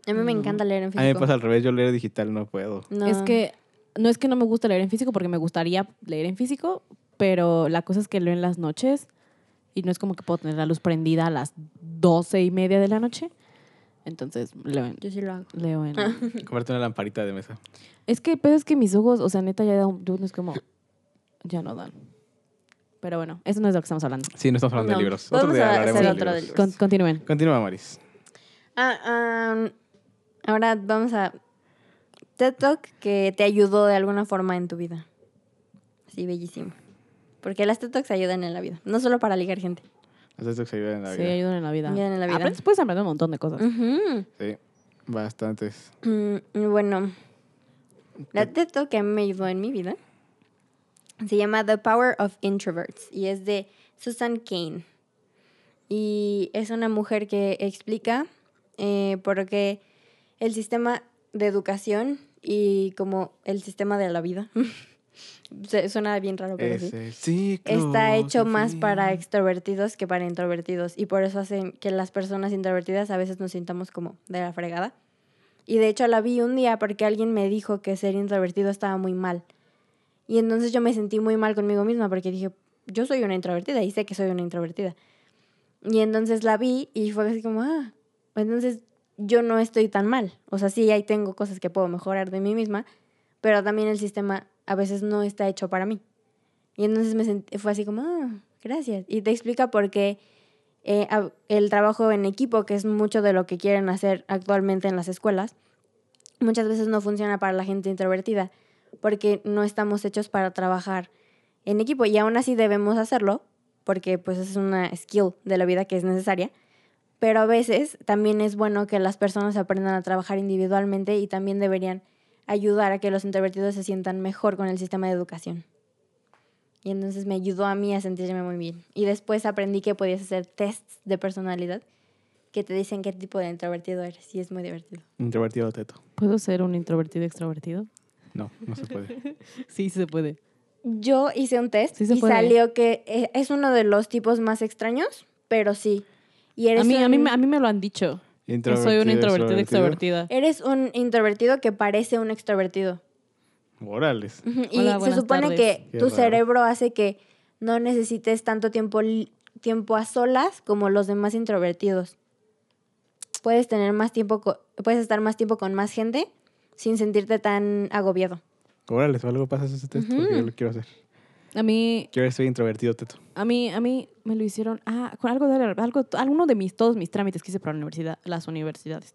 [SPEAKER 1] A mí me encanta leer en
[SPEAKER 3] A
[SPEAKER 1] físico.
[SPEAKER 3] mí me pasa al revés, yo leer digital no puedo.
[SPEAKER 1] No.
[SPEAKER 2] Es que no es que no me gusta leer en físico porque me gustaría leer en físico, pero la cosa es que leo en las noches y no es como que puedo tener la luz prendida a las doce y media de la noche. Entonces leo en.
[SPEAKER 1] Yo sí lo hago.
[SPEAKER 2] Leo en.
[SPEAKER 3] Comprarte una lamparita de mesa.
[SPEAKER 2] Es que el pedo es que mis ojos, o sea, neta, ya da un- yo no es como. Ya no dan. Pero bueno, eso no es de lo que estamos hablando.
[SPEAKER 3] Sí, no estamos hablando
[SPEAKER 1] No,
[SPEAKER 3] de libros. Otro
[SPEAKER 1] vamos
[SPEAKER 3] día
[SPEAKER 1] a
[SPEAKER 3] hablaremos
[SPEAKER 1] hacer
[SPEAKER 3] de
[SPEAKER 1] otro de
[SPEAKER 3] libros.
[SPEAKER 2] Con- continúen.
[SPEAKER 3] Continúa, Maris.
[SPEAKER 1] Ah, ah, ahora vamos a TED Talk que te ayudó de alguna forma en tu vida. Sí, bellísimo. Porque las TED Talks ayudan en la vida, no solo para ligar gente.
[SPEAKER 3] Haces lo que se ayuda en la
[SPEAKER 2] Sí,
[SPEAKER 3] vida.
[SPEAKER 2] ayudan en la vida.
[SPEAKER 1] Ayudan en la vida. Mm.
[SPEAKER 2] Aprendes- puedes aprender un montón de cosas.
[SPEAKER 1] Ujú.
[SPEAKER 3] Sí, bastantes.
[SPEAKER 1] Mm, bueno, la TED Talk que a mí me ayudó en mi vida se llama The Power of Introverts y es de Susan Kane. Y es una mujer que explica eh, por qué el sistema de educación y como el sistema de la vida, <laughs> se- suena bien raro, pero sí,
[SPEAKER 3] Ese ciclo
[SPEAKER 1] está hecho
[SPEAKER 3] sin
[SPEAKER 1] más
[SPEAKER 3] fin.
[SPEAKER 1] para extrovertidos que para introvertidos. Y por eso hacen que las personas introvertidas a veces nos sintamos como de la fregada. Y de hecho la vi un día porque alguien me dijo que ser introvertido estaba muy mal. Y entonces yo me sentí muy mal conmigo misma porque dije, yo soy una introvertida y sé que soy una introvertida. Y entonces la vi y fue así como, ah, entonces yo no estoy tan mal. O sea, sí, ahí tengo cosas que puedo mejorar de mí misma, pero también el sistema a veces no está hecho para mí. Y entonces me sent- fue así como, ah, gracias. Y te explica por qué eh, a- el trabajo en equipo, que es mucho de lo que quieren hacer actualmente en las escuelas, muchas veces no funciona para la gente introvertida, porque no estamos hechos para trabajar en equipo. Y aún así debemos hacerlo, porque pues es una skill de la vida que es necesaria. Pero a veces también es bueno que las personas aprendan a trabajar individualmente y también deberían ayudar a que los introvertidos se sientan mejor con el sistema de educación. Y entonces me ayudó a mí a sentirme muy bien. Y después aprendí que podías hacer tests de personalidad que te dicen qué tipo de introvertido eres. Y es muy divertido.
[SPEAKER 3] Introvertido teto.
[SPEAKER 2] ¿Puedo ser un
[SPEAKER 1] <laughs>
[SPEAKER 2] introvertido extrovertido?
[SPEAKER 3] No, no se puede.
[SPEAKER 2] Sí, sí se puede.
[SPEAKER 1] Yo hice un test
[SPEAKER 2] Sí se
[SPEAKER 1] y
[SPEAKER 2] puede.
[SPEAKER 1] salió que eh, es uno de los tipos más extraños, pero sí. Y eres,
[SPEAKER 2] A mí, a, mí,
[SPEAKER 1] un,
[SPEAKER 2] me- a mí me lo han dicho. Que
[SPEAKER 3] Introvertido,
[SPEAKER 2] soy una introvertida extrovertida.
[SPEAKER 1] eres un introvertido que parece un extrovertido.
[SPEAKER 3] Órales.
[SPEAKER 1] Ujú, Y
[SPEAKER 2] Hola,
[SPEAKER 1] se
[SPEAKER 2] buenas
[SPEAKER 1] supone
[SPEAKER 2] tardes.
[SPEAKER 1] que
[SPEAKER 3] Qué
[SPEAKER 1] tu
[SPEAKER 3] raro.
[SPEAKER 1] cerebro hace que no necesites tanto tiempo, li- tiempo a solas como los demás introvertidos. Puedes tener más tiempo, co- puedes estar más tiempo con más gente sin sentirte tan agobiado.
[SPEAKER 3] Órales, o algo pasa en ese test porque
[SPEAKER 1] Ujú.
[SPEAKER 3] yo lo quiero hacer.
[SPEAKER 2] A mí,
[SPEAKER 3] Yo soy introvertido teto.
[SPEAKER 2] a mí, a mí me lo hicieron. Ah, con algo de algo, alguno de mis, todos mis trámites que hice para la universidad, las universidades.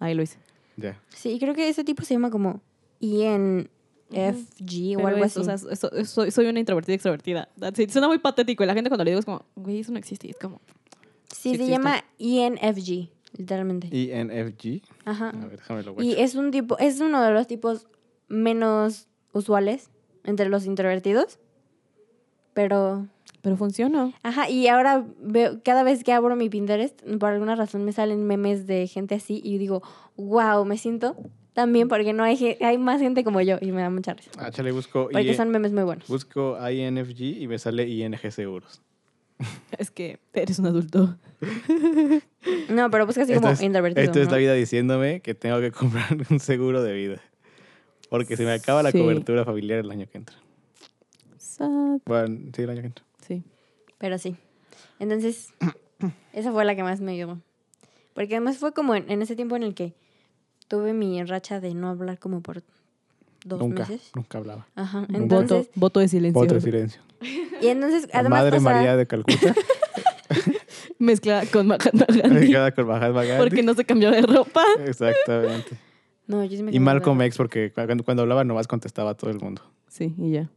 [SPEAKER 2] Ahí lo hice.
[SPEAKER 3] Ya.
[SPEAKER 1] Sí, creo que ese tipo se llama como E INFG o
[SPEAKER 2] Pero
[SPEAKER 1] algo
[SPEAKER 2] es,
[SPEAKER 1] así.
[SPEAKER 2] o sea, eso- eso- soy, soy una introvertida extrovertida. That's it. Suena muy patético y la gente cuando le digo es como, güey, eso no existe. Y es como,
[SPEAKER 1] sí, se
[SPEAKER 2] sí existe.
[SPEAKER 1] llama E INFG, literalmente.
[SPEAKER 3] ENFG.
[SPEAKER 1] Ajá.
[SPEAKER 3] A ver, déjame lo guacho.
[SPEAKER 1] Ah. Y es un tipo, es uno de los tipos menos usuales entre los introvertidos. Pero,
[SPEAKER 2] pero funcionó.
[SPEAKER 1] ajá, y ahora veo, cada vez que abro mi Pinterest, por alguna razón me salen memes de gente así y digo, wow, me siento también porque no hay, ge- hay más gente como yo y me da mucha risa.
[SPEAKER 3] Ah, chale, busco,
[SPEAKER 1] Porque
[SPEAKER 3] IE
[SPEAKER 1] son memes muy buenos.
[SPEAKER 3] busco INFG y me sale ING Seguros.
[SPEAKER 2] Es que eres un adulto.
[SPEAKER 1] No, pero busca así como
[SPEAKER 3] es,
[SPEAKER 1] introvertido.
[SPEAKER 3] esto es
[SPEAKER 1] ¿no?
[SPEAKER 3] la vida diciéndome que tengo que <laughs> comprar un seguro de vida. Porque se me acaba la
[SPEAKER 2] Sí.
[SPEAKER 3] cobertura familiar el año que entra.
[SPEAKER 2] Sad.
[SPEAKER 3] Bueno, sí, el año que entra.
[SPEAKER 2] Sí.
[SPEAKER 1] Pero sí.
[SPEAKER 3] <coughs>
[SPEAKER 1] Entonces, esa fue la que más me ayudó. Porque además fue como en, en ese tiempo en el que tuve mi racha de no hablar como por dos
[SPEAKER 3] nunca,
[SPEAKER 1] meses.
[SPEAKER 3] nunca hablaba.
[SPEAKER 1] Ajá.
[SPEAKER 3] Un
[SPEAKER 1] Entonces,
[SPEAKER 2] voto, voto de silencio.
[SPEAKER 3] Otro silencio.
[SPEAKER 1] y entonces,
[SPEAKER 3] La
[SPEAKER 1] además,
[SPEAKER 3] Madre
[SPEAKER 1] o sea,
[SPEAKER 3] María de Calcuta.
[SPEAKER 1] <laughs>
[SPEAKER 3] <laughs>
[SPEAKER 2] Mezclada con Mahatma Gandhi.
[SPEAKER 3] Cada con Mahatma Gandhi.
[SPEAKER 2] Porque no se cambió de ropa.
[SPEAKER 1] <laughs>
[SPEAKER 3] Exactamente.
[SPEAKER 1] no, yo sí me
[SPEAKER 3] Y Malcolm
[SPEAKER 1] cambié
[SPEAKER 3] X, porque cuando, cuando hablaba nomás contestaba a todo el mundo.
[SPEAKER 2] Sí, y ya.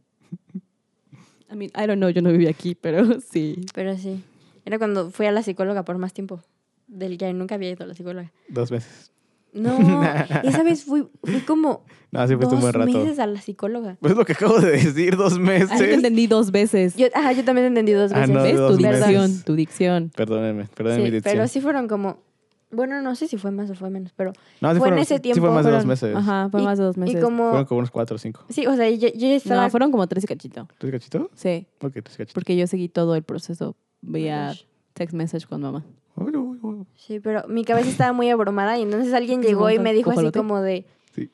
[SPEAKER 2] I mean, I don't know, yo no viví aquí, pero <laughs> sí.
[SPEAKER 1] de- Pero sí. Era cuando fui a la psicóloga por más tiempo del que nunca había ido a la psicóloga.
[SPEAKER 3] Dos veces.
[SPEAKER 1] No,
[SPEAKER 3] <laughs>
[SPEAKER 1] esa vez fui, fui como
[SPEAKER 3] No, Ah, sí fuiste un buen
[SPEAKER 1] dos
[SPEAKER 3] rato.
[SPEAKER 1] meses a la psicóloga.
[SPEAKER 3] Pues es lo que acabo de decir, dos
[SPEAKER 2] Ahí te
[SPEAKER 3] meses.
[SPEAKER 2] entendí dos veces.
[SPEAKER 1] Yo, ajá, yo también entendí dos
[SPEAKER 3] Ah,
[SPEAKER 1] veces.
[SPEAKER 3] no,
[SPEAKER 2] ¿Ves?
[SPEAKER 3] dos
[SPEAKER 2] Tu
[SPEAKER 1] meses.
[SPEAKER 2] dicción, tu dicción.
[SPEAKER 3] Perdónenme, perdónenme mi
[SPEAKER 1] Sí,
[SPEAKER 3] dicción.
[SPEAKER 1] pero sí fueron como, bueno, no sé si fue más o fue menos, pero
[SPEAKER 3] no, sí
[SPEAKER 1] fue en
[SPEAKER 3] fueron-
[SPEAKER 1] ese
[SPEAKER 3] sí
[SPEAKER 1] tiempo,
[SPEAKER 3] fue más de dos
[SPEAKER 1] fueron-
[SPEAKER 3] meses.
[SPEAKER 2] Ajá, fue
[SPEAKER 1] Y-
[SPEAKER 2] más de dos meses.
[SPEAKER 1] y como,
[SPEAKER 3] Fueron como unos cuatro o cinco.
[SPEAKER 1] sí, o sea, yo, yo ya estaba,
[SPEAKER 2] No, fueron como tres y cachito.
[SPEAKER 3] ¿Tú sí cachito?
[SPEAKER 2] Sí,
[SPEAKER 3] Ok, tú sí cachito.
[SPEAKER 2] porque yo seguí todo el proceso vía
[SPEAKER 1] Ay.
[SPEAKER 2] text message con mamá.
[SPEAKER 3] Uy, uy, uy.
[SPEAKER 1] sí, pero mi cabeza estaba muy abrumada y entonces alguien
[SPEAKER 2] <laughs> ¿Es un
[SPEAKER 1] llegó y
[SPEAKER 2] botón?
[SPEAKER 1] me dijo así
[SPEAKER 2] ¿Guajolote?
[SPEAKER 1] como de,
[SPEAKER 3] Sí.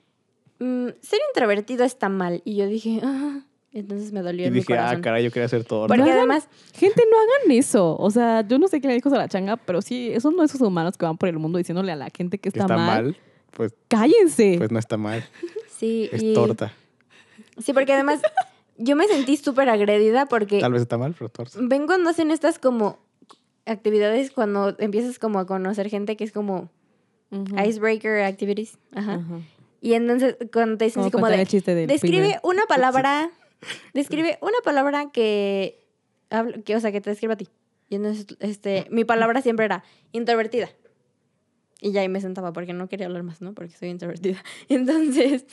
[SPEAKER 1] "Mm, ser introvertido está mal. Y yo dije, ah, entonces me dolió
[SPEAKER 3] Y
[SPEAKER 1] en mi
[SPEAKER 3] dije, ah,
[SPEAKER 1] corazón.
[SPEAKER 3] caray, yo quería hacer todo.
[SPEAKER 1] Porque
[SPEAKER 2] Bueno, Oigan.
[SPEAKER 1] además,
[SPEAKER 2] Gente, no hagan eso. O sea, yo no sé qué le dijo a la changa, pero sí, esos no esos humanos que van por el mundo diciéndole a la gente que
[SPEAKER 3] Que
[SPEAKER 2] está, mal.
[SPEAKER 3] Pues,
[SPEAKER 2] Cállense.
[SPEAKER 3] pues no está mal.
[SPEAKER 1] sí,
[SPEAKER 3] Es
[SPEAKER 1] y-
[SPEAKER 3] torta.
[SPEAKER 1] sí, porque además yo me sentí súper agredida porque
[SPEAKER 3] Tal vez está mal, pero torta.
[SPEAKER 1] ven cuando hacen estas como actividades cuando empiezas como a conocer gente que es como
[SPEAKER 2] Ujú.
[SPEAKER 1] icebreaker activities. Ajá.
[SPEAKER 2] Ajá.
[SPEAKER 1] Y entonces cuando te dicen
[SPEAKER 2] Como
[SPEAKER 1] así como
[SPEAKER 2] contar
[SPEAKER 1] de,
[SPEAKER 2] el chiste del
[SPEAKER 1] describe
[SPEAKER 2] pibe.
[SPEAKER 1] una palabra, describe una palabra que, habl- que, o sea, que te describa a ti. Y entonces, este, mi palabra siempre era introvertida. Y ya ahí me sentaba porque no quería hablar más, ¿no? Porque soy introvertida. <laughs> Entonces,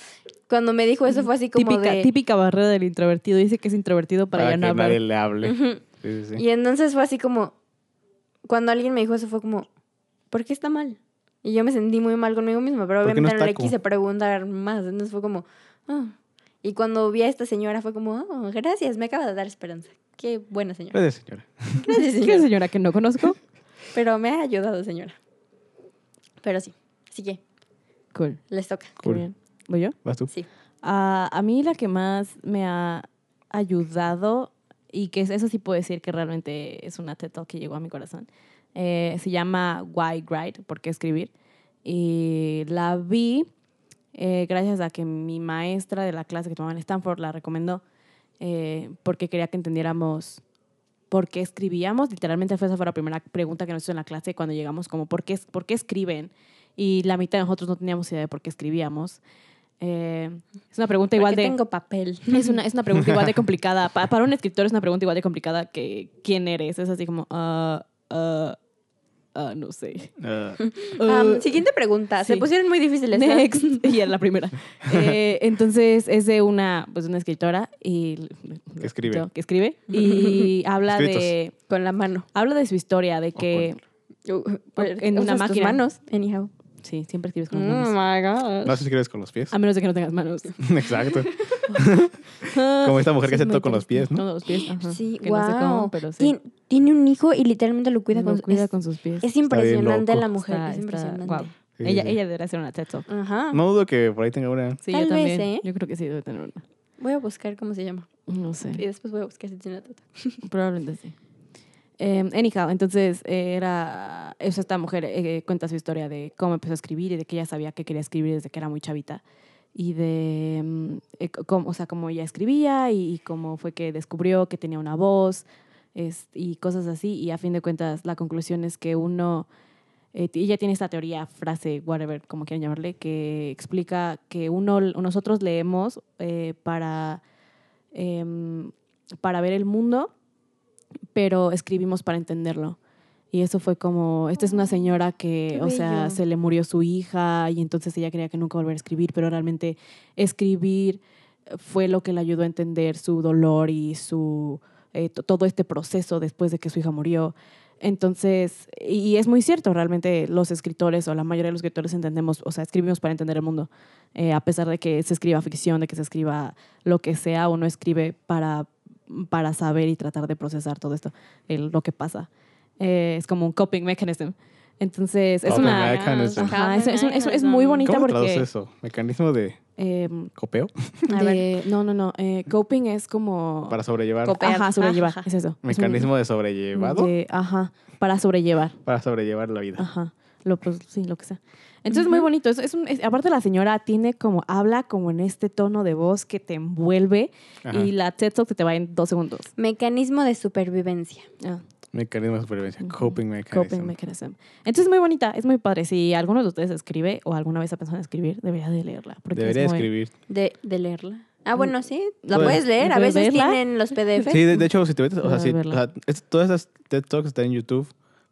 [SPEAKER 1] cuando me dijo eso fue así como
[SPEAKER 2] típica,
[SPEAKER 1] de...
[SPEAKER 2] típica barrera del introvertido. Dice que es introvertido para, ya
[SPEAKER 3] que
[SPEAKER 2] no hablar. <laughs>
[SPEAKER 3] nadie le hable.
[SPEAKER 1] Ujú.
[SPEAKER 3] Sí, sí, sí.
[SPEAKER 1] Y entonces fue así como, cuando alguien me dijo eso fue como, ¿por qué está mal? Y yo me sentí muy mal conmigo misma, pero
[SPEAKER 3] ¿Por qué
[SPEAKER 1] obviamente
[SPEAKER 3] no
[SPEAKER 1] no,
[SPEAKER 3] es
[SPEAKER 1] le
[SPEAKER 3] taco?
[SPEAKER 1] quise preguntar más. Entonces fue como, ah. Y cuando vi a esta señora fue como, "Oh, gracias, me acaba de dar esperanza. Qué buena
[SPEAKER 3] <laughs>
[SPEAKER 1] señora.
[SPEAKER 3] Gracias, señora.
[SPEAKER 1] Gracias,
[SPEAKER 2] ¿Qué
[SPEAKER 1] señora.
[SPEAKER 2] señora que no conozco?
[SPEAKER 1] Pero me ha ayudado, señora. Pero sí, así que
[SPEAKER 2] Cool.
[SPEAKER 1] les toca.
[SPEAKER 2] Qué
[SPEAKER 3] Cool.
[SPEAKER 2] bien. ¿Voy yo?
[SPEAKER 1] <laughs>
[SPEAKER 3] ¿Vas tú?
[SPEAKER 1] Sí.
[SPEAKER 2] Ah, a mí la que más me ha ayudado y que es- eso sí puedo decir que realmente es una TED Talk que llegó a mi corazón, eh, se llama Why Write, ¿por qué escribir? Y la vi eh, gracias a que mi maestra de la clase que tomaba en Stanford la recomendó eh, porque quería que entendiéramos por qué escribíamos. Literalmente fue esa fue la primera pregunta que nos hizo en la clase cuando llegamos, como ¿por qué, es- por qué escriben? Y la mitad de nosotros no teníamos idea de por qué escribíamos. Eh, es una pregunta igual
[SPEAKER 1] Porque
[SPEAKER 2] de...
[SPEAKER 1] tengo
[SPEAKER 2] <laughs>
[SPEAKER 1] papel.
[SPEAKER 2] Es una, es una pregunta
[SPEAKER 3] <laughs>
[SPEAKER 2] igual de complicada. Pa- para un escritor es una pregunta igual de complicada que quién eres. Es así como, ah, ah, ah, no sé.
[SPEAKER 3] Ah,
[SPEAKER 1] Am,
[SPEAKER 2] Ah,
[SPEAKER 1] siguiente pregunta. Se
[SPEAKER 2] sí.
[SPEAKER 1] pusieron muy difíciles. ¿verdad?
[SPEAKER 2] Next. <laughs> Y era la primera.
[SPEAKER 3] <laughs>
[SPEAKER 2] Eh, entonces es de una, pues, una escritora y,
[SPEAKER 3] Que escribe.
[SPEAKER 1] <laughs>
[SPEAKER 2] que escribe y habla
[SPEAKER 3] Escritos.
[SPEAKER 2] de,
[SPEAKER 1] Con la mano.
[SPEAKER 2] habla de su historia, de que...
[SPEAKER 1] Uh,
[SPEAKER 2] En
[SPEAKER 1] usas
[SPEAKER 2] una
[SPEAKER 1] tus
[SPEAKER 2] máquina.
[SPEAKER 1] manos, anyhow.
[SPEAKER 2] Sí, siempre escribes con las
[SPEAKER 1] Oh
[SPEAKER 2] manos.
[SPEAKER 1] my god.
[SPEAKER 3] no sé si escribes con los pies.
[SPEAKER 2] A menos de que no tengas
[SPEAKER 1] <laughs>
[SPEAKER 2] manos.
[SPEAKER 3] <laughs> Exacto. Como esta mujer que hace todo con los pies, ¿no?
[SPEAKER 2] Con los pies, ajá.
[SPEAKER 1] Sí,
[SPEAKER 2] Que
[SPEAKER 1] wow.
[SPEAKER 2] no sé cómo, pero sí.
[SPEAKER 1] Tien- tiene un hijo y literalmente lo cuida,
[SPEAKER 2] Lo
[SPEAKER 1] con,
[SPEAKER 2] cuida
[SPEAKER 1] es,
[SPEAKER 2] con sus pies.
[SPEAKER 1] es impresionante
[SPEAKER 3] loco.
[SPEAKER 1] la mujer,
[SPEAKER 2] Está-
[SPEAKER 1] es
[SPEAKER 2] está-
[SPEAKER 1] impresionante.
[SPEAKER 2] guau.
[SPEAKER 3] Sí,
[SPEAKER 2] ella,
[SPEAKER 3] sí.
[SPEAKER 2] ella debería hacer una TED Talk.
[SPEAKER 1] Ajá.
[SPEAKER 3] No dudo que por ahí tenga una.
[SPEAKER 2] Sí,
[SPEAKER 1] Tal
[SPEAKER 2] yo
[SPEAKER 1] vez,
[SPEAKER 2] también.
[SPEAKER 1] ¿eh?
[SPEAKER 2] Yo creo que sí debe tener una.
[SPEAKER 1] Voy a buscar cómo se llama
[SPEAKER 2] No
[SPEAKER 1] y
[SPEAKER 2] sé.
[SPEAKER 1] después voy a buscar si tiene tatuaje.
[SPEAKER 2] Probablemente sí. Eh, anyhow, entonces eh, era. eso, esta mujer eh, cuenta su historia de cómo empezó a escribir y de que ella sabía que quería escribir desde que era muy chavita. Y de. mm, eh, c- cómo, o sea, cómo ella escribía y, y cómo fue que descubrió que tenía una voz es- y cosas así. Y a fin de cuentas, la conclusión es que uno. eh, t- ella tiene esta teoría, frase, whatever, como quieran llamarle, que explica que uno, nosotros leemos eh, para, em, para ver el mundo, pero escribimos para entenderlo. Y eso fue como, esta es una señora que,
[SPEAKER 1] Ah, Qué
[SPEAKER 2] o sea,
[SPEAKER 1] bello.
[SPEAKER 2] se le murió su hija y entonces ella creía que nunca volver a escribir, pero realmente escribir eh, fue lo que le ayudó a entender su dolor y su, eh, to- todo este proceso después de que su hija murió. Entonces, y, y es muy cierto, realmente los escritores o la mayoría de los escritores entendemos, o sea, escribimos para entender el mundo. Eh, a pesar de que se escriba ficción, de que se escriba lo que sea, uno escribe para, para saber y tratar de procesar todo esto, el- lo que pasa. Eh, es como un coping mechanism. Entonces, es
[SPEAKER 3] Coping
[SPEAKER 2] una...
[SPEAKER 3] mechanism.
[SPEAKER 2] Ajá, es, es un- es- es muy bonita
[SPEAKER 3] ¿Cómo traduces
[SPEAKER 2] porque...
[SPEAKER 3] eso? ¿Mecanismo de
[SPEAKER 2] em,
[SPEAKER 3] copeo?
[SPEAKER 1] <laughs> A
[SPEAKER 2] de-
[SPEAKER 1] ver.
[SPEAKER 2] No, no, no. eh, coping es como...
[SPEAKER 3] Para sobrellevar.
[SPEAKER 1] Copeo.
[SPEAKER 2] Ajá, sobrellevar.
[SPEAKER 1] Ajá.
[SPEAKER 2] Es eso. Es un-
[SPEAKER 3] Mecanismo de sobrellevado.
[SPEAKER 2] de- ajá, para sobrellevar.
[SPEAKER 3] Para sobrellevar la vida.
[SPEAKER 2] Ajá. Lo, pues, sí, lo que sea. Entonces, muy
[SPEAKER 1] Ujú.
[SPEAKER 2] bonito. Es, es un- es- aparte, la señora tiene como, habla como en este tono de voz que te envuelve
[SPEAKER 3] Ajá.
[SPEAKER 2] Ah, y la TED Talk se te va en dos segundos.
[SPEAKER 1] Mecanismo de supervivencia.
[SPEAKER 2] Ah,
[SPEAKER 3] Mecanismo de supervivencia.
[SPEAKER 2] Ujú.
[SPEAKER 3] Coping
[SPEAKER 2] coping
[SPEAKER 3] mechanism.
[SPEAKER 2] mechanism. Entonces, es muy bonita, es muy padre. Si alguno de ustedes escribe o alguna vez ha pensado en escribir, debería de leerla. Porque es
[SPEAKER 3] Debería
[SPEAKER 2] muy-
[SPEAKER 3] escribir.
[SPEAKER 1] De, de leerla.
[SPEAKER 2] Mm.
[SPEAKER 1] Ah, bueno, sí, la
[SPEAKER 3] Puedes-
[SPEAKER 2] Pues,
[SPEAKER 1] puedes leer. A
[SPEAKER 2] puedes
[SPEAKER 1] veces
[SPEAKER 2] verla.
[SPEAKER 1] tienen los PDF.
[SPEAKER 3] Sí, de, de hecho, si te metes, o sea,
[SPEAKER 2] Para
[SPEAKER 3] si- o
[SPEAKER 2] verla.
[SPEAKER 3] sea, es- todas esas TED Talks están en YouTube,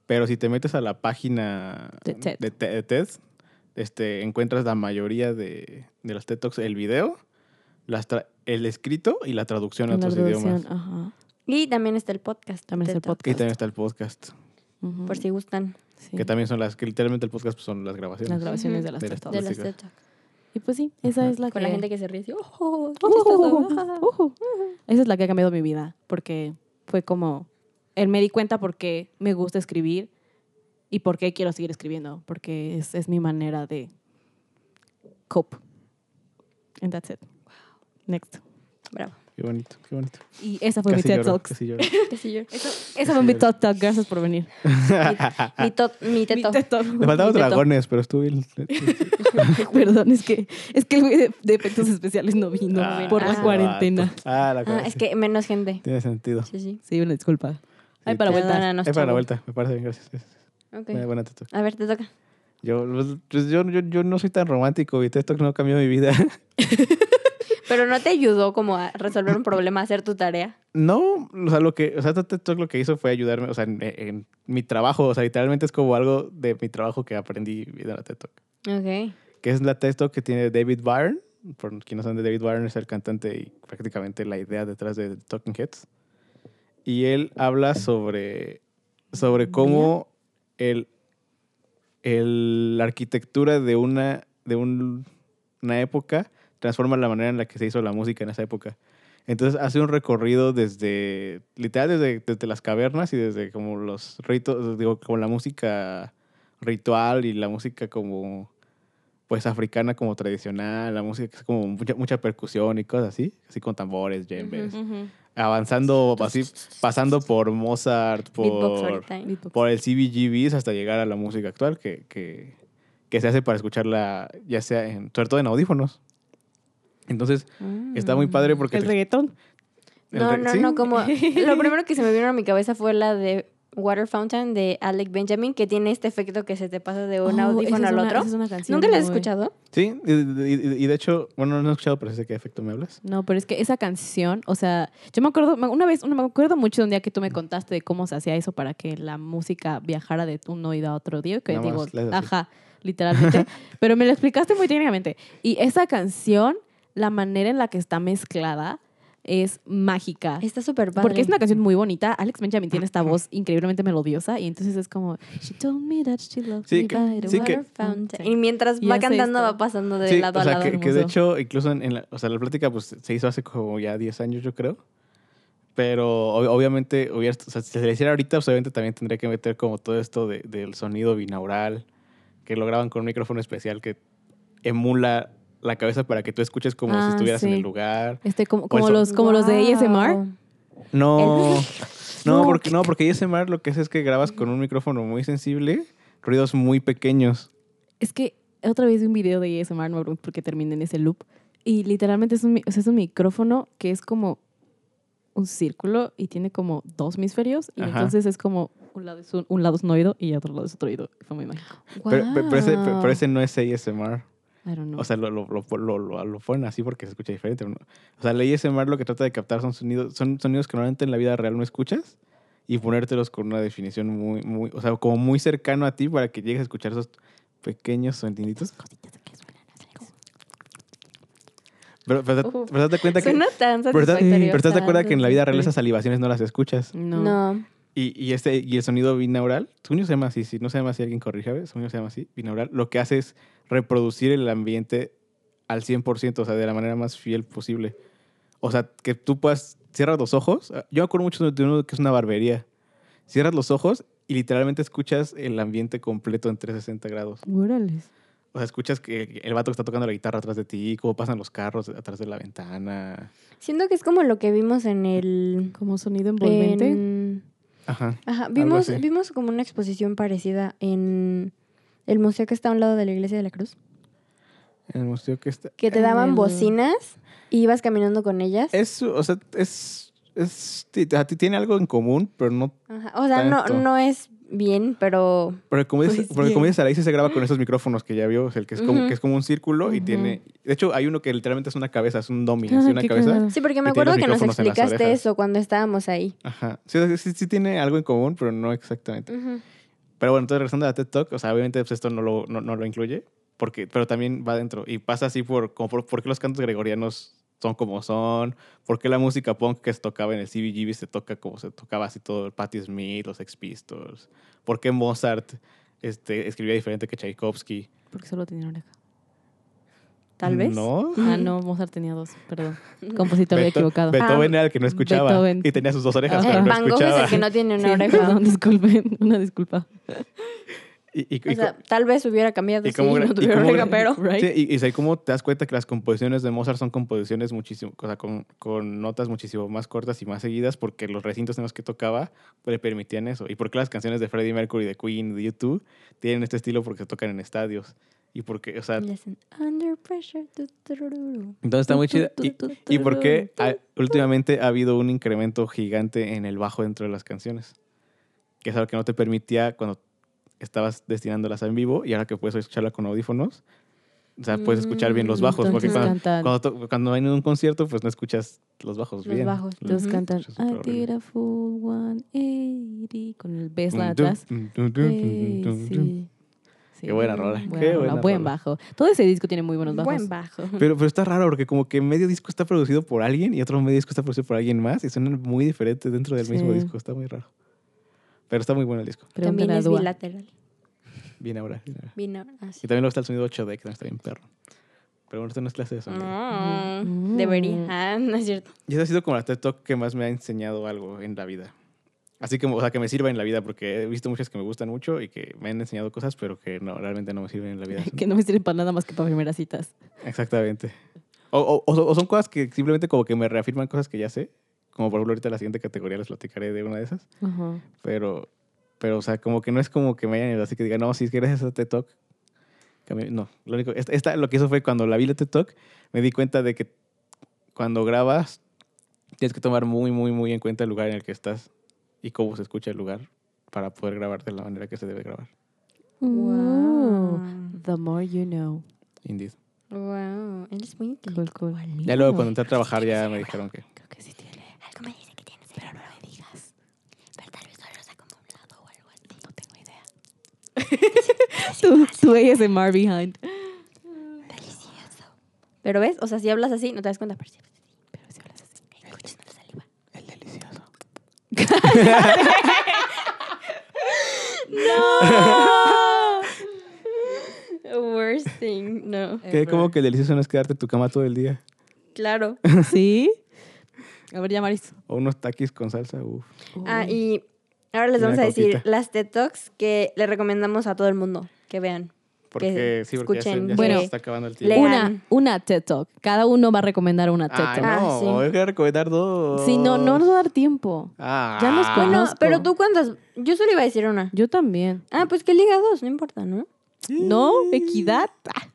[SPEAKER 3] pero si te metes a la página
[SPEAKER 2] De TED.
[SPEAKER 3] Te- de TED, este, encuentras la mayoría de, de los TED Talks, el video, las tra- el escrito y la traducción a
[SPEAKER 2] Una
[SPEAKER 3] otros
[SPEAKER 2] traducción,
[SPEAKER 3] idiomas.
[SPEAKER 2] Ajá.
[SPEAKER 1] Y también está el podcast.
[SPEAKER 2] También es el
[SPEAKER 1] TED Talk,
[SPEAKER 2] podcast.
[SPEAKER 3] Y también está el podcast,
[SPEAKER 2] Ujú.
[SPEAKER 1] Por si gustan.
[SPEAKER 2] Sí.
[SPEAKER 3] que también son las, que literalmente el podcast pues, son las grabaciones.
[SPEAKER 2] Las grabaciones
[SPEAKER 1] Ujú.
[SPEAKER 2] de las
[SPEAKER 3] De
[SPEAKER 2] TED
[SPEAKER 3] las-
[SPEAKER 2] Talks.
[SPEAKER 1] De las
[SPEAKER 3] chicos.
[SPEAKER 1] TED Talk.
[SPEAKER 2] Y pues sí, esa
[SPEAKER 3] Ajá.
[SPEAKER 2] es la que...
[SPEAKER 1] Con la gente que se ríe así, "Oh, oh, qué
[SPEAKER 2] Ujú,
[SPEAKER 1] chistoso".
[SPEAKER 2] ujú. Esa es la que ha cambiado mi vida, porque fue como, él me di cuenta por qué me gusta escribir y por qué quiero seguir escribiendo, porque es, es mi manera de cope. And that's it. Next.
[SPEAKER 1] <laughs> Bravo.
[SPEAKER 3] Qué bonito, qué bonito.
[SPEAKER 2] Y esa fue mi
[SPEAKER 3] Casi
[SPEAKER 2] TED
[SPEAKER 3] lloro,
[SPEAKER 2] Talks.
[SPEAKER 3] casi lloro.
[SPEAKER 1] Casi yo.
[SPEAKER 2] Esa <laughs> fue mi TED Talk. Gracias por venir.
[SPEAKER 1] Mi, tot- mi
[SPEAKER 2] Mi
[SPEAKER 1] teto.
[SPEAKER 2] TED Talk.
[SPEAKER 3] Le faltaban
[SPEAKER 2] Mi TED Talk.
[SPEAKER 3] dragones, pero estuve... el-
[SPEAKER 2] <laughs> Perdón, es que, es que el güey de, de efectos especiales no vino
[SPEAKER 3] Ah,
[SPEAKER 2] por la
[SPEAKER 1] ese
[SPEAKER 2] cuarentena.
[SPEAKER 3] vato. Ah, la
[SPEAKER 1] Ah,
[SPEAKER 3] cuarentena.
[SPEAKER 1] es que menos gente.
[SPEAKER 3] Tiene sentido.
[SPEAKER 1] Sí, sí.
[SPEAKER 2] Sí, una disculpa. Ay,
[SPEAKER 3] Sí,
[SPEAKER 2] para
[SPEAKER 3] te-
[SPEAKER 2] vuelta.
[SPEAKER 1] Perdónanos,
[SPEAKER 3] Es para la
[SPEAKER 1] chavo.
[SPEAKER 3] vuelta, me parece bien, gracias.
[SPEAKER 1] Ok.
[SPEAKER 3] Buena- buena TED Talk.
[SPEAKER 1] A ver, te toca.
[SPEAKER 3] Yo, pues, yo, yo, yo no soy tan romántico y TED Talk no cambió mi vida. <laughs>
[SPEAKER 1] Pero no te ayudó como a resolver un problema, a hacer tu tarea.
[SPEAKER 3] No, o sea, lo que, o sea, TED Talk lo que hizo fue ayudarme, o sea, en, en mi trabajo, o sea, literalmente es como algo de mi trabajo que aprendí de la TED Talk.
[SPEAKER 1] Ok.
[SPEAKER 3] Que es la TED Talk que tiene David Byrne, por quien no saben de David Byrne es el cantante y prácticamente la idea detrás de Talking Heads. Y él habla sobre, sobre cómo el, el- la arquitectura de una, de un- una época transforma la manera en la que se hizo la música en esa época. Entonces hace un recorrido desde, literal, desde, desde las cavernas y desde como los ritos, digo, como la música ritual y la música como, pues, africana como tradicional, la música que es como mucha, mucha percusión y cosas así, así con tambores, djembes,
[SPEAKER 2] Ujú.
[SPEAKER 3] avanzando así, pasando por Mozart,
[SPEAKER 1] Beatbox
[SPEAKER 3] por,
[SPEAKER 1] ahorita. ¿eh?
[SPEAKER 2] Beatbox.
[SPEAKER 3] por el CBGBs hasta llegar a la música actual que, que, que se hace para escucharla, ya sea en, sobre todo en audífonos. Entonces,
[SPEAKER 2] ah.
[SPEAKER 3] está muy padre porque...
[SPEAKER 2] El
[SPEAKER 3] te-
[SPEAKER 2] reggaetón.
[SPEAKER 3] el
[SPEAKER 1] Mm, No,
[SPEAKER 3] re-
[SPEAKER 1] no,
[SPEAKER 3] sí,
[SPEAKER 1] no,
[SPEAKER 3] <laughs>
[SPEAKER 1] como... Lo primero que se me vino a mi cabeza fue la de Water Fountain de Alec Benjamin, que tiene este efecto que se te pasa de un
[SPEAKER 2] Oh, esa
[SPEAKER 1] audífono
[SPEAKER 2] es
[SPEAKER 1] al
[SPEAKER 2] una-
[SPEAKER 1] otro.
[SPEAKER 2] esa es una canción
[SPEAKER 1] ¿Nunca la has
[SPEAKER 2] muy-
[SPEAKER 1] escuchado?
[SPEAKER 3] Sí, y, y- y de hecho, bueno, no he escuchado, pero sí sé qué efecto me hablas.
[SPEAKER 2] No, pero es que esa canción, o sea, yo me acuerdo, me- una vez, me acuerdo mucho de un día que tú me contaste de cómo se hacía eso para que la música viajara de un oído a otro oído, que
[SPEAKER 3] Nada
[SPEAKER 2] digo,
[SPEAKER 3] más le haces así.
[SPEAKER 2] ajá,
[SPEAKER 3] <laughs>
[SPEAKER 2] literalmente, pero me lo explicaste muy técnicamente. Y esa canción, la manera en la que está mezclada es mágica.
[SPEAKER 1] Está súper padre.
[SPEAKER 2] Porque es una canción muy bonita. Alex Benjamin tiene esta voz increíblemente melodiosa y entonces es como She told me that she loves
[SPEAKER 3] Sí,
[SPEAKER 2] me
[SPEAKER 3] que-
[SPEAKER 2] by the
[SPEAKER 3] sí
[SPEAKER 2] water
[SPEAKER 3] que-
[SPEAKER 2] fountain".
[SPEAKER 1] Y mientras
[SPEAKER 2] Y
[SPEAKER 1] va
[SPEAKER 2] hace
[SPEAKER 1] cantando,
[SPEAKER 2] esto.
[SPEAKER 1] va pasando de
[SPEAKER 3] Sí,
[SPEAKER 1] lado
[SPEAKER 3] o
[SPEAKER 1] a
[SPEAKER 3] sea,
[SPEAKER 1] lado.
[SPEAKER 3] que, que de
[SPEAKER 2] hermoso.
[SPEAKER 3] hecho, incluso en, en la, o sea, la plática pues, se hizo hace como ya 10 años, yo creo. Pero ob- obviamente, hubiera, o sea, si se le hiciera ahorita, pues, obviamente también tendría que meter como todo esto de- del sonido binaural, que lo graban con un micrófono especial que emula la cabeza para que tú escuches como
[SPEAKER 2] Ah,
[SPEAKER 3] si estuvieras en
[SPEAKER 2] sí.
[SPEAKER 3] el lugar.
[SPEAKER 2] Este, como,
[SPEAKER 3] Por
[SPEAKER 2] como
[SPEAKER 3] eso-
[SPEAKER 2] los, como los de ASMR.
[SPEAKER 1] <laughs>
[SPEAKER 3] No, no,
[SPEAKER 2] No.
[SPEAKER 3] porque, no, porque ASMR lo que hace es que grabas con un micrófono muy sensible, ruidos muy pequeños.
[SPEAKER 2] Es que otra vez vi un video de ASMR, no me pregunto por qué termina en ese loop. Y literalmente es un, mi- o sea, es un micrófono que es como un círculo y tiene como dos hemisferios. Y
[SPEAKER 3] Ajá.
[SPEAKER 2] entonces es como un lado es un, un lado es un oído y otro lado es otro oído. Fue muy mágico.
[SPEAKER 3] Pero, pero- pero ese, pero-
[SPEAKER 1] Guau.
[SPEAKER 3] pero ese no es ASMR.
[SPEAKER 2] I don't know.
[SPEAKER 3] O sea, lo, lo, lo, lo, lo- lo ponen así porque se escucha diferente. ¿no? O sea, la ASMR lo que trata de captar son sonidos, son sonidos que normalmente en la vida real no escuchas y ponértelos con una definición muy, muy, o sea, como muy cercano a ti para que llegues a escuchar esos pequeños soniditos. Pero, pero,
[SPEAKER 1] Uf.
[SPEAKER 3] pero date cuenta que...
[SPEAKER 1] Suena tan
[SPEAKER 3] Pero, estás-
[SPEAKER 1] satisfactorio.
[SPEAKER 3] pero estás de acuerdo que en la vida real
[SPEAKER 1] Sí.
[SPEAKER 3] esas salivaciones no las escuchas.
[SPEAKER 2] no.
[SPEAKER 1] No.
[SPEAKER 3] Y, y este, y el sonido binaural, según yo se llama así, si no se llama así, alguien corríjame, según yo se llama así, binaural, lo que hace es reproducir el ambiente al 100%, o sea, de la manera más fiel posible. O sea, que tú puedas, cierras los ojos, ah, yo me acuerdo mucho de uno que es una barbería, cierras los ojos y literalmente escuchas el ambiente completo en 360 grados.
[SPEAKER 2] Órales.
[SPEAKER 3] O sea, escuchas que el vato que está tocando la guitarra atrás de ti, cómo pasan los carros atrás de la ventana.
[SPEAKER 1] Siento que es como lo que vimos en el...
[SPEAKER 2] Como sonido envolvente.
[SPEAKER 1] en-
[SPEAKER 3] Ajá.
[SPEAKER 1] Ajá,
[SPEAKER 3] Algo
[SPEAKER 1] vimos,
[SPEAKER 3] así.
[SPEAKER 1] vimos como una exposición parecida en el museo que está a un lado de la iglesia de la cruz.
[SPEAKER 3] En el museo que está...
[SPEAKER 1] Que te
[SPEAKER 2] En
[SPEAKER 1] daban
[SPEAKER 2] el-
[SPEAKER 1] bocinas y ibas caminando con ellas.
[SPEAKER 3] Es, o sea, es, es, ti- a ti tiene algo en común, pero no,
[SPEAKER 1] Ajá, O sea, no,
[SPEAKER 3] tanto.
[SPEAKER 1] no es bien, pero
[SPEAKER 3] pero como dices,
[SPEAKER 2] Pues
[SPEAKER 3] porque como
[SPEAKER 2] bien.
[SPEAKER 3] dices, Araí sí se graba con esos micrófonos que ya vio, o sea, el que es como,
[SPEAKER 1] Ujú.
[SPEAKER 3] que es como un círculo y
[SPEAKER 1] Ujú.
[SPEAKER 3] tiene, de hecho hay uno que literalmente es una cabeza, es un dominio,
[SPEAKER 2] Ah,
[SPEAKER 3] una
[SPEAKER 2] qué
[SPEAKER 3] cabeza.
[SPEAKER 2] cagado.
[SPEAKER 1] Sí, porque me
[SPEAKER 3] Y tiene
[SPEAKER 1] acuerdo
[SPEAKER 3] los
[SPEAKER 1] que nos
[SPEAKER 3] micrófonos en las
[SPEAKER 1] explicaste
[SPEAKER 3] orejas.
[SPEAKER 1] eso cuando estábamos ahí.
[SPEAKER 3] Ajá. Sí, o sea, sí, sí tiene algo en común,
[SPEAKER 1] Eh,
[SPEAKER 3] pero no exactamente. Pero bueno, entonces regresando a la TED Talk, o sea, obviamente pues, esto no lo, no, no lo incluye, porque, pero también va adentro. Y pasa así por, como por, por qué los cantos gregorianos son como son, por qué la música punk que se tocaba en el CBGB se toca como se tocaba así todo, el Patti Smith, los Ex Pistols, por qué Mozart este, escribía diferente que Tchaikovsky.
[SPEAKER 2] Porque solo tenía una oreja.
[SPEAKER 1] Tal vez.
[SPEAKER 3] No.
[SPEAKER 2] Ah, no, Mozart tenía dos,
[SPEAKER 1] <laughs>
[SPEAKER 2] perdón. Compositor había
[SPEAKER 3] Beto-
[SPEAKER 2] equivocado.
[SPEAKER 3] Beethoven era el que no escuchaba
[SPEAKER 2] Beethoven.
[SPEAKER 3] y tenía sus dos orejas,
[SPEAKER 2] Ah,
[SPEAKER 3] pero
[SPEAKER 1] Eh,
[SPEAKER 3] no
[SPEAKER 1] Ah, Van Gogh es
[SPEAKER 3] escuchaba.
[SPEAKER 1] el que no tiene una
[SPEAKER 2] Sí,
[SPEAKER 1] oreja.
[SPEAKER 2] Perdón, disculpen, <laughs> una disculpa.
[SPEAKER 3] Y- y-
[SPEAKER 1] O
[SPEAKER 3] y-
[SPEAKER 1] sea, tal vez hubiera cambiado
[SPEAKER 3] ¿Y
[SPEAKER 1] si
[SPEAKER 3] cómo gra-
[SPEAKER 1] no
[SPEAKER 3] y
[SPEAKER 1] tuviera
[SPEAKER 3] cómo
[SPEAKER 1] oreja,
[SPEAKER 3] gra-
[SPEAKER 1] pero...
[SPEAKER 2] Right?
[SPEAKER 3] Sí, y, y ahí como te das cuenta que las composiciones de Mozart son composiciones muchísimo, o sea, con, con notas muchísimo más cortas y más seguidas porque los recintos en los que tocaba le permitían eso. Y porque las canciones de Freddie Mercury, de Queen, de YouTube tienen este estilo porque se tocan en estadios. Y porque, o sea,
[SPEAKER 1] Le hacen, Under pressure. tu, turururu".
[SPEAKER 3] entonces está muy
[SPEAKER 1] tu,
[SPEAKER 2] <laughs>
[SPEAKER 3] chida.
[SPEAKER 1] tu,
[SPEAKER 3] Y,
[SPEAKER 1] tu,
[SPEAKER 3] y
[SPEAKER 1] tu,
[SPEAKER 3] porque
[SPEAKER 1] tu,
[SPEAKER 3] ha- últimamente ha habido un incremento gigante en el bajo dentro de las canciones, que es algo que no te permitía cuando estabas destinándolas en vivo y ahora que puedes escucharla con audífonos. O sea, puedes escuchar bien los
[SPEAKER 1] Mm,
[SPEAKER 3] bajos, porque
[SPEAKER 2] Entonces
[SPEAKER 3] cuando,
[SPEAKER 2] cantan,
[SPEAKER 3] Cuando, to- cuando en un concierto, pues no escuchas los bajos
[SPEAKER 1] Los
[SPEAKER 3] bien.
[SPEAKER 1] bajos.
[SPEAKER 2] entonces
[SPEAKER 1] Ujú.
[SPEAKER 2] cantan
[SPEAKER 3] Eso es
[SPEAKER 2] I
[SPEAKER 3] súper
[SPEAKER 2] did
[SPEAKER 3] horrible.
[SPEAKER 2] a full 180 con el bass line
[SPEAKER 3] Dun,
[SPEAKER 2] atrás.
[SPEAKER 3] dun, dun, dun,
[SPEAKER 2] Eh,
[SPEAKER 3] dun, dun, dun.
[SPEAKER 2] sí. Sí.
[SPEAKER 3] Qué buena rola.
[SPEAKER 2] Buena
[SPEAKER 3] qué
[SPEAKER 2] rola,
[SPEAKER 3] buena
[SPEAKER 2] buen
[SPEAKER 3] rola.
[SPEAKER 2] bajo. Todo ese disco tiene muy buenos bajos.
[SPEAKER 1] Buen bajo.
[SPEAKER 3] Pero, pero está raro porque como que medio disco está producido por alguien y otro medio disco está producido por alguien más y suenan muy diferentes dentro del mismo
[SPEAKER 2] Sí.
[SPEAKER 3] disco. Está muy raro. Pero está muy bueno el disco.
[SPEAKER 2] Pregúntale
[SPEAKER 1] También
[SPEAKER 2] a
[SPEAKER 1] es
[SPEAKER 2] Dua.
[SPEAKER 1] bilateral.
[SPEAKER 3] Bien ahora. bien ahora.
[SPEAKER 1] Vino así.
[SPEAKER 3] Y también luego está el sonido 8D, que también está bien perro. Pero bueno, esto no es clase de sonido.
[SPEAKER 1] No,
[SPEAKER 2] Mm.
[SPEAKER 1] Debería. Ah, no es cierto.
[SPEAKER 3] Y esa ha sido como la TED Talk que más me ha enseñado algo en la vida. Así que, o sea, que me sirva en la vida, porque he visto muchas que me gustan mucho y que me han enseñado cosas, pero que no, realmente no me sirven en la vida.
[SPEAKER 2] <laughs> Que no me sirven para nada más que para primeras citas.
[SPEAKER 3] Exactamente. O, o- o so- o son cosas que simplemente como que me reafirman cosas que ya sé. Como por ejemplo ahorita la siguiente categoría les platicaré de una de esas.
[SPEAKER 2] Ajá.
[SPEAKER 3] Pero, pero o sea, como que no es como que me hayan ido así que digan, no, si es que gracias a TED Talk. cambié". No, lo único, esta, esta lo que hizo fue cuando la vi la TED Talk, me di cuenta de que cuando grabas tienes que tomar muy, muy, muy en cuenta el lugar en el que estás y cómo se escucha el lugar para poder grabar de la manera que se debe grabar.
[SPEAKER 2] Mm.
[SPEAKER 1] Wow.
[SPEAKER 2] Wow. The more you know.
[SPEAKER 3] Indeed.
[SPEAKER 1] Wow. Eres muy inteligente.
[SPEAKER 2] Cool, cool.
[SPEAKER 3] Ya luego
[SPEAKER 2] <laughs>
[SPEAKER 3] cuando entré a trabajar ya me dijeron que...
[SPEAKER 2] Creo que sí tiene.
[SPEAKER 1] Algo me dice que tienes Pero no me digas. Pero tal vez solo se ha acumulado o algo así. No tengo idea.
[SPEAKER 2] Tú, tú ASMR behind.
[SPEAKER 1] Delicioso. Pero ves, o sea, si hablas así, no te das cuenta. Pero si hablas así,
[SPEAKER 2] Pero si hablas así.
[SPEAKER 1] escuchas la saliva.
[SPEAKER 3] El
[SPEAKER 1] <laughs>
[SPEAKER 2] <laughs>
[SPEAKER 3] delicioso.
[SPEAKER 1] Worst thing, no.
[SPEAKER 3] Que como que el delicioso no es quedarte en tu cama todo el día.
[SPEAKER 1] Claro.
[SPEAKER 2] ¿Sí? A ver, ya Maris.
[SPEAKER 3] O unos taquis con salsa, uff.
[SPEAKER 1] Ah, y ahora les
[SPEAKER 3] Una
[SPEAKER 1] vamos a decir
[SPEAKER 3] coquita.
[SPEAKER 1] las TED Talks que le recomendamos a todo el mundo que vean.
[SPEAKER 3] Porque sí, porque ya se-
[SPEAKER 1] escuchen,
[SPEAKER 3] ya, se,
[SPEAKER 2] bueno,
[SPEAKER 3] nos está acabando el tiempo.
[SPEAKER 1] lean.
[SPEAKER 2] Una, una TED Talk. Cada uno va a recomendar una TED
[SPEAKER 3] Ay,
[SPEAKER 2] Talk.
[SPEAKER 1] Ah,
[SPEAKER 3] no,
[SPEAKER 1] sí.
[SPEAKER 3] voy a recomendar dos.
[SPEAKER 2] Si no, no nos va a dar tiempo.
[SPEAKER 3] Ah.
[SPEAKER 2] Ya nos
[SPEAKER 1] Bueno,
[SPEAKER 2] conozco.
[SPEAKER 1] pero tú cuántas. Yo solo iba a decir una.
[SPEAKER 2] Yo también.
[SPEAKER 1] Ah, pues que liga dos, no importa, ¿no?
[SPEAKER 2] No,
[SPEAKER 1] Mm.
[SPEAKER 2] equidad. Ah,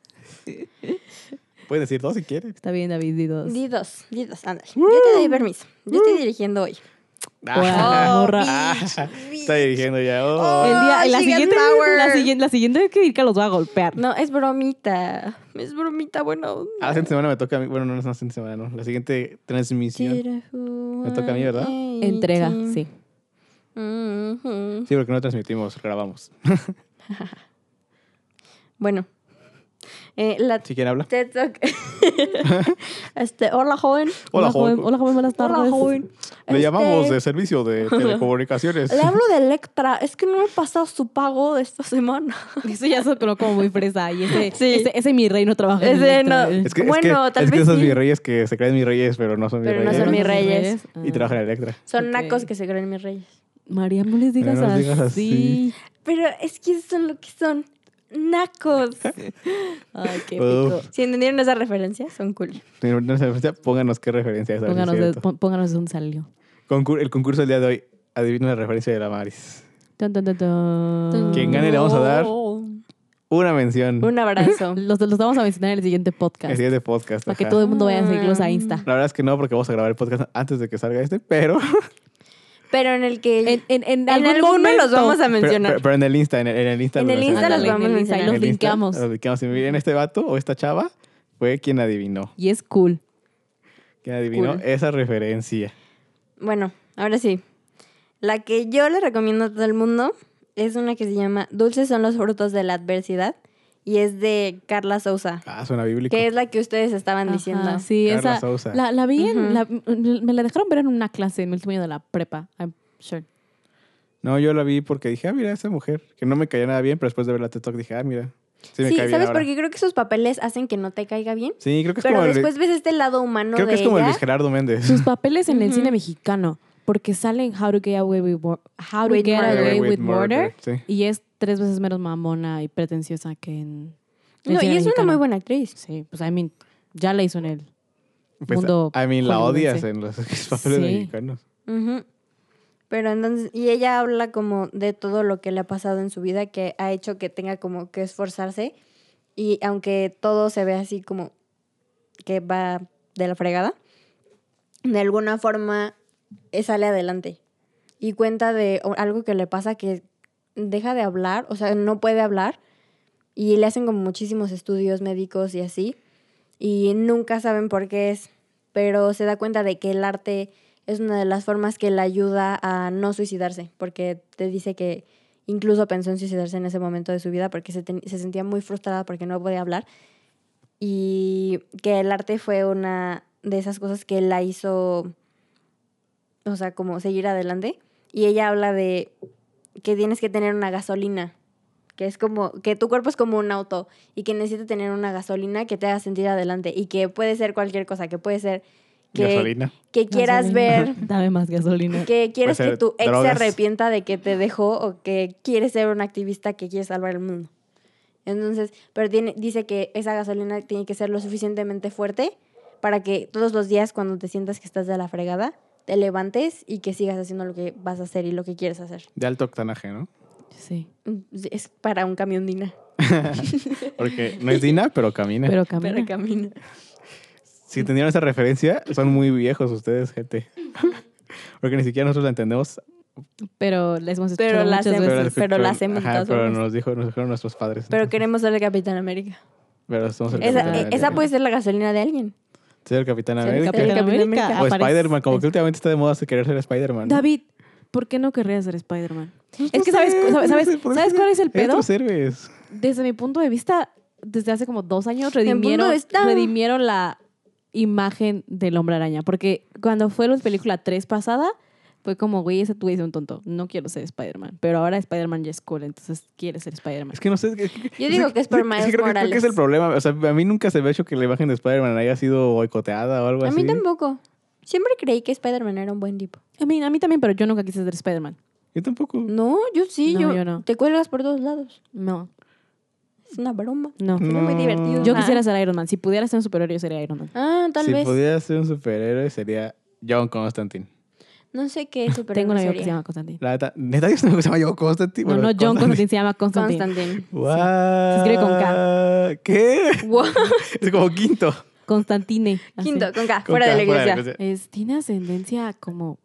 [SPEAKER 3] Puedes decir dos si quieres.
[SPEAKER 2] Está bien, David, di dos.
[SPEAKER 1] Di dos, di dos, ándale. Yo te doy permiso. Yo estoy dirigiendo
[SPEAKER 3] <laughs>
[SPEAKER 1] hoy.
[SPEAKER 2] Ah,
[SPEAKER 1] Oh,
[SPEAKER 2] morra.
[SPEAKER 1] bitch,
[SPEAKER 3] Está
[SPEAKER 1] bitch.
[SPEAKER 3] dirigiendo ya. oh.
[SPEAKER 1] Oh.
[SPEAKER 2] El día, la,
[SPEAKER 1] she gets
[SPEAKER 2] siguiente,
[SPEAKER 1] power.
[SPEAKER 2] la, siguiente, la siguiente vez que Irka los va a golpear.
[SPEAKER 1] No, es bromita. Es bromita, bueno.
[SPEAKER 3] Ah, la siguiente semana me toca a mí. Bueno, no, no es la siguiente semana, no. La siguiente transmisión.
[SPEAKER 1] Me
[SPEAKER 3] toca a mí, ¿verdad?
[SPEAKER 2] Entrega, sí.
[SPEAKER 3] Sí, porque no transmitimos, grabamos.
[SPEAKER 1] Bueno. Eh, la
[SPEAKER 3] ¿Sí quién habla?
[SPEAKER 1] TED Talk. <laughs> este, hola, joven.
[SPEAKER 3] Hola, joven.
[SPEAKER 2] Hola, joven, buenas tardes.
[SPEAKER 1] Hola, joven.
[SPEAKER 3] Le
[SPEAKER 1] Este,
[SPEAKER 3] llamamos de
[SPEAKER 1] <laughs>
[SPEAKER 3] servicio de telecomunicaciones. <laughs>
[SPEAKER 1] Le hablo de Electra. Es que no me he pasado su pago de esta semana.
[SPEAKER 2] <laughs> Eso ya sonó como muy fresa. Y ese,
[SPEAKER 1] Sí.
[SPEAKER 2] ese, ese mi rey no trabaja. en
[SPEAKER 1] Ese
[SPEAKER 2] Electra.
[SPEAKER 1] no.
[SPEAKER 3] Es que,
[SPEAKER 1] Bueno,
[SPEAKER 3] es que,
[SPEAKER 1] tal
[SPEAKER 3] es que
[SPEAKER 1] vez
[SPEAKER 3] esos
[SPEAKER 1] sí.
[SPEAKER 3] mis reyes que se creen mis reyes, pero no son mis
[SPEAKER 1] Pero no
[SPEAKER 3] reyes.
[SPEAKER 1] son mis reyes.
[SPEAKER 3] Y trabajan en Electra.
[SPEAKER 1] Son
[SPEAKER 2] Ok.
[SPEAKER 1] nacos que se creen mis reyes.
[SPEAKER 2] Ah. María, no les digas,
[SPEAKER 3] No nos
[SPEAKER 2] así.
[SPEAKER 3] digas así.
[SPEAKER 1] Pero es que son lo que son.
[SPEAKER 3] <laughs>
[SPEAKER 1] Nacos.
[SPEAKER 2] Ay, qué
[SPEAKER 3] Uf.
[SPEAKER 2] rico.
[SPEAKER 1] Si entendieron esa referencia, son cool.
[SPEAKER 3] Si no tienen esa referencia, Pónganos qué referencia es. a ver si es
[SPEAKER 2] Pónganos, de,
[SPEAKER 3] cierto.
[SPEAKER 2] pon- pónganos de dónde salió.
[SPEAKER 3] Concur- el concurso del día de hoy. Adivina la referencia de la Maris.
[SPEAKER 2] Tan, tan, tan, tan.
[SPEAKER 3] ¿Quién Mm. gane le vamos a dar? Una mención.
[SPEAKER 1] Un abrazo.
[SPEAKER 2] Los, los vamos a mencionar en el siguiente podcast.
[SPEAKER 3] Así es de podcast.
[SPEAKER 2] Para que
[SPEAKER 3] ajá.
[SPEAKER 2] todo el mundo vaya a seguirlos a Insta.
[SPEAKER 3] La verdad es que no, porque vamos a grabar el podcast antes de que salga este,
[SPEAKER 1] <laughs>
[SPEAKER 3] pero,
[SPEAKER 1] <laughs> Pero en el que.
[SPEAKER 2] En, en,
[SPEAKER 1] en
[SPEAKER 2] en algún
[SPEAKER 1] alguno
[SPEAKER 2] momento.
[SPEAKER 1] los vamos a
[SPEAKER 3] pero,
[SPEAKER 1] mencionar.
[SPEAKER 3] pero- pero en el Insta, en el, en el Insta.
[SPEAKER 1] En
[SPEAKER 3] lo
[SPEAKER 1] el Insta
[SPEAKER 3] mencionamos.
[SPEAKER 1] los vamos a
[SPEAKER 2] Ándale, en el Insta,
[SPEAKER 1] mencionar.
[SPEAKER 2] los
[SPEAKER 3] En el Insta
[SPEAKER 2] linkamos.
[SPEAKER 3] Los linkamos. Y miren, este vato o esta chava fue quien adivinó.
[SPEAKER 2] Y es cool.
[SPEAKER 3] Quien adivinó
[SPEAKER 1] Cool.
[SPEAKER 3] esa referencia.
[SPEAKER 1] Bueno, ahora sí. La que yo le recomiendo a todo el mundo es una que se llama Dulces son los frutos de la adversidad y es de Carla Sousa,
[SPEAKER 3] Ah, suena bíblico.
[SPEAKER 1] que es la que ustedes estaban diciendo.
[SPEAKER 2] Ajá, sí,
[SPEAKER 3] Carla
[SPEAKER 2] esa.
[SPEAKER 3] Sousa.
[SPEAKER 2] La, la vi en.
[SPEAKER 1] Ujú.
[SPEAKER 2] la- m- me la dejaron ver en una clase en el último año de la prepa. I'm sure.
[SPEAKER 3] No, yo la vi porque dije, ah, mira, esa mujer. Que no me caía nada bien, pero después de ver la TED Talk dije, ah, mira. Sí, me
[SPEAKER 1] Sí,
[SPEAKER 3] cae bien
[SPEAKER 1] ¿sabes?
[SPEAKER 3] ahora.
[SPEAKER 1] Porque creo que sus papeles hacen que no te caiga bien.
[SPEAKER 3] Sí, creo que es
[SPEAKER 1] Pero
[SPEAKER 3] como, el-
[SPEAKER 1] después ves este lado humano
[SPEAKER 3] creo
[SPEAKER 1] de
[SPEAKER 3] que es como el
[SPEAKER 1] ella.
[SPEAKER 3] Luis
[SPEAKER 1] <laughs>
[SPEAKER 3] Gerardo Méndez.
[SPEAKER 2] Sus papeles en el
[SPEAKER 1] Ujú.
[SPEAKER 2] cine mexicano. Porque sale en How to Get Away with, Wa- How to
[SPEAKER 1] With
[SPEAKER 2] Get
[SPEAKER 1] Murder.
[SPEAKER 2] Away
[SPEAKER 3] With
[SPEAKER 2] with Murder.
[SPEAKER 3] Sí.
[SPEAKER 2] Y es tres veces menos mamona y pretenciosa que en. el
[SPEAKER 1] No, y
[SPEAKER 2] cine
[SPEAKER 1] es una
[SPEAKER 2] mexicano.
[SPEAKER 1] muy buena actriz.
[SPEAKER 2] Sí, pues I mean, ya la hizo en él.
[SPEAKER 3] Pues,
[SPEAKER 2] Mundo
[SPEAKER 3] I mean, la odias
[SPEAKER 2] hollywoodense.
[SPEAKER 3] en los <laughs> papeles
[SPEAKER 2] Sí.
[SPEAKER 3] mexicanos.
[SPEAKER 1] Ujú. Pero entonces, y ella habla como de todo lo que le ha pasado en su vida, que ha hecho que tenga como que esforzarse. Y aunque todo se ve así como que va de la fregada, de alguna forma eh, sale adelante. Y cuenta de o- algo que le pasa que deja de hablar, o sea, no puede hablar. Y le hacen como muchísimos estudios médicos y así. Y nunca saben por qué es. Pero se da cuenta de que el arte es una de las formas que le ayuda a no suicidarse. Porque te dice que incluso pensó en suicidarse en ese momento de su vida porque se, ten- se sentía muy frustrada porque no podía hablar. Y que el arte fue una de esas cosas que la hizo, o sea, como seguir adelante. Y ella habla de que tienes que tener una gasolina, que es como, que tu cuerpo es como un auto y que necesitas tener una gasolina que te haga sentir adelante y que puede ser cualquier cosa, que puede ser que,
[SPEAKER 3] Gasolina.
[SPEAKER 1] que quieras
[SPEAKER 2] Gasolina.
[SPEAKER 1] ver
[SPEAKER 2] <laughs> Dame más gasolina.
[SPEAKER 1] que quieres
[SPEAKER 3] Puede
[SPEAKER 1] que
[SPEAKER 3] ser
[SPEAKER 1] tu ex se
[SPEAKER 3] drogas.
[SPEAKER 1] arrepienta de que te dejó o que quieres ser un activista que quiere salvar el mundo. Entonces, pero tiene, dice que esa gasolina tiene que ser lo suficientemente fuerte para que todos los días cuando te sientas que estás de la fregada, te levantes y que sigas haciendo lo que vas a hacer y lo que quieres hacer.
[SPEAKER 3] De alto octanaje, ¿no?
[SPEAKER 2] Sí.
[SPEAKER 1] Mm, Es para un camión Dina,
[SPEAKER 3] Porque no es Dina, pero camina.
[SPEAKER 2] Pero
[SPEAKER 1] para
[SPEAKER 2] camina.
[SPEAKER 1] camina.
[SPEAKER 3] Si entendieron esa referencia, son muy viejos ustedes,
[SPEAKER 2] <laughs>
[SPEAKER 3] gente. Porque ni siquiera nosotros la entendemos.
[SPEAKER 2] Pues, Pero les hemos escuchado
[SPEAKER 1] Pero la
[SPEAKER 2] muchas
[SPEAKER 1] hacemos.
[SPEAKER 2] veces.
[SPEAKER 1] Pero la hacemos
[SPEAKER 3] ajá,
[SPEAKER 1] todas
[SPEAKER 3] pero
[SPEAKER 1] formas.
[SPEAKER 3] nos, dijo, nos dijeron nuestros padres.
[SPEAKER 1] Pero queremos ser el Capitán América.
[SPEAKER 3] Pero somos el
[SPEAKER 1] Esa,
[SPEAKER 3] Capitán
[SPEAKER 1] eh, esa
[SPEAKER 3] América.
[SPEAKER 1] puede ser la gasolina de alguien.
[SPEAKER 3] Ser el Capitán
[SPEAKER 1] Ser el
[SPEAKER 3] América.
[SPEAKER 1] Capitán América
[SPEAKER 3] O
[SPEAKER 1] aparece-
[SPEAKER 3] Spider-Man, como que últimamente está de moda querer ser Spider-Man. ¿no?
[SPEAKER 2] David, ¿por qué no querrías ser Spider-Man?
[SPEAKER 3] Pues
[SPEAKER 2] es
[SPEAKER 3] no
[SPEAKER 2] que
[SPEAKER 3] sé,
[SPEAKER 2] sabes, sabes,
[SPEAKER 3] no
[SPEAKER 2] sabes,
[SPEAKER 3] sé, por
[SPEAKER 2] ¿sabes
[SPEAKER 3] eso
[SPEAKER 2] cuál es el
[SPEAKER 3] hay
[SPEAKER 2] pedo.
[SPEAKER 3] otros héroes.
[SPEAKER 2] Desde mi punto de vista, desde hace como dos años
[SPEAKER 1] El mundo
[SPEAKER 2] redimieron,
[SPEAKER 1] está-
[SPEAKER 2] redimieron la imagen del hombre araña. Porque cuando fue la película 3 pasada, fue como, güey, ese tú es un tonto. No quiero ser Spider-Man. Pero ahora Spider-man ya es cool, entonces quiere ser Spider-Man.
[SPEAKER 3] Es que no sé. es que- es que-
[SPEAKER 1] Yo digo que es por Miles
[SPEAKER 3] creo que- creo que es el
[SPEAKER 1] Morales.
[SPEAKER 3] problema. O sea, a mí nunca se me ha hecho que la imagen de Spider-Man haya sido boicoteada o algo
[SPEAKER 1] A
[SPEAKER 3] así.
[SPEAKER 1] mí tampoco. Siempre creí que Spider-Man era un buen tipo.
[SPEAKER 2] A mí, a mí también, pero yo nunca quise ser Spider-Man.
[SPEAKER 3] Yo tampoco.
[SPEAKER 1] No, yo sí,
[SPEAKER 2] No,
[SPEAKER 1] yo,
[SPEAKER 2] yo no.
[SPEAKER 1] te cuelgas por todos lados.
[SPEAKER 2] No,
[SPEAKER 1] Es una broma.
[SPEAKER 2] no.
[SPEAKER 1] Sería muy
[SPEAKER 3] No.
[SPEAKER 1] divertido.
[SPEAKER 2] Yo
[SPEAKER 1] Ah.
[SPEAKER 2] quisiera ser Iron Man. Si pudiera ser un superhéroe, yo sería Iron Man.
[SPEAKER 1] Ah, tal
[SPEAKER 3] si
[SPEAKER 1] vez.
[SPEAKER 3] pudiera ser un superhéroe, sería John Constantine.
[SPEAKER 1] No sé qué superhéroe
[SPEAKER 2] Tengo una amigo que
[SPEAKER 1] sería.
[SPEAKER 2] se llama Constantine.
[SPEAKER 3] La neta, neta, yo que se llama John Constantine.
[SPEAKER 2] No,
[SPEAKER 3] Bueno,
[SPEAKER 2] no, John Constantine se llama Constantine.
[SPEAKER 1] Constantine.
[SPEAKER 2] <laughs>
[SPEAKER 3] What?
[SPEAKER 2] Se escribe con
[SPEAKER 1] <laughs>
[SPEAKER 3] ¿Qué?
[SPEAKER 1] Wow.
[SPEAKER 3] Es como quinto.
[SPEAKER 2] Constantine. así.
[SPEAKER 1] Quinto, con K,
[SPEAKER 3] Con
[SPEAKER 1] fuera
[SPEAKER 3] K,
[SPEAKER 1] de la iglesia.
[SPEAKER 2] Es, tiene ascendencia como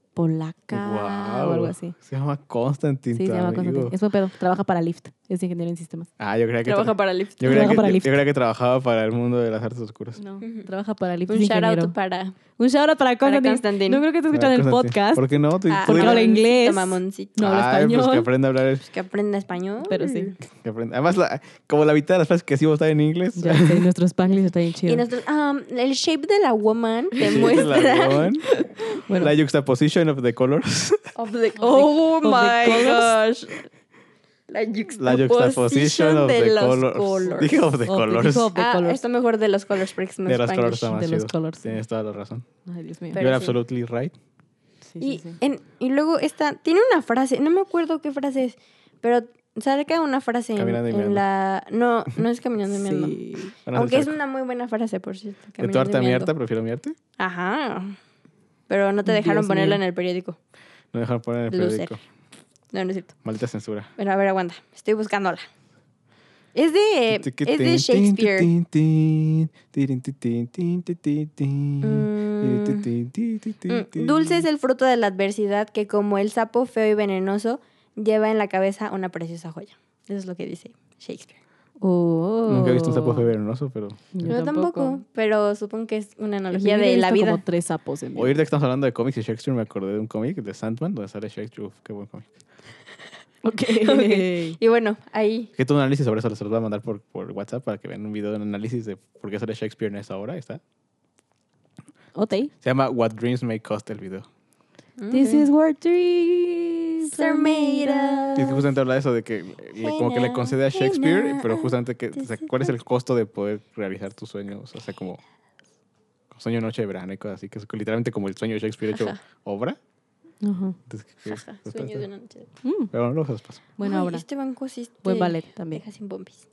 [SPEAKER 2] polaca o
[SPEAKER 3] Wow.
[SPEAKER 2] algo así.
[SPEAKER 3] Se llama Constantine.
[SPEAKER 2] Sí, se
[SPEAKER 3] tu
[SPEAKER 2] llama
[SPEAKER 3] amigo.
[SPEAKER 2] Constantine. Es buen pedo. Trabaja para Lyft. Es ingeniero en sistemas.
[SPEAKER 3] Ah, yo creía que.
[SPEAKER 1] Trabaja
[SPEAKER 3] tra-
[SPEAKER 1] para Lyft.
[SPEAKER 3] yo, creía
[SPEAKER 2] Trabaja
[SPEAKER 3] que
[SPEAKER 2] para
[SPEAKER 3] yo-
[SPEAKER 2] Lyft.
[SPEAKER 3] yo creía que trabajaba para el mundo de las artes oscuras.
[SPEAKER 2] No,
[SPEAKER 1] Ujú.
[SPEAKER 2] trabaja para Lyft.
[SPEAKER 1] Pues Un
[SPEAKER 2] es
[SPEAKER 1] shout out
[SPEAKER 2] ingeniero.
[SPEAKER 1] para.
[SPEAKER 2] Un shout out para Constantine.
[SPEAKER 1] Constantine.
[SPEAKER 2] No creo que esté escuchando el
[SPEAKER 3] Ah, Constantine.
[SPEAKER 2] podcast.
[SPEAKER 3] ¿Por qué no? Tú-
[SPEAKER 1] Ah,
[SPEAKER 3] tú
[SPEAKER 2] porque
[SPEAKER 3] dime.
[SPEAKER 2] habla
[SPEAKER 1] mamoncito,
[SPEAKER 2] inglés.
[SPEAKER 1] mamoncito.
[SPEAKER 2] no habla
[SPEAKER 3] Ay, Pues que
[SPEAKER 2] español.
[SPEAKER 3] aprenda a hablar el-
[SPEAKER 1] Que aprenda español.
[SPEAKER 2] Pero sí.
[SPEAKER 3] Que aprenda. Además, la- como la mitad de las frases que sí vos en inglés.
[SPEAKER 2] Ya
[SPEAKER 1] <laughs>
[SPEAKER 2] sé, nuestro Spanglish está bien
[SPEAKER 1] Y
[SPEAKER 2] chido.
[SPEAKER 1] nosotros, ah, el shape de la woman te
[SPEAKER 3] Sí,
[SPEAKER 1] muestra.
[SPEAKER 3] La, one,
[SPEAKER 2] <laughs> Bueno,
[SPEAKER 3] la juxtaposition of the
[SPEAKER 1] <laughs>
[SPEAKER 3] colors. <laughs>
[SPEAKER 1] Of the- oh
[SPEAKER 2] of the
[SPEAKER 1] my
[SPEAKER 2] colors.
[SPEAKER 1] gosh. La juxtaposition,
[SPEAKER 3] La juxtaposition of
[SPEAKER 1] de
[SPEAKER 3] the
[SPEAKER 1] los
[SPEAKER 3] colors. Dije of the
[SPEAKER 2] Of the-
[SPEAKER 3] colors.
[SPEAKER 2] dijo of the
[SPEAKER 1] Ah,
[SPEAKER 2] colors.
[SPEAKER 1] está mejor de los colors porque es más
[SPEAKER 3] De los
[SPEAKER 1] Spanish.
[SPEAKER 3] colors está más
[SPEAKER 2] De los
[SPEAKER 3] chido.
[SPEAKER 2] colors, sí.
[SPEAKER 3] Tienes toda la razón.
[SPEAKER 2] Ay, Dios mío.
[SPEAKER 1] Pero
[SPEAKER 3] You're
[SPEAKER 1] sí.
[SPEAKER 3] absolutely right.
[SPEAKER 2] Sí, sí,
[SPEAKER 1] Y,
[SPEAKER 2] sí.
[SPEAKER 1] en- y luego está, tiene una frase, no me acuerdo qué frase es, pero saca una frase en,
[SPEAKER 3] Caminando y
[SPEAKER 1] en
[SPEAKER 3] meando.
[SPEAKER 1] la... No, no es
[SPEAKER 3] <laughs>
[SPEAKER 1] caminando y meando.
[SPEAKER 2] Sí.
[SPEAKER 3] Van a
[SPEAKER 1] Aunque es
[SPEAKER 3] hacer-
[SPEAKER 1] una muy buena frase, por cierto.
[SPEAKER 3] De tu
[SPEAKER 1] caminando y
[SPEAKER 3] arte a mi
[SPEAKER 1] meando.
[SPEAKER 3] arte, prefiero mi arte.
[SPEAKER 1] Ajá. Pero no te dejaron
[SPEAKER 2] Dios
[SPEAKER 1] ponerla
[SPEAKER 2] mío.
[SPEAKER 1] en el periódico.
[SPEAKER 3] No dejar poner en el
[SPEAKER 1] Loser.
[SPEAKER 3] periódico.
[SPEAKER 1] No, no es cierto.
[SPEAKER 3] Maldita censura.
[SPEAKER 1] Pero a ver, aguanta. Estoy buscándola. Es de, Eh, es de Shakespeare. Mm. Mm, Dulce es el fruto de la adversidad que como el sapo feo y venenoso lleva en la cabeza una preciosa joya. Eso es lo que dice Shakespeare.
[SPEAKER 2] Oh.
[SPEAKER 3] Nunca he visto un sapo venenoso, pero.
[SPEAKER 1] Yo, tampoco. pero supongo que es una
[SPEAKER 2] En mi
[SPEAKER 1] analogía
[SPEAKER 2] vida he
[SPEAKER 1] de la
[SPEAKER 2] visto
[SPEAKER 1] vida.
[SPEAKER 2] como tres sapos en mi
[SPEAKER 3] Oír
[SPEAKER 2] vida.
[SPEAKER 3] de que estamos hablando de cómics y Shakespeare, me acordé de un cómic de Sandman donde sale Shakespeare. Uf, qué buen cómic.
[SPEAKER 2] <laughs> Ok.
[SPEAKER 1] Ok. Y bueno, ahí.
[SPEAKER 3] Que tu análisis sobre eso se los voy a mandar por, por WhatsApp para que vean un video de un análisis de por qué sale Shakespeare en esa obra. ahí Está.
[SPEAKER 2] Ok.
[SPEAKER 3] Se llama What Dreams May Cost el video.
[SPEAKER 2] This is where trees
[SPEAKER 1] Are
[SPEAKER 2] are
[SPEAKER 1] made
[SPEAKER 2] made
[SPEAKER 1] of.
[SPEAKER 3] Y es que justamente habla de eso, de que le- como que le
[SPEAKER 1] Buena,
[SPEAKER 3] concede a Shakespeare,
[SPEAKER 1] buena,
[SPEAKER 3] pero
[SPEAKER 1] ah,
[SPEAKER 3] justamente que, o sea, cuál es el costo de poder realizar tus sueños. O sea, como sueño noche de verano y cosas así, que es literalmente como el sueño de Shakespeare hecho
[SPEAKER 1] Ajá.
[SPEAKER 3] obra.
[SPEAKER 2] Ajá.
[SPEAKER 3] Entonces, que- que-
[SPEAKER 1] Ajá,
[SPEAKER 3] está-
[SPEAKER 1] sueño
[SPEAKER 3] está-
[SPEAKER 1] de una noche.
[SPEAKER 2] Mm,
[SPEAKER 3] Pero no pues. los paso.
[SPEAKER 2] buena
[SPEAKER 1] Ay,
[SPEAKER 2] obra.
[SPEAKER 1] Este banco sí te
[SPEAKER 2] Buen ballet también.
[SPEAKER 1] deja sin pompis.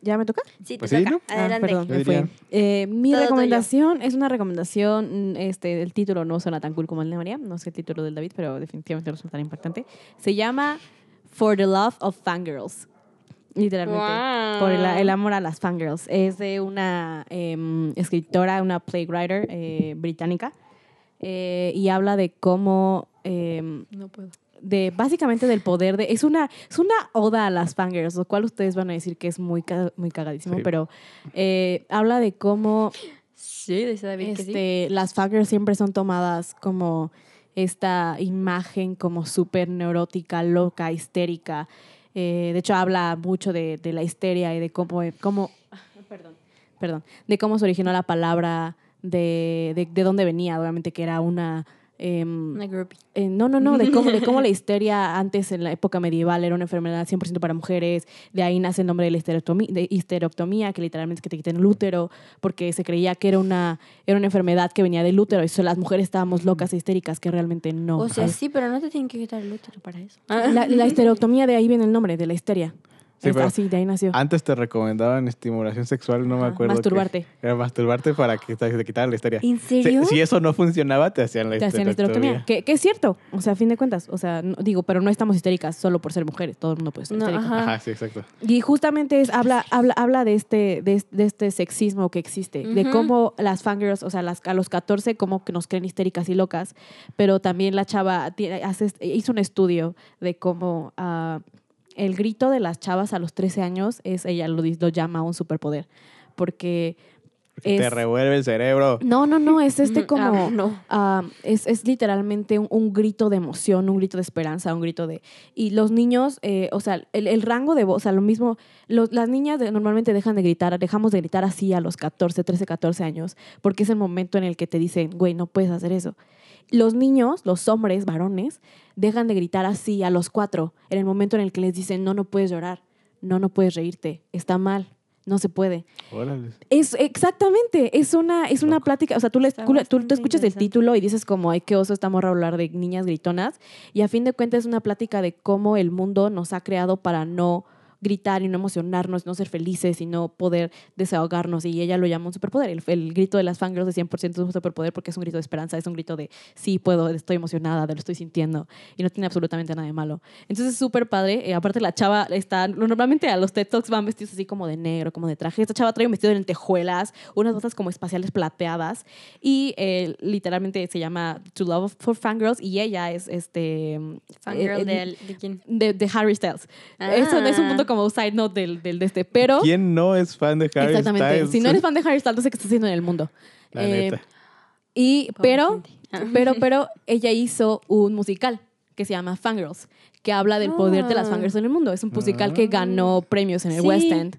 [SPEAKER 2] ¿Ya me toca?
[SPEAKER 1] Sí, te
[SPEAKER 3] Pues sí,
[SPEAKER 1] toca.
[SPEAKER 3] ¿no?
[SPEAKER 2] Ah,
[SPEAKER 1] Adelante.
[SPEAKER 2] perdón,
[SPEAKER 3] Yo
[SPEAKER 2] me fue.
[SPEAKER 3] diría-
[SPEAKER 2] Eh, mi
[SPEAKER 1] Todo tuyo.
[SPEAKER 2] recomendación es una recomendación, mm, este, el título no suena tan cool como el de María, no sé el título del David, pero definitivamente resulta tan impactante. Se llama For the Love of Fangirls, literalmente.
[SPEAKER 1] Guau.
[SPEAKER 2] Por el, el amor a las fangirls. Es de una em, escritora, una playwriter eh, británica, eh, y habla de cómo em,
[SPEAKER 1] No puedo.
[SPEAKER 2] de básicamente del poder de es una es una oda a las fangirls lo cual ustedes van a decir que es muy ca- muy cagadísimo
[SPEAKER 3] Sí.
[SPEAKER 2] pero eh, habla de cómo
[SPEAKER 1] Sí, dice David que sí.
[SPEAKER 2] este, las fangirls siempre son tomadas como esta imagen como súper neurótica loca histérica Eh, de hecho habla mucho de, de la histeria y de cómo eh,
[SPEAKER 1] <laughs>
[SPEAKER 2] cómo perdón perdón de cómo se originó la palabra de, de, de dónde venía obviamente que era una em,
[SPEAKER 1] Una groupie.
[SPEAKER 2] eh, no, no, no,
[SPEAKER 1] <laughs>
[SPEAKER 2] de cómo, de cómo la histeria antes en la época medieval era una enfermedad 100% para mujeres, de ahí nace el nombre de la histerectomía, de histerectomía, que literalmente es que te quiten el útero, porque se creía que era una, era una enfermedad que venía del útero, y so- las mujeres estábamos locas e histéricas, que realmente no. Ah.
[SPEAKER 1] O sea, ah.
[SPEAKER 2] es-
[SPEAKER 1] sí, pero no te tienen que quitar el útero para eso.
[SPEAKER 2] la, la histerectomía, de ahí viene el nombre, de la histeria.
[SPEAKER 3] Sí,
[SPEAKER 2] Es
[SPEAKER 3] pero Ah,
[SPEAKER 2] así, de ahí nació.
[SPEAKER 3] Antes te recomendaban estimulación sexual, no me
[SPEAKER 2] Ajá,
[SPEAKER 3] acuerdo. qué-
[SPEAKER 2] masturbarte.
[SPEAKER 3] Era masturbarte para que te te quitaran la histeria.
[SPEAKER 1] ¿En
[SPEAKER 3] Si-
[SPEAKER 1] serio?
[SPEAKER 3] Si, eso no funcionaba, te hacían la
[SPEAKER 2] Te hacían la histerectomía,
[SPEAKER 3] histerectomía.
[SPEAKER 2] que, que es cierto, o sea, a fin de cuentas, o sea, no- digo, pero no estamos histéricas solo por ser mujeres, todo el mundo puede ser
[SPEAKER 1] No,
[SPEAKER 2] histérico.
[SPEAKER 1] ajá.
[SPEAKER 3] Ajá, sí, exacto.
[SPEAKER 2] Y justamente es, habla, habla, habla de, este, de, es- de este sexismo que existe, de
[SPEAKER 1] Ujú.
[SPEAKER 2] cómo las fangirls, o sea, las, a los 14, como que nos creen histéricas y locas, pero también la chava tiene- hace, hizo un estudio de cómo ah, el grito de las chavas a los 13 años es, ella lo, dis- lo llama un superpoder, porque...
[SPEAKER 3] Porque Te
[SPEAKER 2] es-
[SPEAKER 3] revuelve el cerebro.
[SPEAKER 2] No, no, no, es este
[SPEAKER 1] Ah,
[SPEAKER 2] como...
[SPEAKER 1] no.
[SPEAKER 2] Ah, es, es literalmente un, un grito de emoción, un grito de esperanza, un grito de... Y los niños, eh, o sea, el, el rango de voz, o sea, lo mismo, los- las niñas de- normalmente dejan de gritar, dejamos de gritar así a los 14, 13, 14 años, porque es el momento en el que te dicen, güey, no puedes hacer eso. Los niños, los hombres, varones, dejan de gritar así a los cuatro, en el momento en el que les dicen, no, no puedes llorar, no, no puedes reírte, está mal, no se puede.
[SPEAKER 3] Órale.
[SPEAKER 2] Es exactamente, es una, es una
[SPEAKER 3] Loco.
[SPEAKER 2] plática, o sea, tú, le,
[SPEAKER 1] Está
[SPEAKER 2] tú, le- tú- tú
[SPEAKER 1] bastante
[SPEAKER 2] escuchas el
[SPEAKER 1] interesante.
[SPEAKER 2] título y dices como, ay, qué oso esta morra hablar de niñas gritonas, y a fin de cuentas es una plática de cómo el mundo nos ha creado para no gritar y no emocionarnos, no ser felices y no poder desahogarnos, y ella lo llama un superpoder, el, el grito de las fangirls de 100% es un superpoder porque es un grito de esperanza, es un grito de, sí, puedo, estoy emocionada, de lo estoy sintiendo, y no tiene absolutamente nada de malo. Entonces es súper padre. Eh, aparte, la chava está. Normalmente a los TED Talks van vestidos así como de negro, como de traje. Esta chava trae un vestido de lentejuelas, unas botas como espaciales plateadas. Y eh, literalmente se llama To Love for Fangirls. Y ella es este.
[SPEAKER 1] Fangirl
[SPEAKER 2] eh,
[SPEAKER 1] de, al- de quién.
[SPEAKER 2] de, de Harry Styles. Eso es
[SPEAKER 1] Ah.
[SPEAKER 2] un punto como side note del, del de este. Pero.
[SPEAKER 3] ¿Quién no es fan de Harry
[SPEAKER 2] exactamente.
[SPEAKER 3] Styles?
[SPEAKER 2] Si no
[SPEAKER 3] <laughs>
[SPEAKER 2] eres fan de Harry Styles, no sé qué estás haciendo en el mundo.
[SPEAKER 3] La
[SPEAKER 2] Eh,
[SPEAKER 3] neta.
[SPEAKER 2] Y,
[SPEAKER 1] Pobre
[SPEAKER 2] pero,
[SPEAKER 1] gente. Ah. <laughs>
[SPEAKER 2] pero, pero, ella hizo un musical que se llama Fangirls, que habla del poder de las
[SPEAKER 1] Ah.
[SPEAKER 2] fangirls en el mundo. Es un musical que
[SPEAKER 3] Ah.
[SPEAKER 2] ganó premios en el
[SPEAKER 1] Sí.
[SPEAKER 2] West End.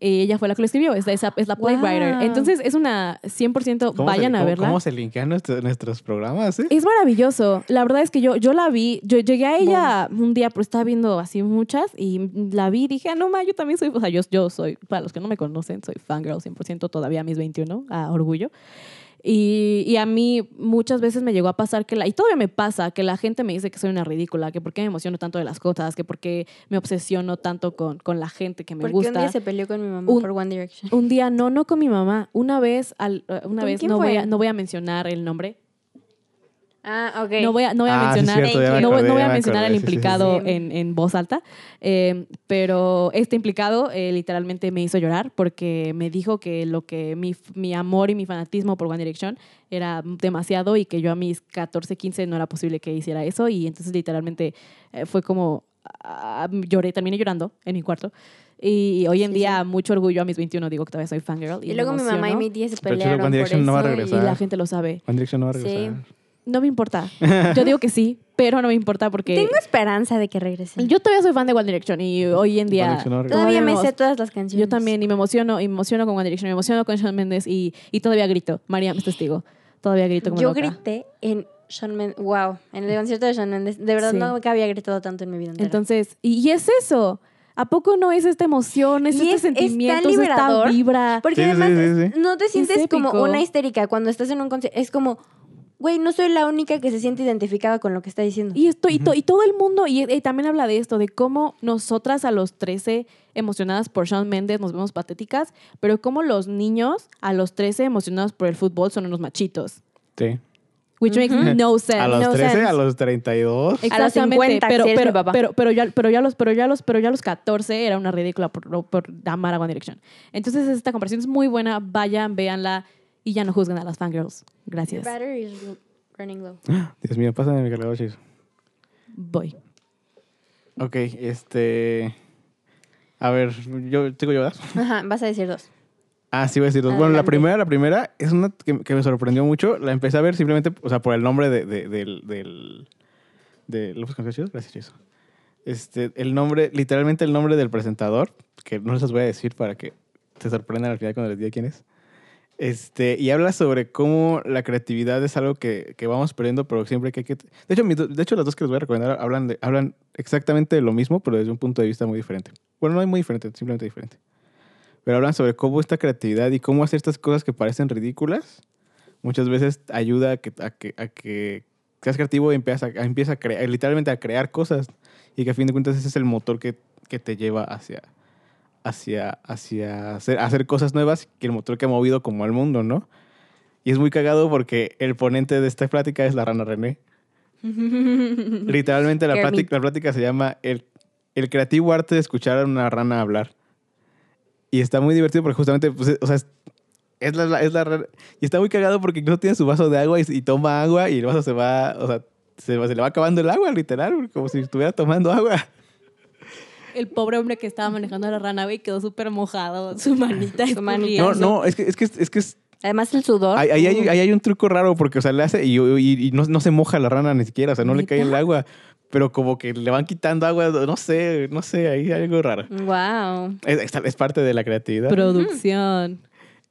[SPEAKER 2] Y ella fue la que lo escribió, es, esa- es la playwriter.
[SPEAKER 1] Wow.
[SPEAKER 2] Entonces, es una 100%,
[SPEAKER 3] ¿Cómo
[SPEAKER 2] vayan
[SPEAKER 3] se,
[SPEAKER 2] a
[SPEAKER 3] cómo-
[SPEAKER 2] verla.
[SPEAKER 3] ¿Cómo se linkean nuestro- nuestros programas? eh?
[SPEAKER 2] Es maravilloso. La verdad es que yo, yo la vi, yo llegué a ella un día, pero estaba viendo así muchas y la vi y dije, ah, no, ma, yo también soy, o sea, yo, yo soy, para los que no me conocen, soy fangirl 100% todavía a mis 21, a orgullo. Y, y a mí muchas veces me llegó a pasar que la, y todavía me pasa, que la gente me dice que soy una ridícula, que por qué me emociono tanto de las cosas, que por qué me obsesiono tanto con, con la gente que me
[SPEAKER 1] Porque
[SPEAKER 2] gusta.
[SPEAKER 1] un día se peleó con mi mamá
[SPEAKER 2] Un-
[SPEAKER 1] por One Direction.
[SPEAKER 2] Un día, no, no con mi mamá. Una vez, al, eh, una
[SPEAKER 1] ¿Con
[SPEAKER 2] vez
[SPEAKER 1] quién
[SPEAKER 2] no voy,
[SPEAKER 1] fue?
[SPEAKER 2] a, no voy a mencionar el nombre.
[SPEAKER 1] Ah, ok.
[SPEAKER 2] No voy a, no voy a
[SPEAKER 3] Ah, sí,
[SPEAKER 2] mencionar,
[SPEAKER 1] cierto, ya me
[SPEAKER 2] no, voy-
[SPEAKER 3] acordé,
[SPEAKER 2] no voy
[SPEAKER 3] ya
[SPEAKER 2] a
[SPEAKER 3] me
[SPEAKER 2] mencionar al
[SPEAKER 3] acordé, sí, sí, sí,
[SPEAKER 2] implicado
[SPEAKER 1] sí.
[SPEAKER 2] En, en voz alta, eh, pero este implicado eh, literalmente me hizo llorar porque me dijo que lo que mi, mi amor y mi fanatismo por One Direction era demasiado y que yo a mis 14, 15 no era posible que hiciera eso y entonces literalmente eh, fue como ah, lloré, terminé llorando en mi cuarto y hoy en
[SPEAKER 1] Sí,
[SPEAKER 2] día mucho orgullo a mis 21 digo que todavía soy fangirl y,
[SPEAKER 1] Y luego
[SPEAKER 2] me
[SPEAKER 1] mi mamá y
[SPEAKER 2] emociono,
[SPEAKER 1] mi tía se
[SPEAKER 3] Pero Chelo,
[SPEAKER 1] pelearon
[SPEAKER 3] One
[SPEAKER 1] por eso.
[SPEAKER 3] Direction no va a
[SPEAKER 1] y-
[SPEAKER 2] y
[SPEAKER 3] regresar.
[SPEAKER 2] la gente lo sabe.
[SPEAKER 3] One Direction no va a
[SPEAKER 1] Sí.
[SPEAKER 3] <laughs> regresar.
[SPEAKER 2] No me importa. Yo digo que sí, pero no me importa porque
[SPEAKER 1] Tengo esperanza de que regresen.
[SPEAKER 2] yo todavía soy fan de One Direction y hoy en día
[SPEAKER 3] One Direction no regresa.
[SPEAKER 1] Todavía me
[SPEAKER 2] no-
[SPEAKER 1] sé todas las canciones.
[SPEAKER 2] Yo también y me emociono, y me emociono con One Direction, me emociono con Shawn Mendes y, y todavía grito. María me testigo. Todavía grito como
[SPEAKER 1] Yo
[SPEAKER 2] loca.
[SPEAKER 1] grité en Shawn Mendes. Wow, en el concierto de Shawn Mendes. De verdad
[SPEAKER 2] Sí.
[SPEAKER 1] no nunca había gritado tanto en mi vida. entera.
[SPEAKER 2] Entonces, y, y es eso. ¿A poco no es esta emoción, es
[SPEAKER 1] Y
[SPEAKER 2] este
[SPEAKER 1] es- es tan
[SPEAKER 2] sentimiento, es esta
[SPEAKER 1] liberador.
[SPEAKER 2] vibra?
[SPEAKER 1] Porque
[SPEAKER 3] Sí, sí,
[SPEAKER 1] además
[SPEAKER 3] sí, sí.
[SPEAKER 1] es- no te sientes como
[SPEAKER 2] épico.
[SPEAKER 1] una histérica cuando estás en un concierto. Es como, güey, no soy la única que se siente identificada con lo que está diciendo.
[SPEAKER 2] Y esto, y, to- y todo el mundo, y, y también habla de esto, de cómo nosotras a los 13 emocionadas por Shawn Mendes nos vemos patéticas, pero cómo los niños a los 13 emocionados por el fútbol son unos machitos.
[SPEAKER 3] Sí.
[SPEAKER 2] Which makes
[SPEAKER 1] Ujú.
[SPEAKER 2] no sense.
[SPEAKER 3] <laughs> A los
[SPEAKER 2] no
[SPEAKER 3] 13,
[SPEAKER 2] sense.
[SPEAKER 3] a los 32.
[SPEAKER 2] Eh.
[SPEAKER 1] A los 50,
[SPEAKER 2] pero,
[SPEAKER 1] si eres
[SPEAKER 2] pero,
[SPEAKER 1] mi papá.
[SPEAKER 2] pero, pero, ya, pero, ya los, pero, ya los, pero ya los 14 era una ridícula por, por amar a One Direction. Entonces, esta comparación es muy buena. Vayan, véanla y ya no juzguen a las fangirls. Gracias.
[SPEAKER 1] Battery is ru- running low.
[SPEAKER 3] Dios mío, pásame mi cargador, chicos.
[SPEAKER 2] Voy.
[SPEAKER 3] Ok, este. A ver, yo sigo yo, ¿verdad?
[SPEAKER 1] Ajá, vas a decir dos.
[SPEAKER 3] Ah, sí, voy a decir dos. Bueno, la
[SPEAKER 1] Adelante.
[SPEAKER 3] primera, la primera es una que, que me sorprendió mucho. La empecé a ver simplemente, o sea, por el nombre de, de- del. del. de- ¿Lo buscas chido? Gracias, Chiso. Este, el nombre, literalmente el nombre del presentador, que no les voy a decir para que se sorprendan al final cuando les diga quién es. Este, y habla sobre cómo la creatividad es algo que, que vamos perdiendo, pero siempre que hay que... De hecho, mis do- de hecho, las dos que les voy a recomendar hablan, de- hablan exactamente de lo mismo, pero desde un punto de vista muy diferente. Bueno, no es muy diferente, simplemente diferente pero hablan sobre cómo esta creatividad y cómo hacer estas cosas que parecen ridículas muchas veces ayuda a que, a que, a que seas creativo y empiezas a, a- empiezas a crear, literalmente a crear cosas y que a fin de cuentas ese es el motor que, que te lleva hacia, hacia, hacia hacer, hacer cosas nuevas que el motor que ha movido como al mundo, ¿no? Y es muy cagado porque el ponente de esta plática es la rana René. Literalmente la
[SPEAKER 1] Kermit.
[SPEAKER 3] plática, la plática se llama el, el creativo arte de escuchar a una rana hablar. Y está muy divertido porque justamente, pues, o sea, es, es la, la- es la rana- Y está muy cagado porque incluso tiene su vaso de agua y, y toma agua y el vaso se va, o sea, se, va- se le va acabando el agua, literal, como si estuviera tomando agua.
[SPEAKER 2] El pobre hombre que estaba manejando a la rana, güey, quedó súper mojado. <laughs> Su manita.
[SPEAKER 1] Su manita.
[SPEAKER 3] No,
[SPEAKER 1] Eso.
[SPEAKER 3] no, es que es, que, es, que es-
[SPEAKER 1] Además, el sudor.
[SPEAKER 3] ahí, ahí hay, ahí hay un truco raro porque, o sea, le hace y, y- y no, no se moja la rana ni siquiera, o sea, no le cae el agua, pero como que le van quitando agua, no sé, no sé, ahí hay algo raro.
[SPEAKER 1] Wow.
[SPEAKER 3] Es, es- es parte de la creatividad.
[SPEAKER 2] Producción.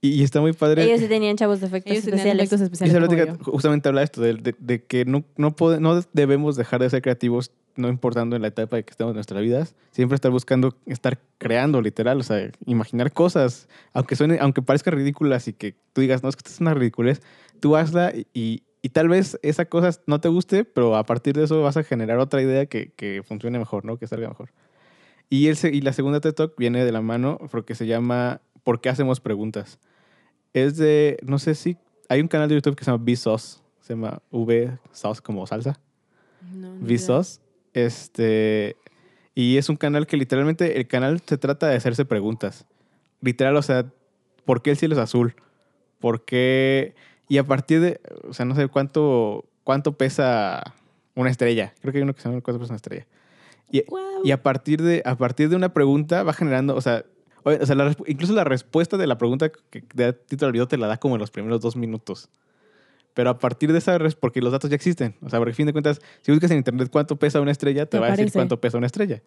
[SPEAKER 3] y, y está muy padre.
[SPEAKER 1] Ellos sí tenían chavos de efectos
[SPEAKER 2] Ellos tenían
[SPEAKER 1] especiales.
[SPEAKER 2] efectos
[SPEAKER 3] Y esa
[SPEAKER 2] especiales.
[SPEAKER 3] plática
[SPEAKER 2] como yo.
[SPEAKER 3] ju- justamente habla de esto, de, de- de que no, no, pode- no debemos dejar de ser creativos, no importando en la etapa que estemos en nuestras vidas, siempre estar buscando, estar creando, literal, o sea, imaginar cosas, aunque suene, aunque parezca ridículas y que tú digas, no, es que esto es una ridiculez, tú hazla y, y tal vez esa cosa no te guste, pero a partir de eso vas a generar otra idea que, que funcione mejor, ¿no? Que salga mejor. Y, el, se- y la segunda TED Talk viene de la mano porque se llama ¿Por qué hacemos preguntas? Es de, no sé si hay un canal de YouTube que se llama Vsauce. Se llama V Sauce como salsa.
[SPEAKER 2] No, no,
[SPEAKER 3] Vsauce. Este. Y es un canal que literalmente el canal se trata de hacerse preguntas. Literal, o sea, ¿por qué el cielo es azul? ¿Por qué? Y a partir de, o sea, no sé cuánto, cuánto pesa una estrella. Creo que hay uno que se llama cuánto pesa una estrella. Y,
[SPEAKER 2] Guau.
[SPEAKER 3] y a partir de a partir de una pregunta va generando, o sea, o o sea la resp- incluso la respuesta de la pregunta que te da título al video te la da como en los primeros dos minutos. Pero a partir de esa, res- porque los datos ya existen. O sea, porque a fin de cuentas, si buscas en internet cuánto pesa una estrella, te,
[SPEAKER 2] Te
[SPEAKER 3] va a decir
[SPEAKER 2] aparece.
[SPEAKER 3] cuánto pesa una estrella.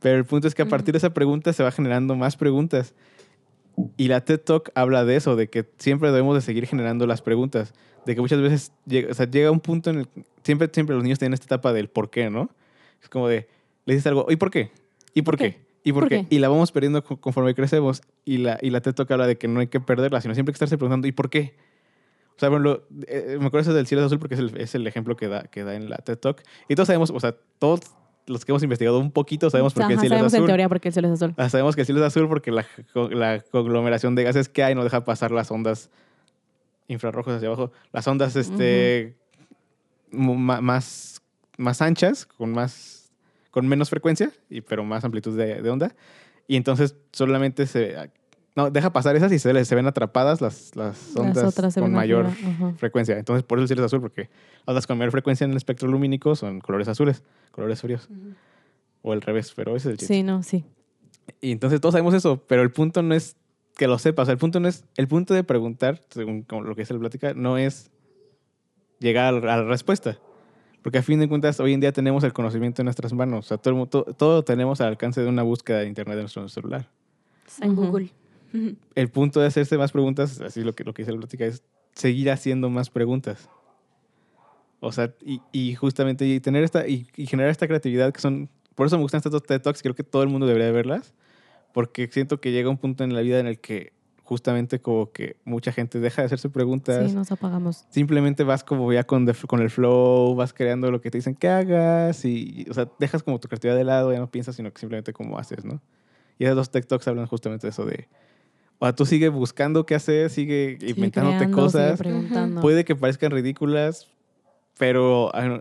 [SPEAKER 3] Pero el punto es que a partir de esa pregunta se va generando más preguntas. Y la TED Talk habla de eso, de que siempre debemos de seguir generando las preguntas. De que muchas veces llega, o sea, llega un punto en el... Siempre, siempre los niños tienen esta etapa del por qué, ¿no? Es como de, le dices algo, ¿y por qué? ¿Y por, qué? ¿Y por,
[SPEAKER 2] ¿Por
[SPEAKER 3] qué?
[SPEAKER 2] qué?
[SPEAKER 3] Y la vamos perdiendo co- conforme crecemos. Y la, y la TED Talk habla de que no hay que perderla, sino siempre hay que estarse preguntando, ¿y por qué? O sea, bueno, lo- eh, me acuerdo eso del cielo es azul porque es el, es el ejemplo que da, que da en la TED Talk. Y todos sabemos, o sea, todos los que hemos investigado un poquito sabemos por qué el
[SPEAKER 2] Ajá,
[SPEAKER 3] cielo
[SPEAKER 2] sabemos
[SPEAKER 3] es azul.
[SPEAKER 2] en teoría por qué el cielo es azul.
[SPEAKER 3] Ah, Sabemos que el cielo es azul porque la, co- la conglomeración de gases que hay no deja pasar las ondas infrarrojos hacia abajo. Las ondas este, mu- ma- más, más anchas, con, más, con menos frecuencia, y, pero más amplitud de, de onda. Y entonces solamente se... No, deja pasar esas y se, le- se ven atrapadas las, las ondas
[SPEAKER 2] se
[SPEAKER 3] con
[SPEAKER 2] ven
[SPEAKER 3] mayor
[SPEAKER 2] arriba, ajá.
[SPEAKER 3] frecuencia. Entonces, por eso el cielo es azul, porque las ondas con mayor frecuencia en el espectro lumínico son colores azules, colores fríos. O al revés, pero ese es el chiste.
[SPEAKER 2] Sí, no, sí.
[SPEAKER 3] Y entonces todos sabemos eso, pero el punto no es que lo sepas. O sea, el punto no es. El punto de preguntar, según como lo que es la plática, no es llegar a la respuesta. Porque a fin de cuentas, hoy en día tenemos el conocimiento en nuestras manos. O sea, todo, el mu- to- todo tenemos al alcance de una búsqueda de internet en nuestro celular.
[SPEAKER 1] En
[SPEAKER 2] Ujú.
[SPEAKER 1] Google.
[SPEAKER 3] El punto de hacerse más preguntas, así lo que, lo que dice la plática, es seguir haciendo más preguntas. O sea, y, y justamente y tener esta, y, y generar esta creatividad que son... Por eso me gustan estas dos TED Talks, creo que todo el mundo debería de verlas, porque siento que llega un punto en la vida en el que justamente como que mucha gente deja de hacerse preguntas,
[SPEAKER 2] Sí, nos apagamos.
[SPEAKER 3] simplemente vas como ya con, def- con el flow, vas creando lo que te dicen que hagas y, y, o sea, dejas como tu creatividad de lado, ya no piensas, sino que simplemente como haces, ¿no? Y esas dos TikToks hablan justamente de eso de, o sea, tú sigue buscando qué hacer, sigue
[SPEAKER 2] Sigue
[SPEAKER 3] inventándote
[SPEAKER 2] creando, sigue
[SPEAKER 3] cosas,
[SPEAKER 2] preguntando.
[SPEAKER 3] puede que parezcan ridículas, pero ah,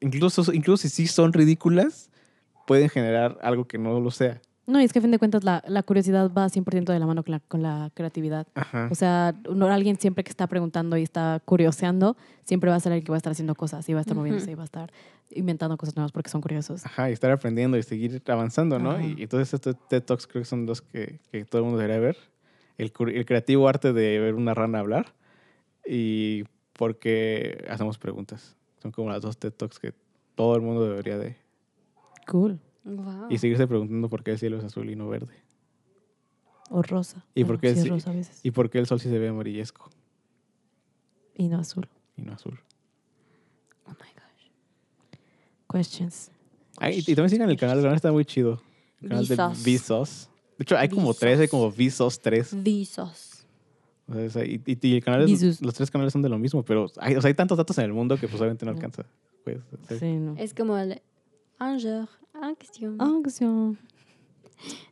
[SPEAKER 3] incluso, incluso si sí son ridículas, pueden generar algo que no lo sea.
[SPEAKER 2] No, y es que a fin de cuentas la, la curiosidad va 100% de la mano con la, con la creatividad.
[SPEAKER 3] Ajá.
[SPEAKER 2] O sea, uno- alguien siempre que está preguntando y está curioseando, siempre va a ser el que va a estar haciendo cosas y va a estar
[SPEAKER 1] Ujú.
[SPEAKER 2] moviéndose y va a estar inventando cosas nuevas porque son curiosos.
[SPEAKER 3] Ajá, y estar aprendiendo y seguir avanzando, ¿no?
[SPEAKER 2] Ajá.
[SPEAKER 3] Y, y entonces estos TED Talks creo que son dos que, que todo el mundo debería ver. El, cur- el creativo arte de ver una rana hablar y porque hacemos preguntas. Son como las dos TED Talks que todo el mundo debería de...
[SPEAKER 2] Cool.
[SPEAKER 1] Wow.
[SPEAKER 3] Y seguirse preguntando por qué el cielo es azul y no verde.
[SPEAKER 2] O rosa.
[SPEAKER 3] ¿Y por
[SPEAKER 2] porque
[SPEAKER 3] qué
[SPEAKER 2] sí es
[SPEAKER 3] sí?
[SPEAKER 2] rosa a veces.
[SPEAKER 3] Y por qué el sol sí se ve amarillesco
[SPEAKER 2] Y no azul.
[SPEAKER 3] y no azul.
[SPEAKER 1] Oh my gosh.
[SPEAKER 2] Questions.
[SPEAKER 3] Ah, y, y también sigan el canal, el canal está muy chido. El canal
[SPEAKER 1] Vsauce.
[SPEAKER 3] de Vsauce. De hecho, hay como tres, hay como Vsauce 3.
[SPEAKER 1] Visos.
[SPEAKER 3] O sea, es ahí- y, y el canal es-
[SPEAKER 2] Jesus.
[SPEAKER 3] los tres canales son de lo mismo, pero hay, o sea, hay tantos datos en el mundo que pues obviamente no
[SPEAKER 2] No.
[SPEAKER 3] alcanza. Pues, o sea,
[SPEAKER 2] Sí, no. Ah,
[SPEAKER 1] Es como el un jour, en question.
[SPEAKER 2] Acción.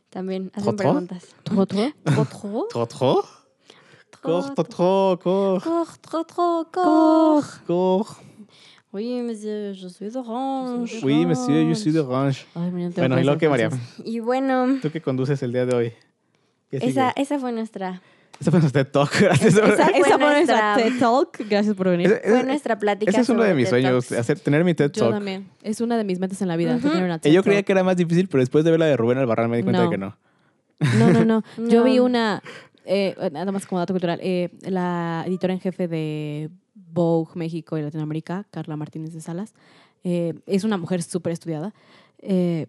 [SPEAKER 1] También hacen
[SPEAKER 3] ¿Totó?
[SPEAKER 1] preguntas.
[SPEAKER 2] ¿Tú, tú?
[SPEAKER 1] Trop, <laughs> trop,
[SPEAKER 3] ¿Trotro? Cor,
[SPEAKER 1] trop,
[SPEAKER 3] trotro, cor,
[SPEAKER 1] Corps, trop, trop, corps.
[SPEAKER 3] cor.
[SPEAKER 1] Oui, monsieur, je suis orange.
[SPEAKER 3] Oui, monsieur, yo soy de Orange.
[SPEAKER 2] Ay, mira, tengo
[SPEAKER 3] Bueno, ¿y lo
[SPEAKER 2] clases
[SPEAKER 3] que, María?
[SPEAKER 2] francesas.
[SPEAKER 1] Y bueno,
[SPEAKER 3] ¿Tú que conduces el día de hoy? ¿Qué sigue?
[SPEAKER 1] esa, esa fue nuestra,
[SPEAKER 3] Esa fue nuestra TED Talk. <laughs> Gracias.
[SPEAKER 1] Esa-
[SPEAKER 3] <laughs> Esa-
[SPEAKER 1] fue
[SPEAKER 2] Esa fue nuestra
[SPEAKER 1] nuestra-
[SPEAKER 2] TED Talk. Gracias por venir.
[SPEAKER 3] esa-
[SPEAKER 1] fue nuestra plática.
[SPEAKER 3] Eh, Ese es uno
[SPEAKER 1] sobre
[SPEAKER 3] de mis
[SPEAKER 1] TED
[SPEAKER 3] sueños,
[SPEAKER 1] Talks.
[SPEAKER 3] hacer, tener mi TED
[SPEAKER 2] Yo
[SPEAKER 3] Talk.
[SPEAKER 2] también. Es una de mis metas en la vida.
[SPEAKER 1] Ujú.
[SPEAKER 2] tener una
[SPEAKER 3] Eh,
[SPEAKER 2] TED
[SPEAKER 3] Yo creía
[SPEAKER 2] Talk.
[SPEAKER 3] que era más difícil, pero después de ver la de Rubén Albarrán me di cuenta
[SPEAKER 2] No.
[SPEAKER 3] de que no.
[SPEAKER 2] No, no, no. Yo vi
[SPEAKER 1] No.
[SPEAKER 2] una, eh, nada más como dato cultural, eh, la editora en jefe de Vogue México y Latinoamérica, Carla Martínez de Salas, eh, es una mujer súper estudiada, eh,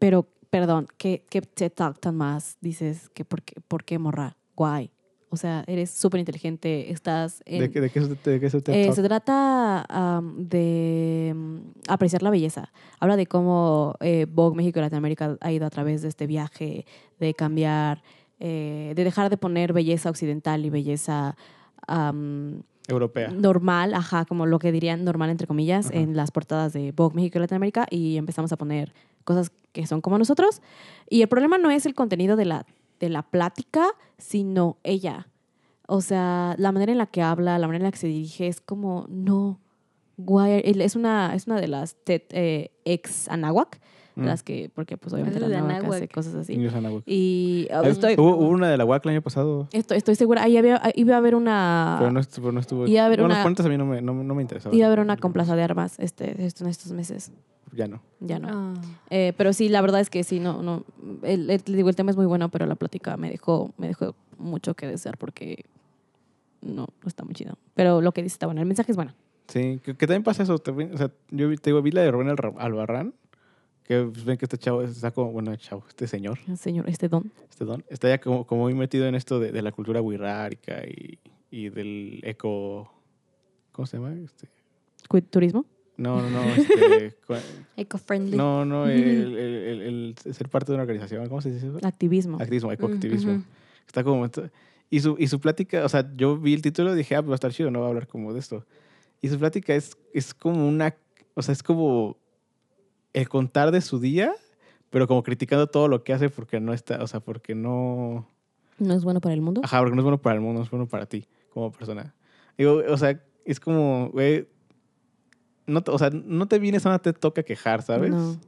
[SPEAKER 2] pero, perdón, ¿qué, qué te talk tan más? Dices, que por, qué, ¿por qué morra? Guay. O sea, eres súper inteligente, estás en...
[SPEAKER 3] ¿De, qué- de qué, es- este, de qué es el TED
[SPEAKER 2] Eh,
[SPEAKER 3] Talk?
[SPEAKER 2] se trata am, de mm, apreciar la belleza. Habla de cómo eh, Vogue México y Latinoamérica ha ido a través de este viaje de cambiar, eh, de dejar de poner belleza occidental y belleza am,
[SPEAKER 3] Europea.
[SPEAKER 2] normal, ajá, como lo que dirían normal entre comillas,
[SPEAKER 3] Ajá.
[SPEAKER 2] en las portadas de Vogue México y Latinoamérica y empezamos a poner cosas que son como nosotros. Y el problema no es el contenido de la, de la plática, sino ella. O sea, la manera en la que habla, la manera en la que se dirige es como, no, guay, él es una, es una de las TED, eh, ex Anáhuac, de
[SPEAKER 3] Mm.
[SPEAKER 2] las que, porque pues obviamente
[SPEAKER 1] Es
[SPEAKER 2] la
[SPEAKER 1] de
[SPEAKER 2] Anáhuac hace
[SPEAKER 1] Anáhuac.
[SPEAKER 2] cosas así.
[SPEAKER 3] Niños Anahuac.
[SPEAKER 2] Y ah,
[SPEAKER 3] Hay-
[SPEAKER 2] estoy,
[SPEAKER 3] Hubo, hubo una de la UAC el año pasado.
[SPEAKER 2] estoy, estoy segura, ahí había, ahí iba a haber una...
[SPEAKER 3] Pero no estuvo. No estuvo
[SPEAKER 2] Iba Ah. a haber
[SPEAKER 3] bueno,
[SPEAKER 2] una-
[SPEAKER 3] los cuentos a mí no me, no, no me interesaban.
[SPEAKER 2] Iba a haber una con Plaza de Armas este, esto- en estos meses.
[SPEAKER 3] Ya no.
[SPEAKER 2] Ya no.
[SPEAKER 1] Ah.
[SPEAKER 2] Eh, pero sí, la verdad es que sí, no, no. El, el- digo, el tema es muy bueno, pero la plática me dejó, me dejó mucho que desear porque no, no está muy chido. Pero lo que dice está bueno. El mensaje es bueno.
[SPEAKER 3] Sí, que, que también pasa eso. también, o sea, yo vi- te digo, vi la de Rubén Alra- Albarrán, que pues, ven que este chavo está como, bueno, chavo, este señor,
[SPEAKER 2] El señor, este don.
[SPEAKER 3] este don, está ya como, como muy metido en esto de, de la cultura wixárika y, y del eco. ¿Cómo se llama? Este,
[SPEAKER 2] cu- Turismo.
[SPEAKER 3] no, no, no.
[SPEAKER 2] <laughs>
[SPEAKER 3] Este, cua-
[SPEAKER 1] Eco-friendly.
[SPEAKER 3] no, no, el, el- el- el ser parte de una organización. ¿Cómo se dice eso?
[SPEAKER 2] Activismo.
[SPEAKER 3] Activismo,
[SPEAKER 1] Mm,
[SPEAKER 3] ecoactivismo.
[SPEAKER 1] ujú.
[SPEAKER 3] Está como... t- Y su, y su plática, o sea, yo vi el título y dije, ah, pues va a estar chido, no va a hablar como de esto. Y su plática es, es como una... O sea, es como el contar de su día, pero como criticando todo lo que hace porque no está... O sea, porque no...
[SPEAKER 2] No es bueno para el mundo.
[SPEAKER 3] Ajá, porque no es bueno para el mundo, no es bueno para ti como persona. Digo, o sea, es como, güey... No, te- o sea, no te vienes a una TED Talk a quejar, ¿sabes?
[SPEAKER 2] No.
[SPEAKER 3] O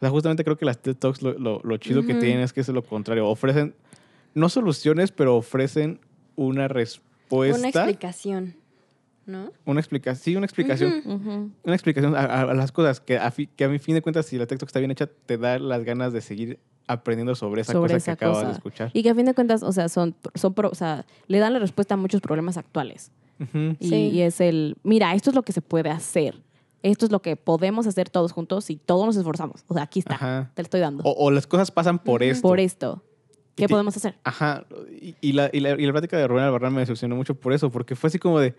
[SPEAKER 3] sea, justamente creo que las TED Talks lo, lo- lo chido que
[SPEAKER 1] Ujú.
[SPEAKER 3] tienen es que es lo contrario. Ofrecen, no soluciones, pero ofrecen una respuesta.
[SPEAKER 1] Una explicación, ¿no?
[SPEAKER 3] una explica- Sí, una explicación.
[SPEAKER 1] Ujú.
[SPEAKER 2] Ujú.
[SPEAKER 3] Una explicación a, a- a las cosas que a, fi- que a mi fin de cuentas, si la TED Talk está bien hecha, te da las ganas de seguir aprendiendo sobre esa
[SPEAKER 2] Sobre
[SPEAKER 3] cosa
[SPEAKER 2] esa
[SPEAKER 3] que acabas
[SPEAKER 2] cosa.
[SPEAKER 3] de escuchar.
[SPEAKER 2] Y que a fin de cuentas, o sea, son, son pro- o sea, le dan la respuesta a muchos problemas actuales.
[SPEAKER 3] Ujú.
[SPEAKER 2] Y,
[SPEAKER 1] Sí.
[SPEAKER 2] y es el, mira, esto es lo que se puede hacer. esto es lo que podemos hacer todos juntos si todos nos esforzamos. O sea, aquí está,
[SPEAKER 3] Ajá.
[SPEAKER 2] te lo estoy dando.
[SPEAKER 3] O, o las cosas pasan por esto.
[SPEAKER 2] Por esto.
[SPEAKER 3] Y
[SPEAKER 2] ¿Qué
[SPEAKER 3] ti-
[SPEAKER 2] podemos hacer?
[SPEAKER 3] Ajá, y, y la, y, la, y la plática de Rubén Albarrán me decepcionó mucho por eso, porque fue así como de,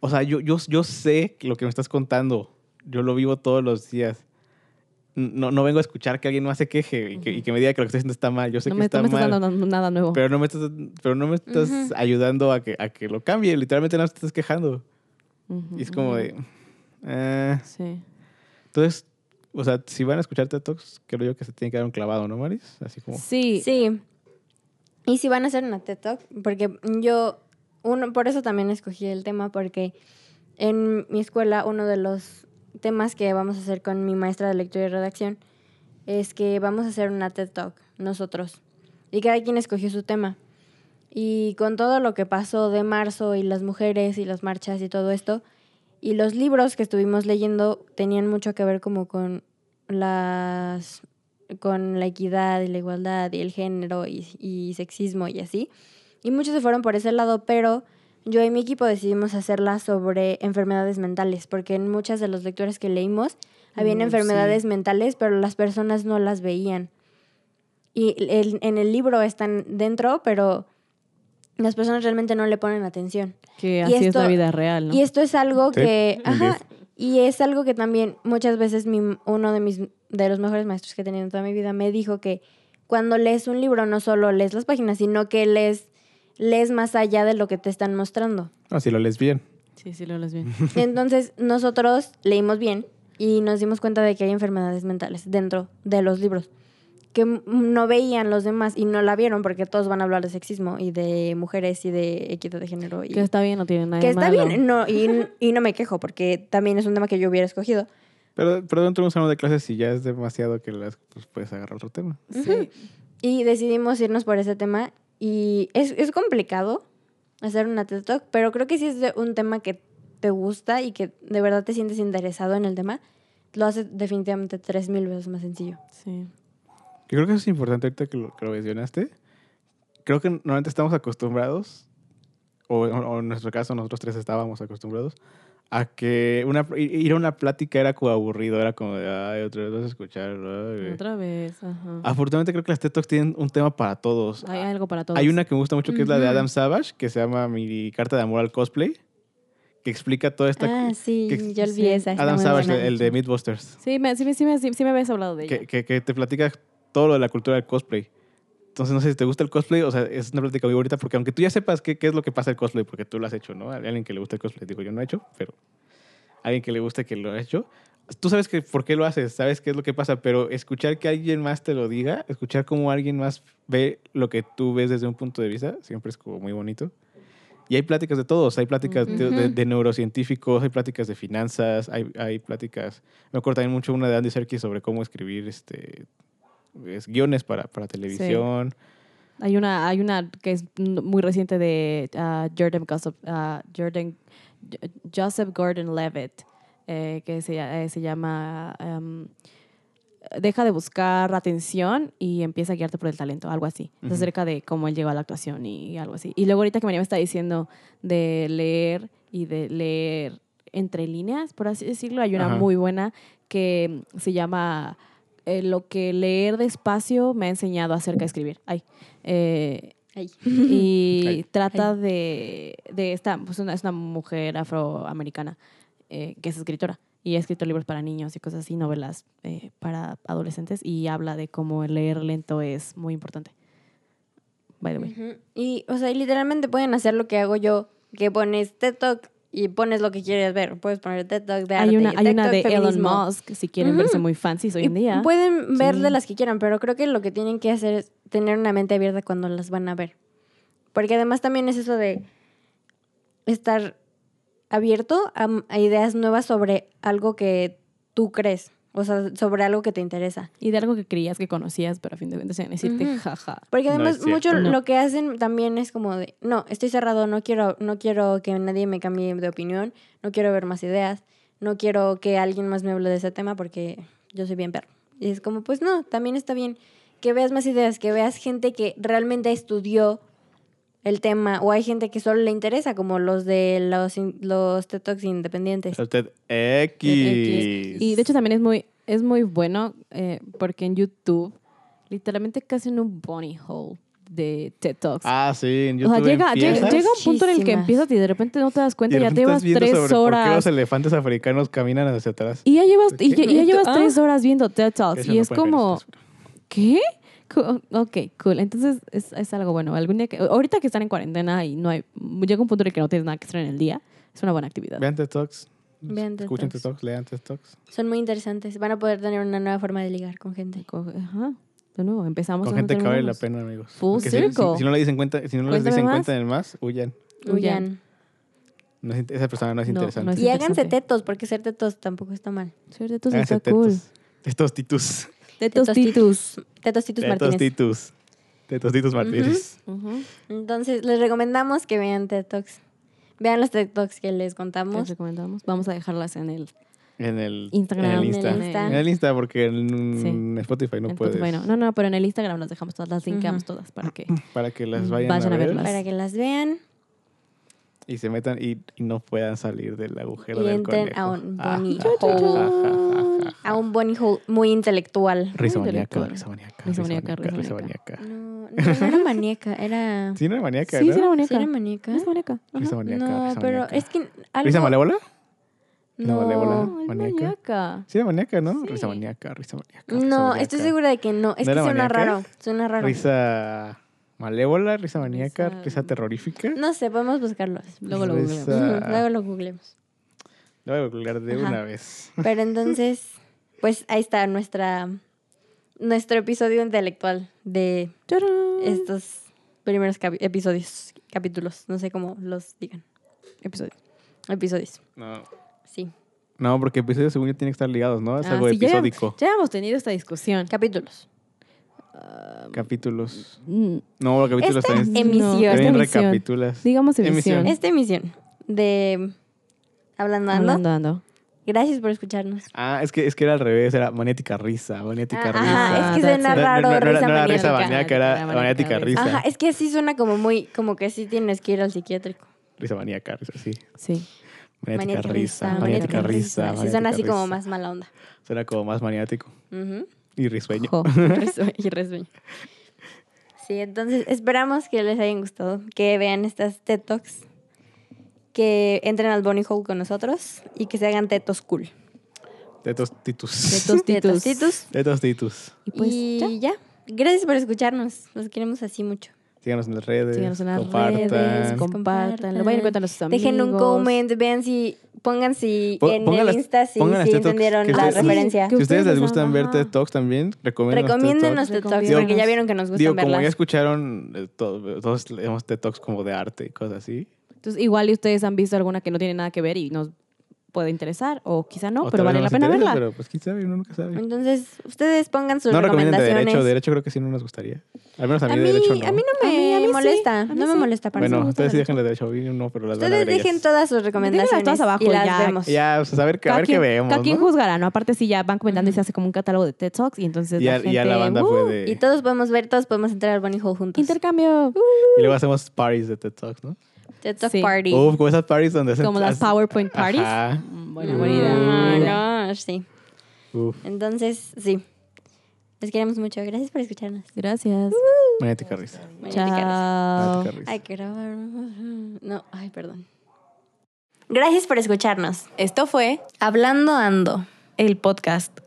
[SPEAKER 3] o sea, yo, yo, yo sé lo que me estás contando, yo lo vivo todos los días. No, no vengo a escuchar que alguien más se queje y que, y que me diga que lo que estoy haciendo está mal, yo sé
[SPEAKER 2] No
[SPEAKER 3] que
[SPEAKER 2] me,
[SPEAKER 3] está
[SPEAKER 2] no me
[SPEAKER 3] mal.
[SPEAKER 2] estás dando na- nada nuevo.
[SPEAKER 3] Pero no me estás, pero no me estás
[SPEAKER 1] Ujú.
[SPEAKER 3] ayudando a que, a que lo cambie, literalmente no te estás quejando.
[SPEAKER 2] Ujú,
[SPEAKER 3] Y es como
[SPEAKER 2] ujú.
[SPEAKER 3] de... eh,
[SPEAKER 2] Sí.
[SPEAKER 3] entonces, o sea, si van a escuchar TED Talks, creo yo que se tiene que dar un clavado, ¿no, Maris? Así como...
[SPEAKER 2] Sí.
[SPEAKER 1] Sí. Y si van a hacer una TED Talk, porque yo, uno, por eso también escogí el tema, porque en mi escuela uno de los temas que vamos a hacer con mi maestra de lectura y redacción es que vamos a hacer una TED Talk, nosotros. Y cada quien escogió su tema. Y con todo lo que pasó de marzo y las mujeres y las marchas y todo esto, y los libros que estuvimos leyendo tenían mucho que ver como con las con la equidad y la igualdad y el género y, y sexismo y así. Y muchos se fueron por ese lado, pero yo y mi equipo decidimos hacerla sobre enfermedades mentales, porque en muchas de las lecturas que leímos habían
[SPEAKER 2] Mm,
[SPEAKER 1] enfermedades mentales, pero las personas no las veían. Y el- en el libro están dentro, pero las personas realmente no le ponen atención.
[SPEAKER 2] Que
[SPEAKER 1] Y
[SPEAKER 2] así es
[SPEAKER 1] esto-
[SPEAKER 2] la vida real, ¿no?
[SPEAKER 1] Y esto es algo
[SPEAKER 3] Sí,
[SPEAKER 1] que.
[SPEAKER 3] así
[SPEAKER 1] ajá, y es algo que también muchas veces mi- uno de, mis, de los mejores maestros que he tenido en toda mi vida me dijo que cuando lees un libro no solo lees las páginas, sino que lees, lees más allá de lo que te están mostrando.
[SPEAKER 3] No, ah, si lo lees bien.
[SPEAKER 2] Sí, sí, lo lees bien.
[SPEAKER 1] Entonces nosotros leímos bien y nos dimos cuenta de que hay enfermedades mentales dentro de los libros que m- no veían los demás y no la vieron porque todos van a hablar de sexismo y de mujeres y de equidad de género. Y
[SPEAKER 2] Que está bien, no tiene nada
[SPEAKER 1] que
[SPEAKER 2] de
[SPEAKER 1] está
[SPEAKER 2] malo.
[SPEAKER 1] bien, no, <laughs> y, y no me quejo, porque también es un tema que yo hubiera escogido.
[SPEAKER 3] Pero, pero dentro de un salón de clases, si ya es demasiado que las, pues puedes agarrar otro tema.
[SPEAKER 2] Sí.
[SPEAKER 1] Y decidimos irnos por ese tema. Y es, es complicado hacer una TED Talk, pero creo que si es de un tema que te gusta y que de verdad te sientes interesado en el tema, lo hace definitivamente tres mil veces más sencillo.
[SPEAKER 2] Sí.
[SPEAKER 3] Yo creo que eso es importante ahorita que lo, que lo mencionaste. Creo que normalmente estamos acostumbrados, o, o en nuestro caso nosotros tres estábamos acostumbrados, a que una, ir a una plática era como aburrido, era como de, ay, otra vez vas a escuchar. ay".
[SPEAKER 2] Otra vez, ajá.
[SPEAKER 3] Afortunadamente creo que las TED Talks tienen un tema para todos.
[SPEAKER 2] Hay algo para todos.
[SPEAKER 3] Ah, Hay una que me gusta mucho que es la de
[SPEAKER 1] Ujú.
[SPEAKER 3] Adam Savage, que se llama Mi carta de amor al cosplay, que explica toda esta...
[SPEAKER 1] Ah, sí,
[SPEAKER 3] que-
[SPEAKER 1] yo olvidé
[SPEAKER 2] sí.
[SPEAKER 1] esa. está
[SPEAKER 3] Adam
[SPEAKER 1] muy
[SPEAKER 3] Savage,
[SPEAKER 1] buena.
[SPEAKER 3] el de Mythbusters.
[SPEAKER 2] Sí, me, sí, me- sí, me- sí, sí me habías hablado de ella.
[SPEAKER 3] que, que- que te platica todo lo de la cultura del cosplay. Entonces, no sé si te gusta el cosplay, o sea, es una plática muy bonita porque aunque tú ya sepas qué, qué es lo que pasa el cosplay, porque tú lo has hecho, ¿no? A alguien que le gusta el cosplay, digo, yo no he hecho, pero alguien que le gusta que lo ha hecho, tú sabes que por qué lo haces, sabes qué es lo que pasa, pero escuchar que alguien más te lo diga, escuchar cómo alguien más ve lo que tú ves desde un punto de vista, siempre es como muy bonito. Y hay pláticas de todos, hay pláticas de, de-
[SPEAKER 1] Ujú.
[SPEAKER 3] de neurocientíficos, hay pláticas de finanzas, hay, hay pláticas, me acuerdo también mucho una de Andy Serkis sobre cómo escribir este, es, guiones para, para televisión.
[SPEAKER 2] Hay una, hay una que es n- muy reciente de ah, Jordan, Gossip, ah, Jordan J- Joseph Gordon Levitt, eh, que se, lla- eh, se llama em, Deja de buscar atención y empieza a guiarte por el talento, algo así. Es
[SPEAKER 3] Ujú.
[SPEAKER 2] acerca de cómo él llegó a la actuación y, algo así. Y luego ahorita que María me está diciendo de leer y de leer entre líneas, por así decirlo, hay una
[SPEAKER 3] Ajá.
[SPEAKER 2] muy buena que mm, se llama eh, Lo que leer despacio me ha enseñado acerca de escribir. Ay. Eh,
[SPEAKER 1] Ay.
[SPEAKER 2] y
[SPEAKER 3] Ay.
[SPEAKER 2] trata de, de esta, pues una- es una mujer afroamericana eh, que es escritora y ha escrito libros para niños y cosas así, novelas eh, para adolescentes y habla de cómo el leer lento es muy importante. By the way.
[SPEAKER 1] Ujú. Y, o sea, y literalmente pueden hacer lo que hago yo, que pones TED Talk y pones lo que quieres ver. Puedes poner TED Talk de arte,
[SPEAKER 2] Hay una, hay
[SPEAKER 1] TED
[SPEAKER 2] una
[SPEAKER 1] Talk
[SPEAKER 2] de Elon
[SPEAKER 1] feminismo.
[SPEAKER 2] Musk, si quieren verse muy fancy hoy en
[SPEAKER 1] Y
[SPEAKER 2] día.
[SPEAKER 1] Pueden ver de
[SPEAKER 2] Sí.
[SPEAKER 1] las que quieran, pero creo que lo que tienen que hacer es tener una mente abierta cuando las van a ver. Porque además también es eso de estar abierto a, a ideas nuevas sobre algo que tú crees, o sea, sobre algo que te interesa.
[SPEAKER 2] Y de algo que creías que conocías, pero a fin de cuentas iban a decirte
[SPEAKER 1] Ujú.
[SPEAKER 2] jaja.
[SPEAKER 1] Porque
[SPEAKER 3] No
[SPEAKER 1] además
[SPEAKER 3] es cierto.
[SPEAKER 1] mucho
[SPEAKER 2] No.
[SPEAKER 1] lo que hacen también es como de, no, estoy cerrado, no quiero, no quiero que nadie me cambie de opinión, no quiero ver más ideas, no quiero que alguien más me hable de ese tema porque yo soy bien perro. Y es como, pues no, también está bien que veas más ideas, que veas gente que realmente estudió el tema, o hay gente que solo le interesa, como los de los, in- los TED Talks independientes.
[SPEAKER 3] El TEDx.
[SPEAKER 2] Y de hecho también es muy, es muy bueno eh, porque en YouTube literalmente casi en un bunny hole de TED Talks.
[SPEAKER 3] Ah, sí, en
[SPEAKER 2] o
[SPEAKER 3] YouTube.
[SPEAKER 2] sea, llega, llega,
[SPEAKER 3] empiezas
[SPEAKER 2] llega un punto en el que
[SPEAKER 1] Muchísimas.
[SPEAKER 2] empiezas y de repente no te das
[SPEAKER 3] y
[SPEAKER 2] cuenta
[SPEAKER 3] de
[SPEAKER 2] y ya
[SPEAKER 3] repente
[SPEAKER 2] te llevas
[SPEAKER 3] estás viendo sobre
[SPEAKER 2] tres
[SPEAKER 3] ¿Por qué los
[SPEAKER 2] horas.
[SPEAKER 3] elefantes africanos caminan hacia atrás?
[SPEAKER 2] Y ya llevas,
[SPEAKER 3] ¿Por
[SPEAKER 2] y,
[SPEAKER 3] qué?
[SPEAKER 2] ya- y ya llevas
[SPEAKER 1] Ah.
[SPEAKER 2] tres horas viendo TED Talks.
[SPEAKER 3] Eso
[SPEAKER 2] Y
[SPEAKER 3] no
[SPEAKER 2] es
[SPEAKER 3] pueden ver
[SPEAKER 2] como,
[SPEAKER 3] ustedes.
[SPEAKER 2] ¿qué? Co- Ok, cool. Entonces es, es algo bueno. Algún día que, ahorita que están en cuarentena y no hay, llega un punto en el que no tienes nada que hacer en el día, es una buena actividad.
[SPEAKER 3] Vean TED Talks.
[SPEAKER 1] Vean TED
[SPEAKER 3] Escuchen TED
[SPEAKER 1] Talks.
[SPEAKER 3] Talks, lean TED Talks.
[SPEAKER 1] Son muy interesantes. Van a poder tener una nueva forma de ligar con gente.
[SPEAKER 2] Co- Ajá. De nuevo, empezamos.
[SPEAKER 3] Con
[SPEAKER 2] y no
[SPEAKER 3] gente que vale la
[SPEAKER 2] terminamos.
[SPEAKER 3] pena, amigos.
[SPEAKER 2] Full
[SPEAKER 3] Porque si- si-
[SPEAKER 2] circle.
[SPEAKER 3] Si, no le dicen cuenta, si no les
[SPEAKER 2] Cuéntame
[SPEAKER 3] dicen
[SPEAKER 2] más.
[SPEAKER 3] cuenta del más, huyan.
[SPEAKER 1] Huyan.
[SPEAKER 3] No es int- esa persona no es
[SPEAKER 2] No, no
[SPEAKER 3] interesante.
[SPEAKER 2] es-
[SPEAKER 1] Y háganse
[SPEAKER 2] interesante.
[SPEAKER 1] tetos, porque ser tetos tampoco está mal.
[SPEAKER 3] <laughs>
[SPEAKER 2] Ser de tus
[SPEAKER 3] Háganse
[SPEAKER 2] está cool.
[SPEAKER 3] tetos. Estos titus.
[SPEAKER 2] De tus titus.
[SPEAKER 1] Tetos Titus
[SPEAKER 3] Estos
[SPEAKER 1] Martínez.
[SPEAKER 3] titus. Estos titus martínez.
[SPEAKER 2] Ujú.
[SPEAKER 1] Entonces, les recomendamos que vean TED Talks. Vean los TED Talks que les
[SPEAKER 2] Les
[SPEAKER 1] contamos.
[SPEAKER 2] recomendamos. Vamos a dejarlas en el
[SPEAKER 3] En el
[SPEAKER 2] Instagram.
[SPEAKER 3] En el Insta.
[SPEAKER 1] En el Insta.
[SPEAKER 3] En el Insta, porque en
[SPEAKER 2] Sí.
[SPEAKER 3] Spotify no
[SPEAKER 2] en
[SPEAKER 3] puedes.
[SPEAKER 2] Spotify, no. no, no, pero en el Instagram las dejamos todas, las linkamos
[SPEAKER 1] Ujú.
[SPEAKER 2] todas para que.
[SPEAKER 3] Para que las vayan,
[SPEAKER 2] Vayan
[SPEAKER 3] a,
[SPEAKER 2] a
[SPEAKER 3] ver
[SPEAKER 2] verlas.
[SPEAKER 1] Para que las vean.
[SPEAKER 3] y se metan y, y no puedan salir del agujero
[SPEAKER 1] Y
[SPEAKER 3] del
[SPEAKER 1] entren
[SPEAKER 3] conejo.
[SPEAKER 1] a un
[SPEAKER 3] Ah,
[SPEAKER 1] bonito
[SPEAKER 3] ja, ja,
[SPEAKER 1] hole.
[SPEAKER 3] ja, ja, ja.
[SPEAKER 1] A un bunny hole muy intelectual.
[SPEAKER 3] Risa
[SPEAKER 2] Muy
[SPEAKER 3] maníaca,
[SPEAKER 2] intelectual.
[SPEAKER 3] risa maníaca, risa
[SPEAKER 2] Risa maníaca,
[SPEAKER 3] maníaca,
[SPEAKER 2] risa
[SPEAKER 3] risa
[SPEAKER 2] maníaca.
[SPEAKER 3] maníaca.
[SPEAKER 1] No, no, no era maníaca, era...
[SPEAKER 3] Sí, no era maníaca, ¿no?
[SPEAKER 2] Sí, sí, era
[SPEAKER 1] ¿Sí
[SPEAKER 2] maníaca.
[SPEAKER 1] era maníaca?
[SPEAKER 2] Es maníaca. Ajá.
[SPEAKER 3] Risa maníaca,
[SPEAKER 1] No,
[SPEAKER 3] risa
[SPEAKER 1] pero
[SPEAKER 3] maníaca.
[SPEAKER 1] es que algo...
[SPEAKER 3] ¿Risa malévola? La malévola.
[SPEAKER 1] No,
[SPEAKER 2] No, es
[SPEAKER 3] Maníaca.
[SPEAKER 2] maníaca.
[SPEAKER 3] Sí, era maníaca, ¿no?
[SPEAKER 2] Sí.
[SPEAKER 3] Risa maníaca, risa maníaca. risa
[SPEAKER 1] no,
[SPEAKER 3] maníaca.
[SPEAKER 1] estoy segura de que no. Es
[SPEAKER 3] ¿No
[SPEAKER 1] que
[SPEAKER 3] era
[SPEAKER 1] suena
[SPEAKER 3] maníaca?
[SPEAKER 1] raro, suena raro.
[SPEAKER 3] Risa malévola, risa maníaca,
[SPEAKER 2] Risa-
[SPEAKER 3] risa, terrorífica.
[SPEAKER 1] No sé, podemos buscarlos.
[SPEAKER 2] Luego lo
[SPEAKER 3] Risa-
[SPEAKER 2] googleamos. <laughs>
[SPEAKER 1] Ujú, Luego lo googlemos.
[SPEAKER 3] Lo voy a googlear de
[SPEAKER 1] Ajá.
[SPEAKER 3] una vez.
[SPEAKER 1] Pero entonces, pues ahí está nuestra nuestro episodio intelectual de
[SPEAKER 3] Mm.
[SPEAKER 2] ¡Tarán!
[SPEAKER 1] estos primeros capi- episodios, capítulos, no sé cómo los digan.
[SPEAKER 2] episodio.
[SPEAKER 1] Episodios,
[SPEAKER 3] No.
[SPEAKER 1] sí,
[SPEAKER 3] No, porque episodios según yo tienen que estar ligados, ¿no? Es
[SPEAKER 2] Ah,
[SPEAKER 3] algo
[SPEAKER 2] sí, ya-
[SPEAKER 3] episódico.
[SPEAKER 2] Ya hemos tenido esta discusión.
[SPEAKER 1] capítulos.
[SPEAKER 3] Capítulos.
[SPEAKER 2] Mm,
[SPEAKER 3] No, los capítulos
[SPEAKER 1] Esta
[SPEAKER 3] también,
[SPEAKER 1] Em, emisión.
[SPEAKER 2] esta
[SPEAKER 3] también
[SPEAKER 2] emisión.
[SPEAKER 3] recapitulas.
[SPEAKER 2] Digamos emisión.
[SPEAKER 3] Emisión.
[SPEAKER 1] Esta emisión de Hablando Ando,
[SPEAKER 2] Hablando, ando.
[SPEAKER 1] gracias por escucharnos.
[SPEAKER 3] Ah, es que, es que era al revés, era maniática risa, maniática
[SPEAKER 1] Ah,
[SPEAKER 3] risa.
[SPEAKER 1] ajá, es que suena
[SPEAKER 3] No, no,
[SPEAKER 1] raro,
[SPEAKER 3] no, no,
[SPEAKER 1] risa
[SPEAKER 3] no era risa
[SPEAKER 1] maníaca.
[SPEAKER 3] maníaca, era
[SPEAKER 2] Maníaca,
[SPEAKER 3] maniática
[SPEAKER 2] maníaca,
[SPEAKER 3] risa.
[SPEAKER 1] Ajá, es que sí suena como muy, como que sí tienes que ir al psiquiátrico.
[SPEAKER 3] Risa maníaca, risa, sí.
[SPEAKER 2] Sí.
[SPEAKER 3] Maniática risa,
[SPEAKER 2] maniática
[SPEAKER 3] maniática risa.
[SPEAKER 1] Sí suena
[SPEAKER 3] maniática
[SPEAKER 1] así como
[SPEAKER 3] risa.
[SPEAKER 1] más mala onda.
[SPEAKER 3] Suena como más maniático
[SPEAKER 1] Ujú.
[SPEAKER 3] y risueño.
[SPEAKER 1] <laughs>
[SPEAKER 2] Jo.
[SPEAKER 1] Resue- y resueño. Sí, entonces <laughs> esperamos que les hayan gustado, que vean estas TED Talks, que entren al Bonnie Hole con nosotros y que se hagan tetos
[SPEAKER 2] <laughs>
[SPEAKER 1] cool.
[SPEAKER 3] Tetos titus. <laughs>
[SPEAKER 2] Tetos titus.
[SPEAKER 1] Tetostitos.
[SPEAKER 3] Tetos titus.
[SPEAKER 2] Y pues
[SPEAKER 1] y
[SPEAKER 2] ya.
[SPEAKER 1] ya. Gracias por escucharnos. Los queremos así mucho.
[SPEAKER 3] Síganos en las redes.
[SPEAKER 2] pues, Síganos en las
[SPEAKER 3] compartan.
[SPEAKER 2] redes,
[SPEAKER 1] com-
[SPEAKER 2] compartan, vayan a contar a sus amigos.
[SPEAKER 1] Dejen un comment, vean si, pongan si
[SPEAKER 3] Po-
[SPEAKER 1] en
[SPEAKER 3] pongan
[SPEAKER 1] el
[SPEAKER 3] las-
[SPEAKER 1] Insta si,
[SPEAKER 3] pongan las
[SPEAKER 1] si
[SPEAKER 3] TED Talks
[SPEAKER 1] entendieron
[SPEAKER 3] que
[SPEAKER 1] la
[SPEAKER 2] ustedes-
[SPEAKER 1] referencia.
[SPEAKER 2] Sí,
[SPEAKER 3] Si
[SPEAKER 2] que
[SPEAKER 3] ustedes les
[SPEAKER 2] ustedes-
[SPEAKER 3] gustan ver
[SPEAKER 2] ajá.
[SPEAKER 3] TED Talks también, recomiéndanos TED Talks.
[SPEAKER 1] Recomiéndenos TED Talks porque ya
[SPEAKER 2] Recomiéndanos.
[SPEAKER 1] vieron que nos gustan
[SPEAKER 3] Digo, como ya
[SPEAKER 1] verlas.
[SPEAKER 3] escucharon, eh, to- todos tenemos TED Talks como de arte y cosas así.
[SPEAKER 2] Entonces, igual y ustedes han visto alguna que no tiene nada que ver y nos puede interesar, o quizá no,
[SPEAKER 3] O
[SPEAKER 2] pero
[SPEAKER 3] tal vez
[SPEAKER 2] vale la
[SPEAKER 3] nos
[SPEAKER 2] pena
[SPEAKER 3] interese,
[SPEAKER 2] verla.
[SPEAKER 3] Pero pues quién sabe, uno nunca sabe.
[SPEAKER 1] Entonces, ustedes pongan sus
[SPEAKER 3] no recomiendan de
[SPEAKER 1] recomendaciones.
[SPEAKER 3] derecho, derecho creo que sí no nos gustaría. Al menos a mí,
[SPEAKER 1] A
[SPEAKER 3] de
[SPEAKER 1] mí,
[SPEAKER 3] derecho no.
[SPEAKER 1] a mí no me
[SPEAKER 2] A mí- a mí sí,
[SPEAKER 1] molesta,
[SPEAKER 2] a mí
[SPEAKER 1] no me
[SPEAKER 2] sí.
[SPEAKER 1] molesta para
[SPEAKER 3] bueno,
[SPEAKER 1] nada.
[SPEAKER 3] ustedes sí dejen de derecho, a mí no, pero las van a
[SPEAKER 1] Ustedes
[SPEAKER 3] ver ellas.
[SPEAKER 1] dejen todas sus recomendaciones
[SPEAKER 2] todas abajo,
[SPEAKER 1] y las
[SPEAKER 2] ya.
[SPEAKER 1] vemos.
[SPEAKER 3] Ya, pues a ver, qué- a
[SPEAKER 2] Cada
[SPEAKER 3] ver qué
[SPEAKER 2] quien-
[SPEAKER 3] vemos,
[SPEAKER 2] Cada quien
[SPEAKER 3] ¿no?
[SPEAKER 2] juzgará, ¿no? Aparte, si ya van comentando y se hace como un catálogo de TED Talks y entonces
[SPEAKER 3] Y ya,
[SPEAKER 2] la
[SPEAKER 3] y ya la
[SPEAKER 2] gente,
[SPEAKER 3] banda
[SPEAKER 2] ¡uh!
[SPEAKER 3] fue de...
[SPEAKER 1] Y todos podemos ver, todos podemos entrar al Bunny Hole juntos.
[SPEAKER 2] Intercambio.
[SPEAKER 3] Y luego hacemos parties de TED Talks, ¿no?
[SPEAKER 1] TED Talk
[SPEAKER 2] Sí.
[SPEAKER 1] Party.
[SPEAKER 3] Uf, como esas parties donde hacen...
[SPEAKER 2] <laughs> Como las
[SPEAKER 3] hacen-
[SPEAKER 2] PowerPoint parties.
[SPEAKER 3] Ajá.
[SPEAKER 2] Mm,
[SPEAKER 1] Oh
[SPEAKER 2] Buena, buena
[SPEAKER 1] my
[SPEAKER 2] idea.
[SPEAKER 1] Ah, gosh, sí.
[SPEAKER 3] Uf,
[SPEAKER 1] Entonces, sí. Les queremos mucho. Gracias por escucharnos.
[SPEAKER 2] Gracias.
[SPEAKER 3] magnética risa.
[SPEAKER 1] Bueno, chicas,
[SPEAKER 2] Chao.
[SPEAKER 3] magnética risa.
[SPEAKER 1] Hay que grabar. No, ay, perdón. Gracias por escucharnos.
[SPEAKER 2] Esto fue
[SPEAKER 1] Hablando Ando.
[SPEAKER 2] el podcast